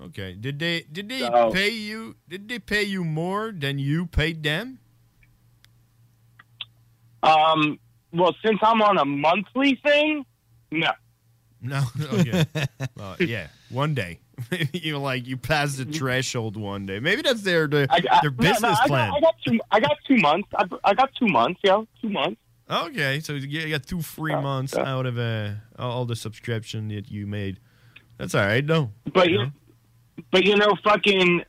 S8: Okay. Did they did they
S23: So-
S8: pay you? Did they pay you more than you paid them?
S23: Um, well, since I'm on a monthly thing, no.
S8: No. Okay. well, yeah. One day. you like you pass the threshold one day. Maybe that's their their, their
S23: No, no,
S8: business
S23: I got-
S8: plan.
S23: I got, two. I got two months. I, I got two months. Yeah, two months.
S8: Okay, so you got two free months out of uh, all the subscription that you made. That's all right, no.
S23: But you, but you know, fucking,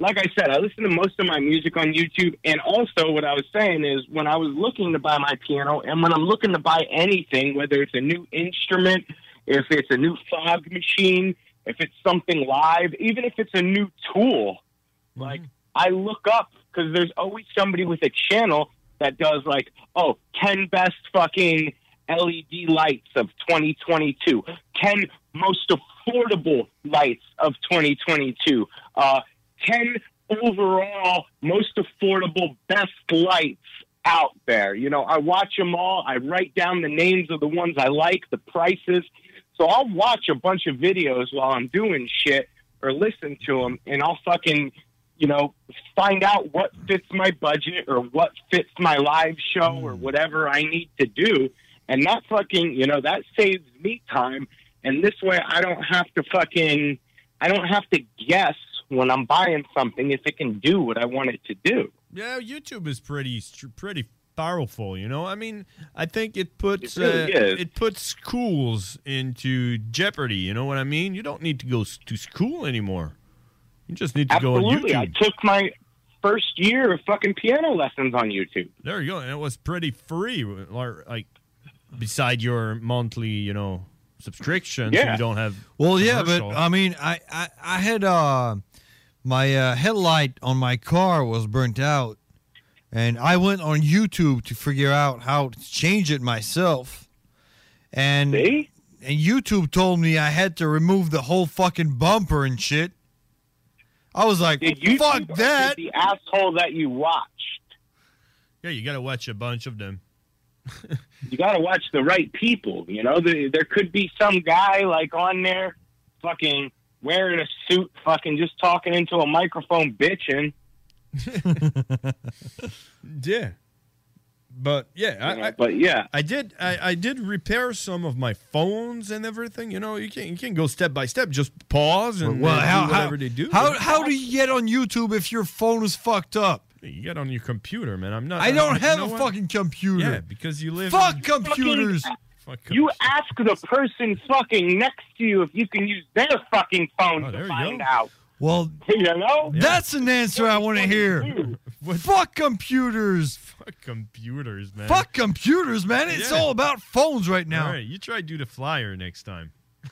S23: like I said, I listen to most of my music on YouTube. And also, what I was saying is, when I was looking to buy my piano, and when I'm looking to buy anything, whether it's a new instrument, if it's a new fog machine, if it's something live, even if it's a new tool, like I look up because there's always somebody with a channel that does like, oh, 10 best fucking LED lights of 2022, 10 most affordable lights of 2022, uh, 10 overall most affordable best lights out there. You know, I watch them all. I write down the names of the ones I like, the prices. So I'll watch a bunch of videos while I'm doing shit or listen to them, and I'll fucking, you know, find out what fits my budget or what fits my live show
S8: Hmm.
S23: or whatever I need to do. And that fucking, you know, that saves me time. And this way I don't have to fucking, I don't have to guess when I'm buying something if it can do what I want it to do.
S8: Yeah, YouTube is pretty str- pretty powerful. You know, I mean, I think it puts
S23: It really
S8: uh,
S23: is.
S8: it puts schools into jeopardy. You know what I mean? You don't need to go s- to school anymore. You just need to
S23: Absolutely.
S8: go
S23: I
S8: on YouTube.
S23: took my first year of fucking piano lessons on YouTube.
S8: There you go, and it was pretty free. or, Like beside your monthly, you know, subscription, so
S9: Yeah.
S8: you don't have.
S9: Well, yeah, but
S8: commercial.
S9: I mean, I I, I had uh, my uh, headlight on my car was burnt out, and I went on YouTube to figure out how to change it myself, and and YouTube told me I had to remove the whole fucking bumper and shit. I was like, fuck that.
S23: The asshole that you watch.
S8: Yeah, you got to watch a bunch of them.
S23: you got to watch the right people. You know, there, there could be some guy like on there, fucking wearing a suit, fucking just talking into a microphone, bitching.
S8: Yeah. But yeah, I, I,
S23: but yeah,
S8: I did. I, I did repair some of my phones and everything. You know, you can't you can't go step by step. Just pause and
S9: well,
S8: uh, do
S9: how,
S8: whatever
S9: how,
S8: they do.
S9: How how do you get on YouTube if your phone is fucked up?
S8: you get on your computer, man? I'm not.
S9: I don't
S8: you
S9: have
S8: know
S9: a
S8: what?
S9: fucking computer.
S8: Yeah, because you live.
S9: Fuck
S8: in-
S9: computers.
S23: Fucking- you ask the person fucking next to you if you can use their fucking
S8: Oh,
S23: phone to find out.
S9: Well,
S23: you know
S9: that's an answer I want to hear. Fuck computers.
S8: Fuck computers, man.
S9: Fuck computers, man. It's
S8: Yeah.
S9: all about phones right now.
S8: All right, you try to do the flyer next time.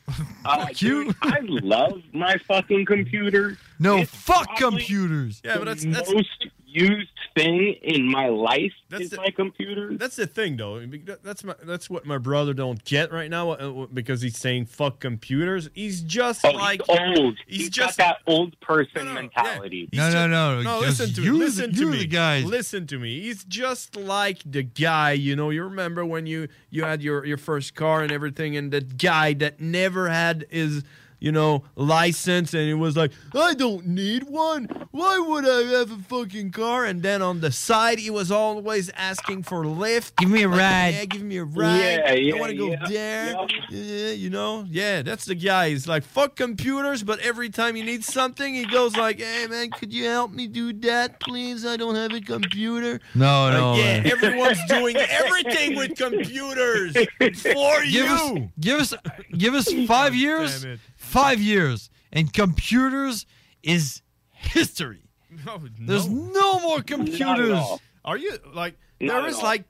S23: Uh, dude, I love my fucking computer.
S9: No,
S23: fuck
S9: computers.
S8: Yeah, but that's- that's-
S23: most used thing in my life is my computer.
S8: That's the thing, though. That- That's my that's what my brother don't get right now uh, uh, because he's saying fuck computers. He's just
S23: Oh, he's
S8: like
S23: old.
S8: He's,
S23: He's got
S8: just
S23: that old person mentality.
S8: He's ju- No,
S23: just
S8: listen to
S23: you
S8: me.
S23: the-
S8: Listen
S23: you
S8: to
S23: the
S8: me.
S23: guys.
S8: Listen to me. He's just like the guy, you know, you remember when you you had your your first car and everything and that guy that never had his you know, license, and it was like, I don't need one. Why would I have a fucking car? And then on the side, he was always asking for lift.
S9: Give me a ride.
S8: Yeah, give me a ride.
S9: Yeah,
S8: I
S9: yeah,
S8: want to go
S9: yeah,
S8: there. Yeah, you know, yeah, that's the guy. He's like, fuck computers, but every time he needs something, he goes like, hey man, could you help me do that, please? I don't have a computer.
S9: No,
S8: Like,
S9: no.
S8: yeah,
S9: man.
S8: everyone's doing everything with computers for
S9: give
S8: you.
S9: Us, give us give us five years.
S8: damn it.
S9: Five years. And computers is history.
S8: No,
S9: There's no more computers.
S8: Are you like
S9: Not
S8: there
S9: at
S8: is
S9: all.
S8: like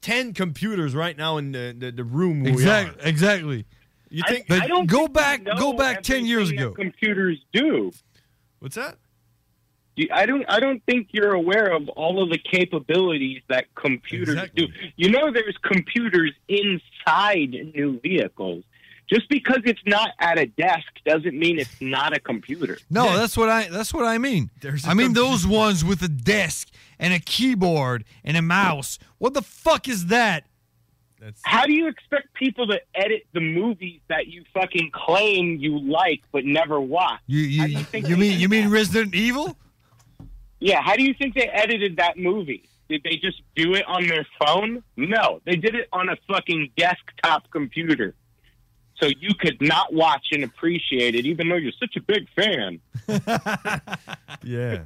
S8: ten computers right now in the the, the room? where
S9: Exactly.
S8: We are.
S9: Exactly.
S8: You think?
S9: But go back. Go back ten years ago.
S23: computers do.
S8: What's that?
S23: You- I don't. I don't think you're aware of all of the capabilities that computers do. You know, there's computers inside new vehicles. Just because it's not at a desk doesn't mean it's not a computer.
S9: No, that's what I that's what I mean.
S8: There's
S9: I mean those ones with a desk and a keyboard and a mouse. What the fuck is that?
S23: How do you expect people to edit the movies that you fucking claim you like but never watch?
S9: You you, you, mean you mean Resident Evil?
S23: Yeah, how do you think they edited that movie? Did they just do it on their phone? No, they did it on a fucking desktop computer. So you could not watch and appreciate it, even though you're such a big fan.
S9: Yeah.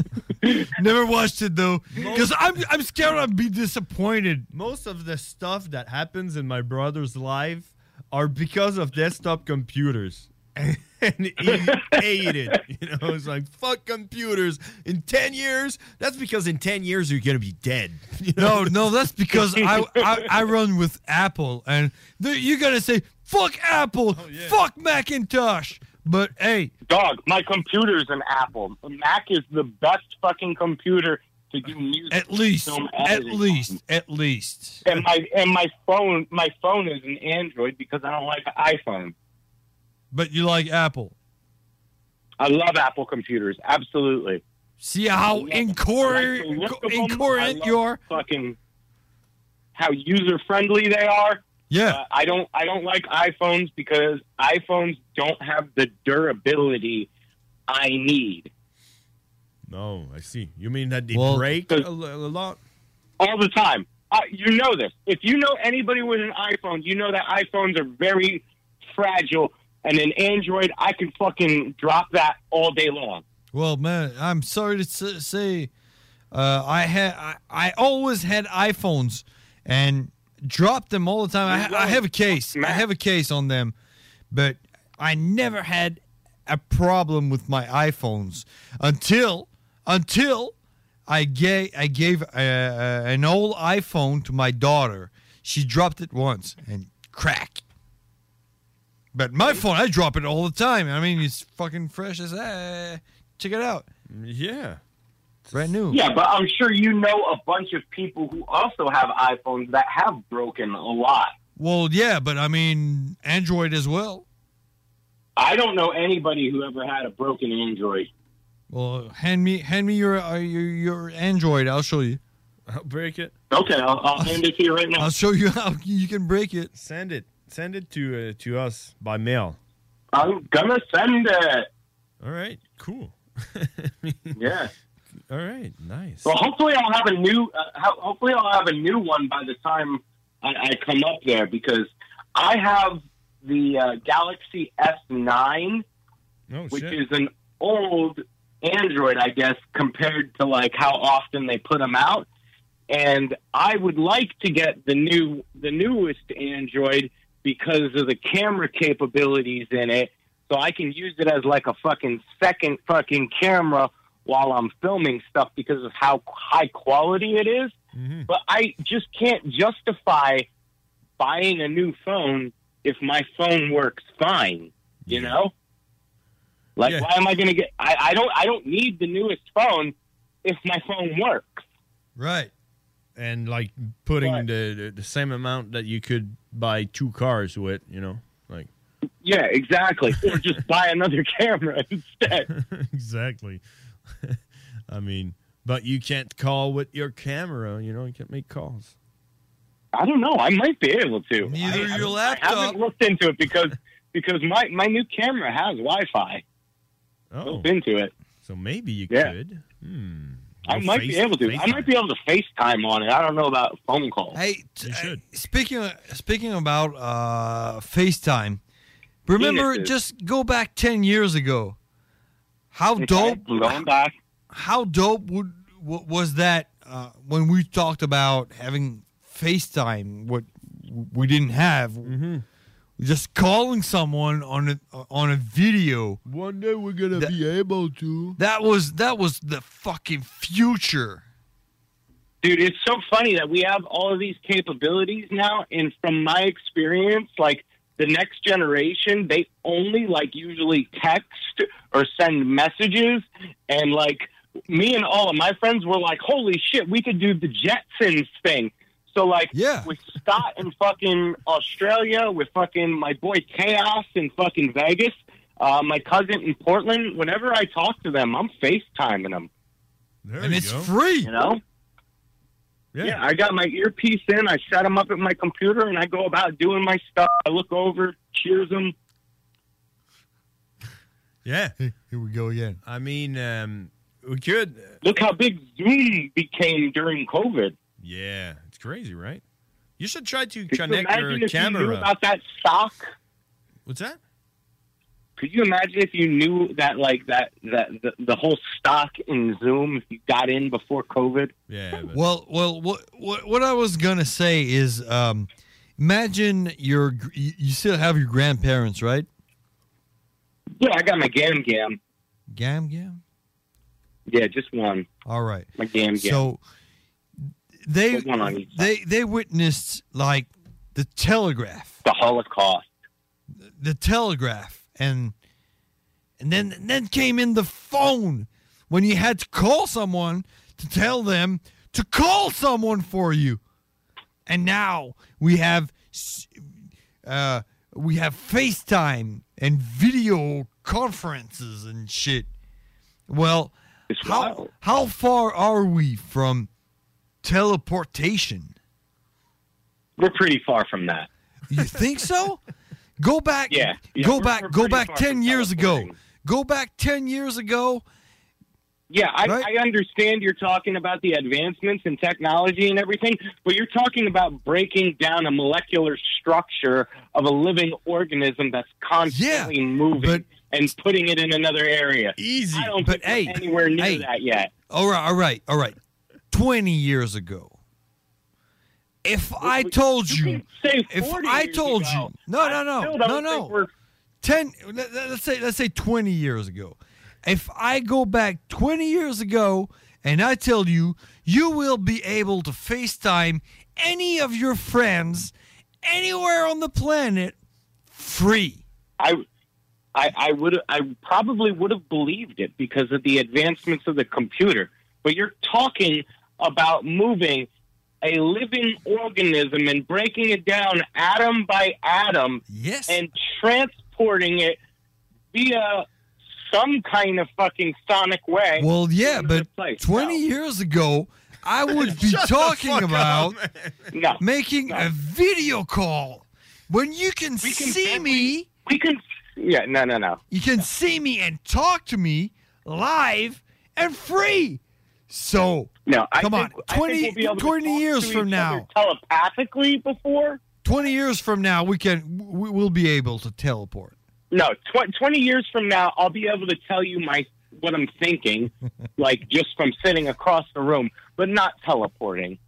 S9: Never watched it though, because I'm I'm scared I'd be disappointed.
S8: Most of the stuff that happens in my brother's life are because of desktop computers. and he hated it. You know, it's like fuck computers. In ten years, that's because in ten years you're gonna be dead. You
S9: No,
S8: know?
S9: no, that's because I, I I run with Apple, and th- you're gonna say fuck Apple, fuck Macintosh. But hey,
S23: Dog, my computer's an Apple. The Mac is the best fucking computer to do music.
S9: At least,
S23: film
S9: at
S23: editing.
S9: least, at least.
S23: And my and my phone my phone is an Android because I don't like an iPhone.
S9: But you like Apple.
S23: I love Apple computers, absolutely.
S9: See how incoher- incoherent you are.
S23: Fucking how user friendly they are. Uh,
S9: Yeah,
S23: I don't. I don't like iPhones because iPhones don't have the durability I need.
S8: No, Oh, I see. You mean that they
S23: Well-
S8: break a,
S23: Because-
S8: a lot?
S23: all the time. Uh, you know this. If you know anybody with an iPhone, you know that iPhones are very fragile. And an Android, I can fucking drop that all day long.
S9: Well, man, I'm sorry to s- say, uh, I had I, I always had iPhones and dropped them all the time. I, I have a case. I have a case on them, but I never had a problem with my iPhones until until I gave I gave uh, uh, an old iPhone to my daughter. She dropped it once and crack. But my phone, I drop it all the time. I mean, it's fucking fresh as eh. Check it out.
S8: Yeah.
S9: Brand new.
S23: Yeah, but uh, I'm sure you know a bunch of people who also have iPhones that have broken a lot.
S9: Well, yeah, but I mean, Android as well.
S23: I don't know anybody who ever had a broken Android.
S9: Well, hand me, hand me your uh, your, your Android. I'll show you.
S8: I'll break it.
S23: Okay, I'll, I'll hand it to you right now.
S9: I'll show you how you can break it.
S8: Send it. Send it to uh, to us by mail.
S23: I'm gonna send it.
S8: All right. Cool.
S23: Yeah.
S8: All right. Nice.
S23: Well, hopefully I'll have a new. Uh, ho- hopefully I'll have a new one by the time I, I come up there because I have the uh, Galaxy S9,
S7: Oh,
S23: which is an old Android, I guess, compared to like how often they put them out. And I would like to get the new, the newest Android because of the camera capabilities in it, so I can use it as like a fucking second fucking camera while I'm filming stuff because of how high quality it is. But I just can't justify buying a new phone if my phone works fine. You know, like why am I going to get? I, I don't. I don't need the newest phone if my phone works.
S9: Right.
S8: And like putting the, the the same amount that you could buy two cars with, you know, like
S23: Yeah, exactly. or just buy another camera instead.
S8: exactly. I mean, but you can't call with your camera, you know, you can't make calls.
S23: I don't know. I might be able to.
S8: Neither
S23: I,
S8: your
S23: I-
S8: laptop.
S23: I haven't looked into it because because my my new camera has Wi-Fi
S8: Oh,
S23: built into it.
S8: so maybe you
S23: Yeah.
S8: could. Hmm.
S23: I
S8: Or
S23: might be
S8: face-
S23: able to. I
S8: FaceTime.
S23: might be able to FaceTime on it. I don't know about phone calls.
S9: Hey, t- uh, speaking speaking about uh, FaceTime, remember
S23: Penises.
S9: just go back ten years ago. How
S23: Okay,
S9: dope!
S23: I'm going back.
S9: How dope would wa- was that uh, when we talked about having FaceTime? What we didn't have, just calling someone on a on a video.
S8: One day we're gonna be able to.
S9: That was that was the fucking future.
S23: Dude, it's so funny that we have all of these capabilities now. And from my experience, like the next generation, they only like usually text or send messages. And like me and all of my friends were like, holy shit, we could do the Jetsons thing. So like yeah. with Scott in fucking Australia, with fucking my boy Chaos in fucking Vegas, uh, my cousin in Portland, whenever I talk to them, I'm FaceTiming them.
S9: and it's free.
S23: You know? Yeah. I got my earpiece in. I set them up at my computer, and I go about doing my stuff. I look over, cheers them.
S8: Yeah.
S9: Here we go again.
S8: I mean, um,
S11: we could. uh,
S23: Look how big Zoom became during COVID.
S11: Yeah, it's crazy, right? You should try to
S23: Could you
S11: connect
S23: imagine
S11: your
S23: if you knew
S11: camera.
S23: about that stock?
S11: What's that?
S23: Could you imagine if you knew that, like that, that the, the whole stock in Zoom, if you got in before COVID?
S11: Yeah.
S9: Well, well, what what what I was gonna say is, um, imagine your gr- you you still have your grandparents, right?
S23: Yeah, I got my gam gam.
S9: Gam gam.
S23: Yeah, just one.
S9: All right.
S23: My gam gam.
S9: So they
S23: Put one on each
S9: they they witnessed like the telegraph,
S23: the Holocaust,
S9: the telegraph, and and then and then came in the phone when you had to call someone to tell them to call someone for you, and now we have s- uh, we have FaceTime and video conferences and shit. Well, how, how far are we from teleportation?
S23: We're pretty far from that.
S9: You think so? go back.
S23: Yeah, yeah,
S9: go
S23: we're-
S9: back.
S23: we're
S9: go
S23: pretty
S9: back
S23: far
S9: ten
S23: from
S9: years ago. Go back ten years ago.
S23: Yeah, I, I understand you're talking about the advancements in technology and everything, but you're talking about breaking down a molecular structure of a living organism that's constantly moving and putting it in another area. Easy, I don't but hey, anywhere near
S9: hey.
S23: that yet.
S9: All right. All right. All right. Twenty years ago. If I told you, if I told you, no, no, no, no, no, ten. Let, let- let's say let's say twenty years ago. If I go back twenty years ago and I tell you, you will be able to FaceTime any of your friends anywhere on the planet free.
S23: I, I, I would, I probably would have believed it because of the advancements of the computer. But you're talking about moving a living organism and breaking it down atom by atom,
S9: yes,
S23: and transporting it via some kind of fucking sonic way.
S9: Well, yeah, but 20 years ago, I would be
S23: Shut the
S9: talking
S23: fuck
S9: about
S23: up, No,
S9: making a video call when you can, see me.
S23: We can. Yeah, no, no, no.
S9: You can see me and talk to me live and free. So,
S23: No, I
S9: come
S23: think- I
S9: on.
S23: think
S9: 20,
S23: we'll be able to
S9: 20
S23: talk
S9: years
S23: to
S9: from
S23: each
S9: now.
S23: Telepathically before?
S9: 20 years from now, we can we, we'll be able to teleport.
S23: No, tw- 20 years from now, I'll be able to tell you my what I'm thinking, like just from sitting across the room, but not teleporting.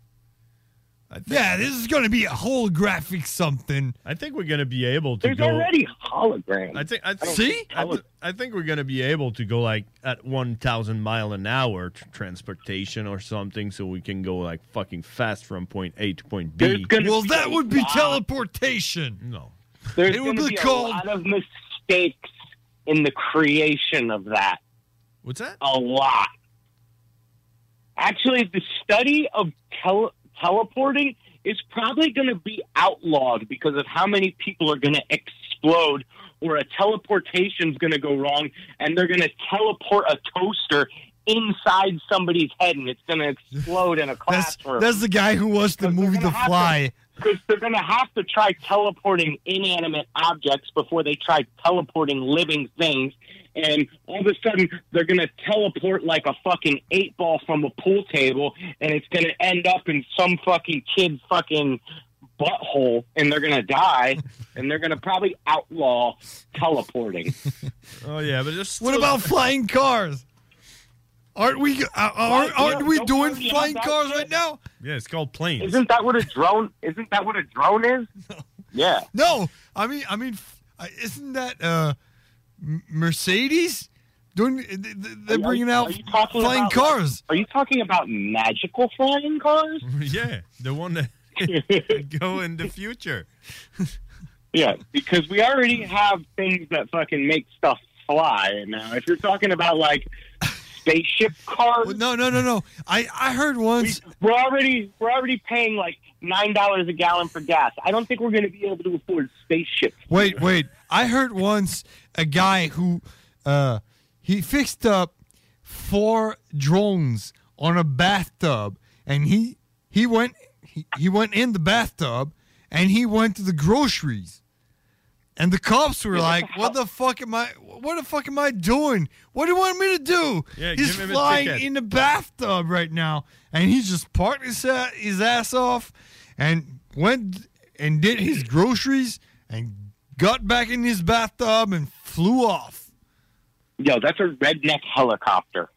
S9: Yeah, this is going to be a holographic something.
S11: I think we're going to be able to
S23: There's
S11: go.
S23: already holograms.
S11: I think. I think
S23: See?
S11: I, th- I think we're going to be able to go like at one thousand mile an hour tr- transportation or something, so we can go like fucking fast from point A to point B.
S9: Well, that would be teleportation.
S11: No.
S23: There's
S9: It would
S23: gonna be
S9: be called-
S23: a lot of mistakes in the creation of that.
S11: What's that?
S23: A lot. Actually, the study of tele- teleporting is probably going to be outlawed because of how many people are going to explode or a teleportation's going to go wrong and they're going to teleport a toaster inside somebody's head and it's going to explode in a classroom.
S9: That's the guy who watched the movie The Fly.
S23: Because they're going to have to try teleporting inanimate objects before they try teleporting living things. And all of a sudden, they're going to teleport like a fucking eight ball from a pool table, and it's going to end up in some fucking kid's fucking butthole, and they're going to die, and they're going to probably outlaw teleporting.
S11: Oh yeah, but just
S9: What about flying cars? Aren't we uh, aren't, aren't we doing flying cars right now?
S11: Yeah, it's called planes.
S23: Isn't that what a drone? Isn't that what a drone is? Yeah.
S9: No, I mean I mean f- I- isn't that uh M- Mercedes doing th- th- they're bringing out
S23: talking
S9: flying
S23: about-
S9: cars?
S23: Are you talking about magical flying cars?
S11: yeah, the one that go in the future.
S23: Yeah, because we already have things that fucking make stuff fly. Now, if you're talking about like spaceship cars,
S9: no, no, no, no. I I heard once
S23: we, are already we're already paying like nine dollars a gallon for gas. I don't think we're going to be able to afford spaceship.
S9: Wait, wait. I heard once a guy who uh he fixed up four drones on a bathtub and he he went he, he went in the bathtub and he went to the groceries And the cops were like, "What the fuck am I? What the fuck am I doing? What do you want me to do?
S8: Yeah,
S9: he's
S8: give him a
S9: flying
S8: ticket."
S9: in the bathtub right now, and he just parked his a- his ass off, and went and did his groceries, and got back in his bathtub and flew off.
S23: Yo, that's a redneck helicopter.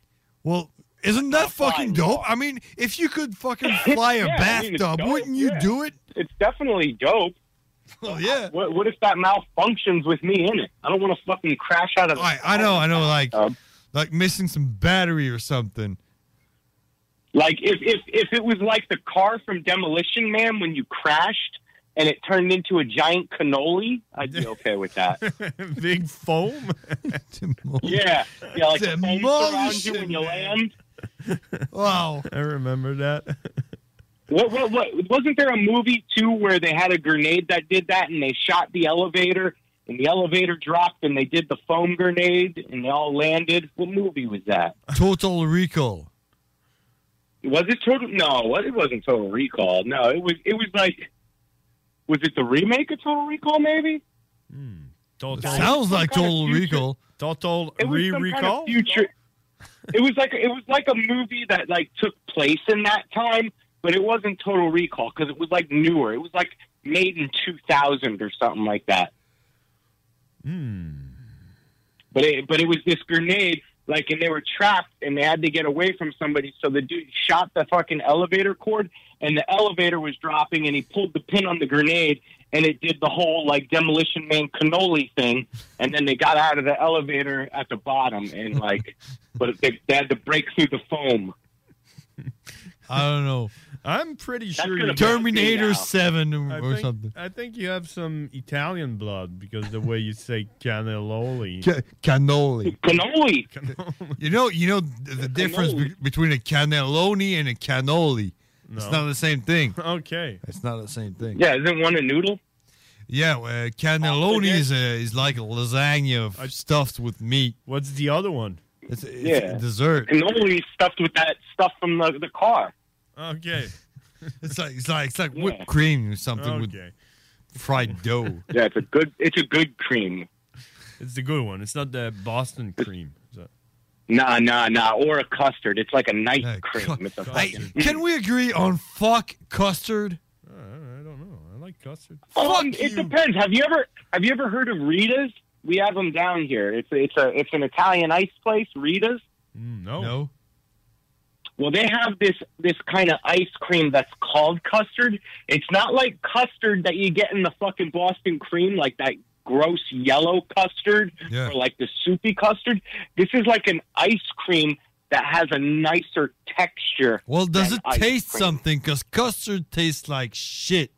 S9: Well, isn't that fucking dope? I mean, if you could fucking fly
S23: Yeah, I
S9: a
S23: mean, it's
S9: bathtub,
S23: dope,
S9: Uh, wouldn't you
S23: yeah.
S9: do it?
S23: It's definitely dope.
S9: Oh yeah.
S23: What, what if that malfunctions with me in it? I don't want to fucking crash out of.
S9: I, I know, I know, like
S23: Um,
S9: like missing some battery or something.
S23: Like if if if it was like the car from Demolition Man when you crashed and it turned into a giant cannoli, I'd be okay with that.
S8: Big foam.
S23: yeah, yeah, like the foam surrounds you
S8: Demolition
S23: when you land.
S9: Wow,
S8: I remember that.
S23: What, what, what, wasn't there a movie too where they had a grenade that did that and they shot the elevator and the elevator dropped and they did the foam grenade and they all landed? What movie was that?
S9: Total Recall.
S23: Was it total? No, what- it wasn't Total Recall. No, it was. It was like, was it the remake of Total Recall? Maybe.
S8: Total.
S9: Hmm. Sounds like Total Recall.
S8: Total
S23: It was
S8: re
S23: some kind of
S8: recall.
S23: future. it was like it was like a movie that like took place in that time, but it wasn't Total Recall because it was like newer. It was like made in two thousand or something like that. But it, but it was this grenade, like, and they were trapped and they had to get away from somebody. So the dude shot the fucking elevator cord, and the elevator was dropping, and he pulled the pin on the grenade, and it did the whole like demolition man cannoli thing. And then they got out of the elevator at the bottom, and like, but they, they had to break through the foam.
S9: I don't know.
S8: I'm pretty
S23: That's
S8: sure
S23: gonna
S8: you-
S9: Terminator bug me now. 7 or-
S8: I
S9: or
S8: think-
S9: something.
S8: I think you have some Italian blood because the way you say cannelloni.
S9: Ca- cannoli.
S23: Cannoli.
S9: You know, you know the, the difference be- between a cannelloni and a cannoli. It's
S8: No.
S9: not the same thing.
S8: Okay.
S9: It's not the same thing.
S23: Yeah, isn't one a noodle?
S9: Yeah, uh, cannelloni is, a, is like a lasagna f- stuffed with meat.
S8: What's the other one?
S9: It's, it's
S23: Yeah.
S9: a dessert.
S23: Cannoli stuffed with that stuff from the, the car.
S8: Okay.
S9: It's like it's like it's like whipped cream or something
S8: Okay.
S9: with fried dough.
S23: Yeah, it's a good it's a good cream.
S8: It's the good one. It's not the Boston cream. Is that-
S23: Nah, nah, nah. Or a custard. It's like a night cream. it's a
S9: Hey,
S23: fucking.
S9: can we agree on fuck custard?
S8: I don't know. oh, I like custard.
S23: Um, it depends. Have you ever have you ever heard of Rita's? We have them down here. It's it's a it's an Italian ice place, Rita's.
S8: No.
S9: No.
S23: Well, they have this this kind of ice cream that's called custard. It's not like custard that you get in the fucking Boston cream, like that gross yellow custard
S9: Yeah.
S23: or like the soupy custard. This is like an ice cream that has a nicer texture.
S9: Well, does
S23: than
S9: it
S23: ice
S9: taste
S23: cream.
S9: something? Because custard tastes like shit.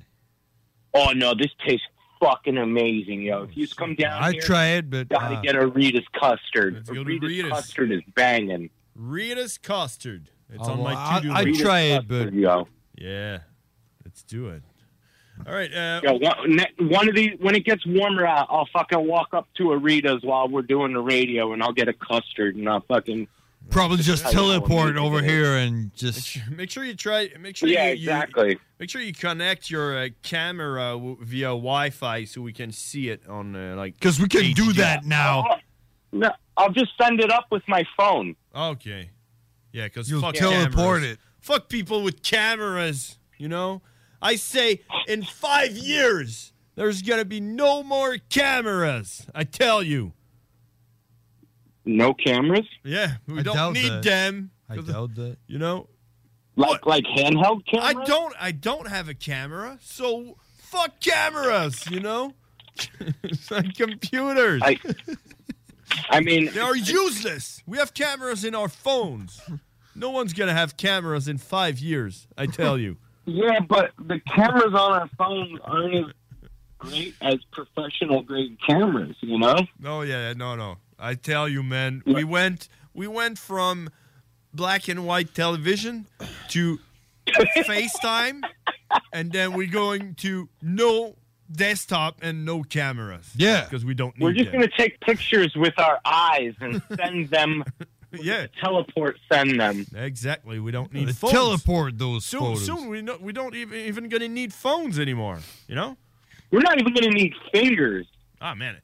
S23: Oh no, this tastes fucking amazing, yo! If you come down,
S9: I
S23: here,
S9: try it, but,
S23: gotta
S9: uh,
S23: get a Rita's custard. Let's
S8: go to
S23: Rita's,
S8: Rita's.
S23: custard is banging.
S8: Rita's custard. It's
S9: Oh,
S8: on
S9: well,
S8: my
S9: I-
S8: to-do
S9: I'd
S8: list.
S9: try it, but-
S23: Yo,
S8: Yeah. Let's do it. All right. Uh,
S23: yo, one, ne- one of these when it gets warmer out, I'll fucking walk up to a Rita's while we're doing the radio, and I'll get a custard, and I'll fucking
S9: Probably just
S23: I don't know,
S9: teleport
S23: maybe
S9: over
S23: it
S9: here and just.
S8: Make sure you try. Make sure
S23: Yeah,
S8: you, you-
S23: exactly.
S8: make sure you connect your uh, camera w- via Wi-Fi so we can see it on uh, like.
S9: Because we can do
S8: HDR.
S9: that now.
S23: No, I'll just send it up with my phone.
S8: Okay. Yeah, because
S9: You'll
S8: fuck
S9: teleport
S8: cameras.
S9: it.
S8: Fuck people with cameras. You know, I say in five years there's gonna be no more cameras. I tell you.
S23: No cameras,
S8: Yeah, we
S9: I doubt
S8: don't need
S9: that.
S8: them.
S9: I doubt that.
S8: You know,
S23: like like handheld cameras.
S8: I don't. I don't have a camera, so fuck cameras. You know, It's like computers.
S23: I, I mean,
S8: They are useless. We have cameras in our phones. No one's gonna have cameras in five years. I tell you.
S23: Yeah, but the cameras on our phones aren't as great as professional grade cameras. You know.
S8: No, yeah, no, no. I tell you, man. We went. We went from black and white television to FaceTime, and then we're going to no desktop and no cameras.
S9: Yeah.
S8: because we don't need.
S23: We're just
S8: them.
S23: going to take pictures with our eyes and send them.
S8: yeah,
S23: teleport. Send them.
S8: Exactly. We don't need
S9: Let's
S8: phones.
S9: Uh, Teleport those
S8: soon,
S9: photos.
S8: soon we no, we don't even even gonna need phones anymore. You know?
S23: We're not even going to need fingers.
S8: Ah, man.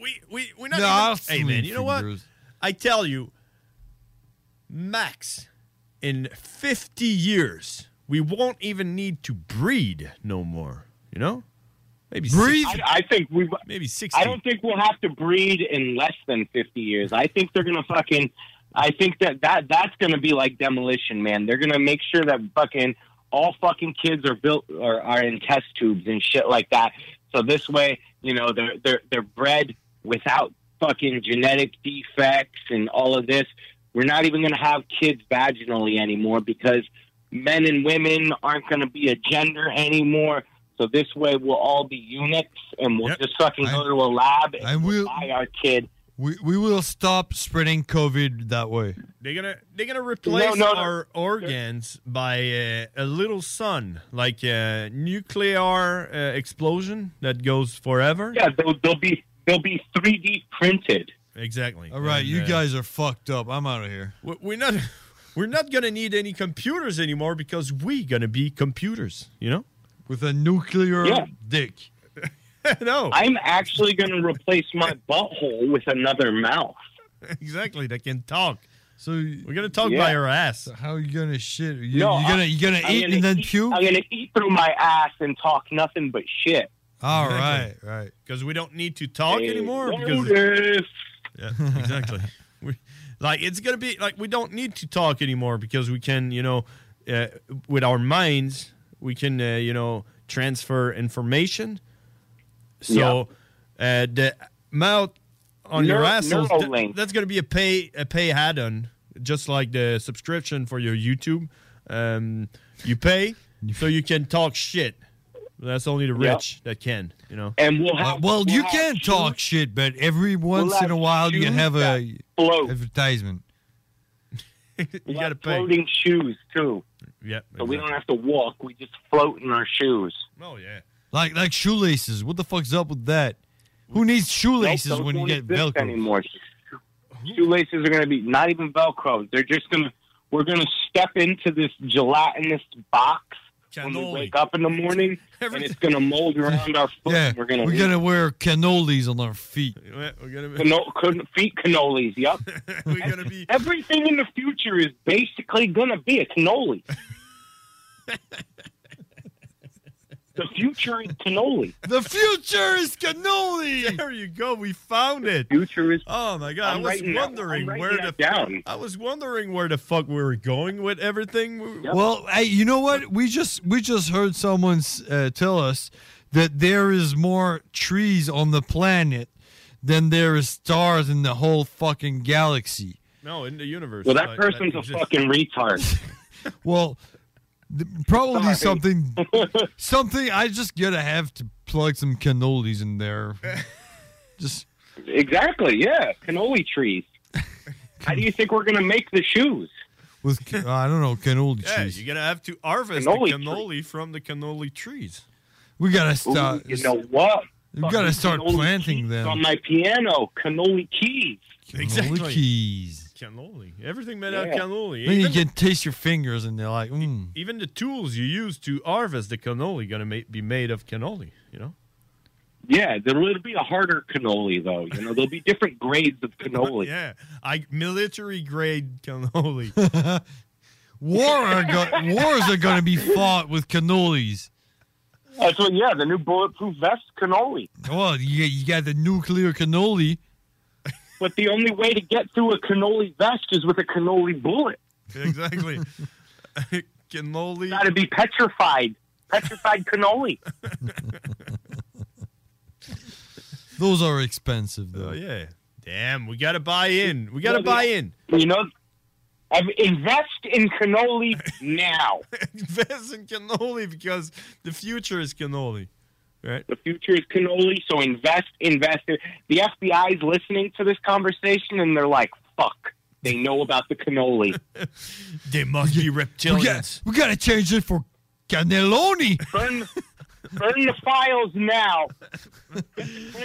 S8: We, we, we're not
S6: No,
S8: even-
S6: I'll
S8: Hey, man,
S6: swing
S8: you know what?
S6: fingers.
S8: I tell you, max in 50 years, we won't even need to breed no more. You know? Maybe
S23: Breed?
S8: I, think we maybe 60.
S23: I don't think we'll have to breed in less than 50 years. I think they're going to fucking. I think that, that that's going to be like demolition, man. They're going to make sure that fucking all fucking kids are built or are in test tubes and shit like that. So this way, you know, they're they're they're bred without fucking genetic defects and all of this. We're not even going to have kids vaginally anymore because men and women aren't going to be a gender anymore. So this way, we'll all be eunuchs and we'll just fucking go to a lab and we'll buy our kid.
S9: We, we will stop spreading COVID that way.
S8: They're gonna they're gonna replace
S9: No, no, no.
S8: our organs by uh, a little sun, like a nuclear uh, explosion that goes forever.
S23: Yeah, they'll, they'll be they'll be three D printed.
S8: Exactly.
S9: All right,
S8: And,
S9: you
S8: uh,
S9: guys are fucked up. I'm out of here.
S8: we- we're not we're not gonna need any computers anymore because we gonna be computers. You know,
S9: with a nuclear
S23: Yeah.
S9: dick.
S8: no,
S23: I'm actually going to replace my butthole with another mouth.
S8: exactly. They can talk.
S9: So we're
S8: gonna talk
S23: Yeah.
S8: by our ass.
S9: How are you gonna shit? You,
S23: No,
S9: you gonna
S23: I-
S9: you gonna
S23: I'm
S9: eat
S23: gonna
S9: and then
S23: eat-
S9: puke?
S23: I'm gonna eat through my ass and talk nothing but shit.
S9: All right, right.
S8: Because we don't need to talk
S23: Hey,
S8: anymore.
S23: notice.
S8: Because yeah, exactly. we, like it's gonna be like we don't need to talk anymore because we can, you know, uh, with our minds we can, uh, you know, transfer information. So uh, the mouth on your
S23: Neur-
S8: assholes, th-
S23: Neuralink.
S8: that's gonna be a pay a pay add-on, just like the subscription for your YouTube. Um, you pay so you can talk shit. That's only the
S23: Yeah.
S8: rich that can, you know.
S23: And we'll have-
S9: Uh, Well,
S23: we'll
S9: you
S23: have
S9: can
S23: shoes-
S9: talk shit, but every once in a
S23: have
S9: while you
S23: shoes
S9: have a
S23: float.
S9: advertisement.
S23: You got to pay. Floating shoes too.
S8: Yep.
S23: So we don't have to walk. We just float in our shoes.
S8: Oh yeah.
S9: Like like shoelaces. What the fuck's up with that? Who needs shoelaces
S23: Nope, those
S9: when you
S23: don't
S9: get
S23: exist
S9: Velcro?
S23: anymore? Shoelaces are going to be not even Velcro. They're just going to. We're going to step into this gelatinous box when we
S9: Cannoli.
S23: wake up in the morning, and it's going to mold around our foot.
S9: Yeah,
S23: and we're going
S9: we're gonna wear cannolis on our feet.
S8: We're gonna
S23: Cano- can- feet cannolis. Yep.
S8: We're gonna be
S23: everything in the future is basically gonna be a cannoli. the future is cannoli.
S9: The future is cannoli.
S8: There you go. We found it.
S23: future is.
S8: Oh my god!
S23: I'm
S8: I was
S23: writing that-
S8: wondering
S23: I'm writing
S8: where the
S23: that down.
S8: I was wondering where the fuck we were going with everything.
S9: Well, hey, you know what? We just we just heard someone s- uh, tell us that there is more trees on the planet than there is stars in the whole fucking galaxy.
S8: no, in the universe.
S23: Well, that
S8: like,
S23: person's a
S8: exists.
S23: fucking retard.
S9: Well, th- probably something something I just gotta have to plug some cannolis in there. Just
S23: exactly. Yeah, cannoli trees. How do you think we're gonna make the shoes?
S9: with ca- I don't know cannoli
S8: Yeah,
S9: trees.
S8: you're gonna have to harvest
S23: Cannoli
S8: the cannoli from the cannoli trees.
S9: We gotta
S23: Ooh,
S9: start.
S23: you know what?
S9: We gotta
S23: Fucking
S9: start
S23: cannoli
S9: planting
S23: keys
S9: them.
S23: on my piano. Cannoli keys.
S8: Exactly.
S9: keys.
S8: Cannoli. Everything made out
S23: Yeah.
S8: of cannoli.
S9: Then you
S8: Even,
S9: can taste your fingers, and they're like, mm.
S8: even the tools you use to harvest the cannoli gonna ma- be made of cannoli. You know.
S23: Yeah, there'll it'll be a harder cannoli though. You know, there'll be different grades of cannoli.
S8: Yeah, I military grade cannoli.
S9: war are go- wars are gonna be fought with cannolis.
S23: That's what. Yeah, the new bulletproof vest cannoli.
S9: Well, you, you got the nuclear cannoli.
S23: But the only way to get through a cannoli vest is with a cannoli bullet.
S8: exactly. cannoli.
S23: Got to be petrified. Petrified cannoli.
S9: Those are expensive though.
S8: Oh yeah. Damn, we gotta buy in. We gotta
S23: Yeah,
S8: buy
S23: yeah.
S8: in.
S23: You know, I've invest in cannoli now.
S8: Invest in cannoli because the future is cannoli. Right.
S23: The future is cannoli, so invest, invest. in- The FBI is listening to this conversation and they're like, "Fuck." They know about the cannoli.
S8: They must be
S9: We,
S8: reptilians.
S9: got, we gotta change it for cannelloni.
S23: Burn, burn the files now.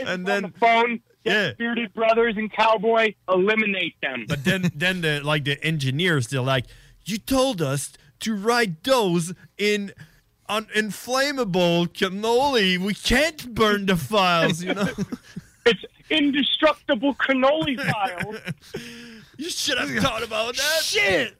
S23: and then the phone. Get
S8: yeah.
S23: Bearded Brothers and Cowboy. Eliminate them.
S8: But then then the like the engineers they're like, You told us to write those in un- inflammable cannoli. We can't burn the files, you know.
S23: It's indestructible cannoli files.
S8: You should have thought about that. Shit!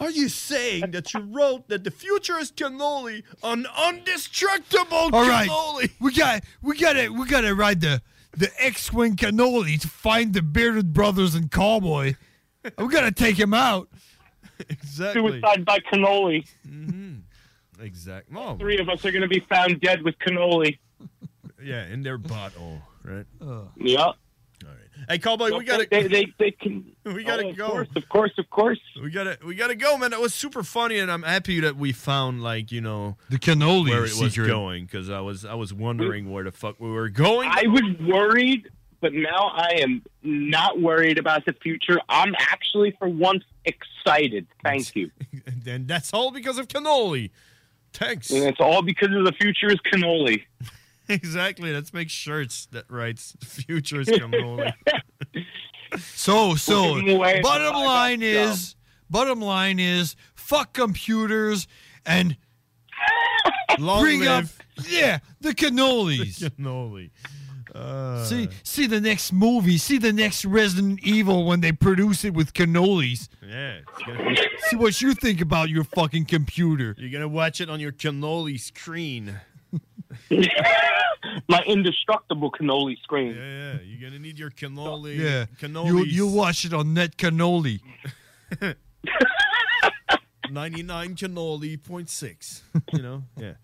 S8: Are you saying that you wrote that the future is cannoli on undestructible
S9: All right,
S8: Oh, cannoli?
S9: we got we got to we got to ride the the X-wing cannoli to find the bearded brothers and cowboy. We got to take him out.
S8: Exactly.
S23: Suicide by cannoli.
S8: Exactly. Oh,
S23: Three of us are going to be found dead with cannoli.
S8: yeah, in their bottle, right?
S23: Yeah.
S8: Oh. Hey, Cowboy, we gotta.
S23: They, they, they can.
S8: We gotta
S23: Oh, of
S8: go.
S23: course, of course, of course.
S8: We gotta, we gotta go, man. That was super funny, and I'm happy that we found, like, you know,
S9: the cannoli
S8: where it was
S9: secret.
S8: going, because I was, I was wondering where the fuck we were going.
S23: I was worried, but now I am not worried about the future. I'm actually, for once, excited. Thank you.
S8: And then that's all because of cannoli. Thanks.
S23: And it's all because of the future is cannoli.
S8: exactly. Let's make shirts that writes futures cannoli.
S9: So so
S8: giving away the
S9: bottom
S8: five
S9: line
S8: bucks,
S9: is bottom line is fuck computers and
S8: Long
S9: bring
S8: live-
S9: up yeah the cannolis.
S8: cannoli. Uh,
S9: see see the next movie, see the next Resident Evil when they produce it with cannolis.
S8: yeah. it's gonna-
S9: see what you think about your fucking computer.
S8: You're gonna watch it on your cannoli screen.
S23: My indestructible cannoli screen.
S8: Yeah, yeah. You're gonna need your cannoli.
S9: Yeah. You
S8: Cannoli.
S9: you watch it on net cannoli.
S8: 99 cannoli point six. You know? Yeah.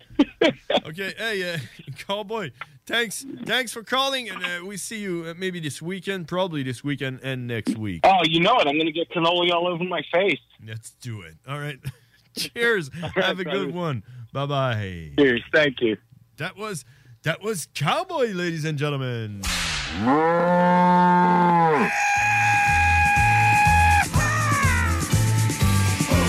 S8: okay. Hey, uh, cowboy. Thanks. Thanks for calling, and uh, we see you uh, maybe this weekend, probably this weekend and next week.
S23: Oh, you know it. I'm going to get cannoli all over my face.
S8: Let's do it. All right. Cheers. Have a good one. Bye bye.
S23: Cheers. Thank you.
S8: That was that was cowboy, ladies and gentlemen.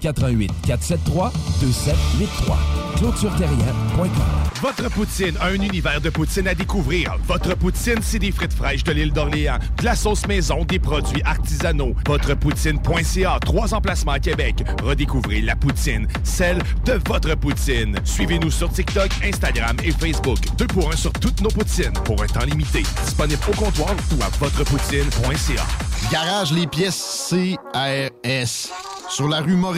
S2: 88 473 2783. ClôtureTerrien.com
S22: Votre poutine a un univers de poutine à découvrir. Votre poutine, c'est des frites fraîches de l'île d'Orléans, de la sauce maison, des produits artisanaux. Votrepoutine.ca, trois emplacements à Québec. Redécouvrez la poutine, celle de votre poutine. Suivez-nous sur TikTok, Instagram et Facebook. Deux pour un sur toutes nos poutines, pour un temps limité. Disponible au comptoir ou à votrepoutine.ca.
S20: Garage les pièces CRS. Sur la rue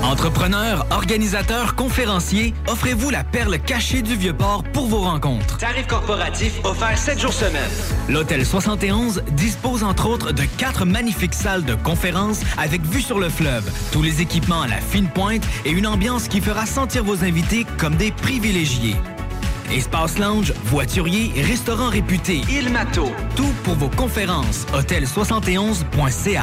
S20: En
S12: Entrepreneurs, organisateurs, conférenciers, offrez-vous la perle cachée du Vieux-Port pour vos rencontres.
S18: Tarif corporatif offert 7 jours semaine.
S12: L'Hôtel 71 dispose entre autres de quatre magnifiques salles de conférences avec vue sur le fleuve, tous les équipements à la fine pointe et une ambiance qui fera sentir vos invités comme des privilégiés. Espace lounge, voiturier, restaurant réputé, Il Mato, tout pour vos conférences. Hôtel71.ca.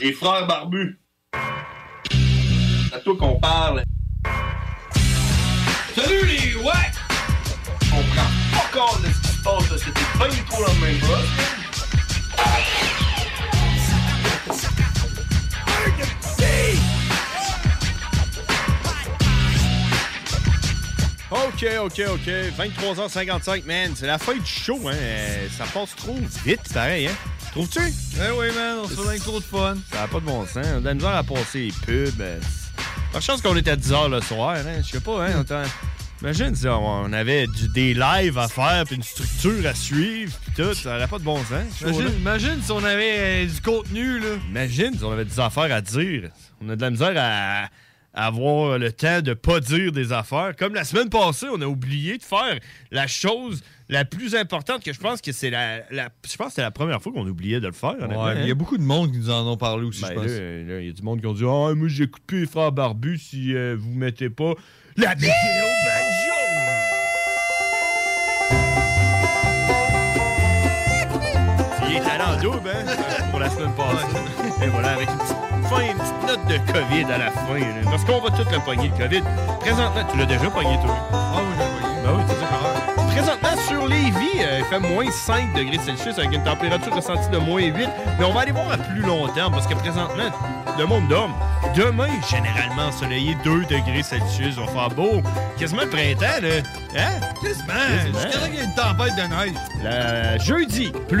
S18: Les frères barbus. C'est à toi qu'on parle. Salut les ouais! On prend pas compte de ce qui se passe, là. c'était bien trop la même chose.
S8: OK, OK, OK. 23h55, man. C'est la fin du show, hein. Euh, Ça passe trop vite, pareil, hein. Trouves-tu? Eh oui, man. On se fait trop de fun. Ça n'a pas de bon sens. On a de la misère à passer les pubs. euh, c'est- Par chance qu'on est à 10h le soir, hein. Je sais pas, hein. on était- Imagine si on on avait du, des lives à faire, puis une structure à suivre, puis tout. Ça n'aurait pas de bon sens.
S9: Imagine-
S8: si on
S9: euh,
S8: avait du contenu, là. Imagine si on avait des affaires à dire. On a de la misère à à avoir le temps de pas dire des affaires. Comme la semaine passée, on a oublié de faire la chose la plus importante que je pense que c'est la, la- je pense que c'était la première fois qu'on oubliait de le faire. honnêtement,
S9: Ouais,
S8: hein.
S9: il y a beaucoup de monde qui nous en ont parlé aussi, je
S8: Ben,
S9: pense.
S8: là, euh, là, il y a du monde qui ont dit Ah, moi, j'écoute plus les frères Barbus si euh, vous mettez pas la vidéo banjo! Il est allé en double, hein, pour la semaine passée. Et voilà, avec une petite, fin, une petite note de COVID à la fin. là. Parce qu'on va tout le pogner, le COVID. Présentement, tu l'as déjà pogné, toi? Ah oui, j'ai pogné. Ben oui, c'est ça. Présentement, sur Lévis, euh, il fait moins 5 degrés Celsius avec une température ressentie de moins 8. Mais on va aller voir à plus long terme parce que présentement, le monde dorme. Demain, généralement ensoleillé, 2 degrés Celsius. On va faire beau. Quasiment le printemps, là. Hein? Quasiment.
S9: Je dirais
S8: qu'il y a une tempête de neige. jeudi, plus...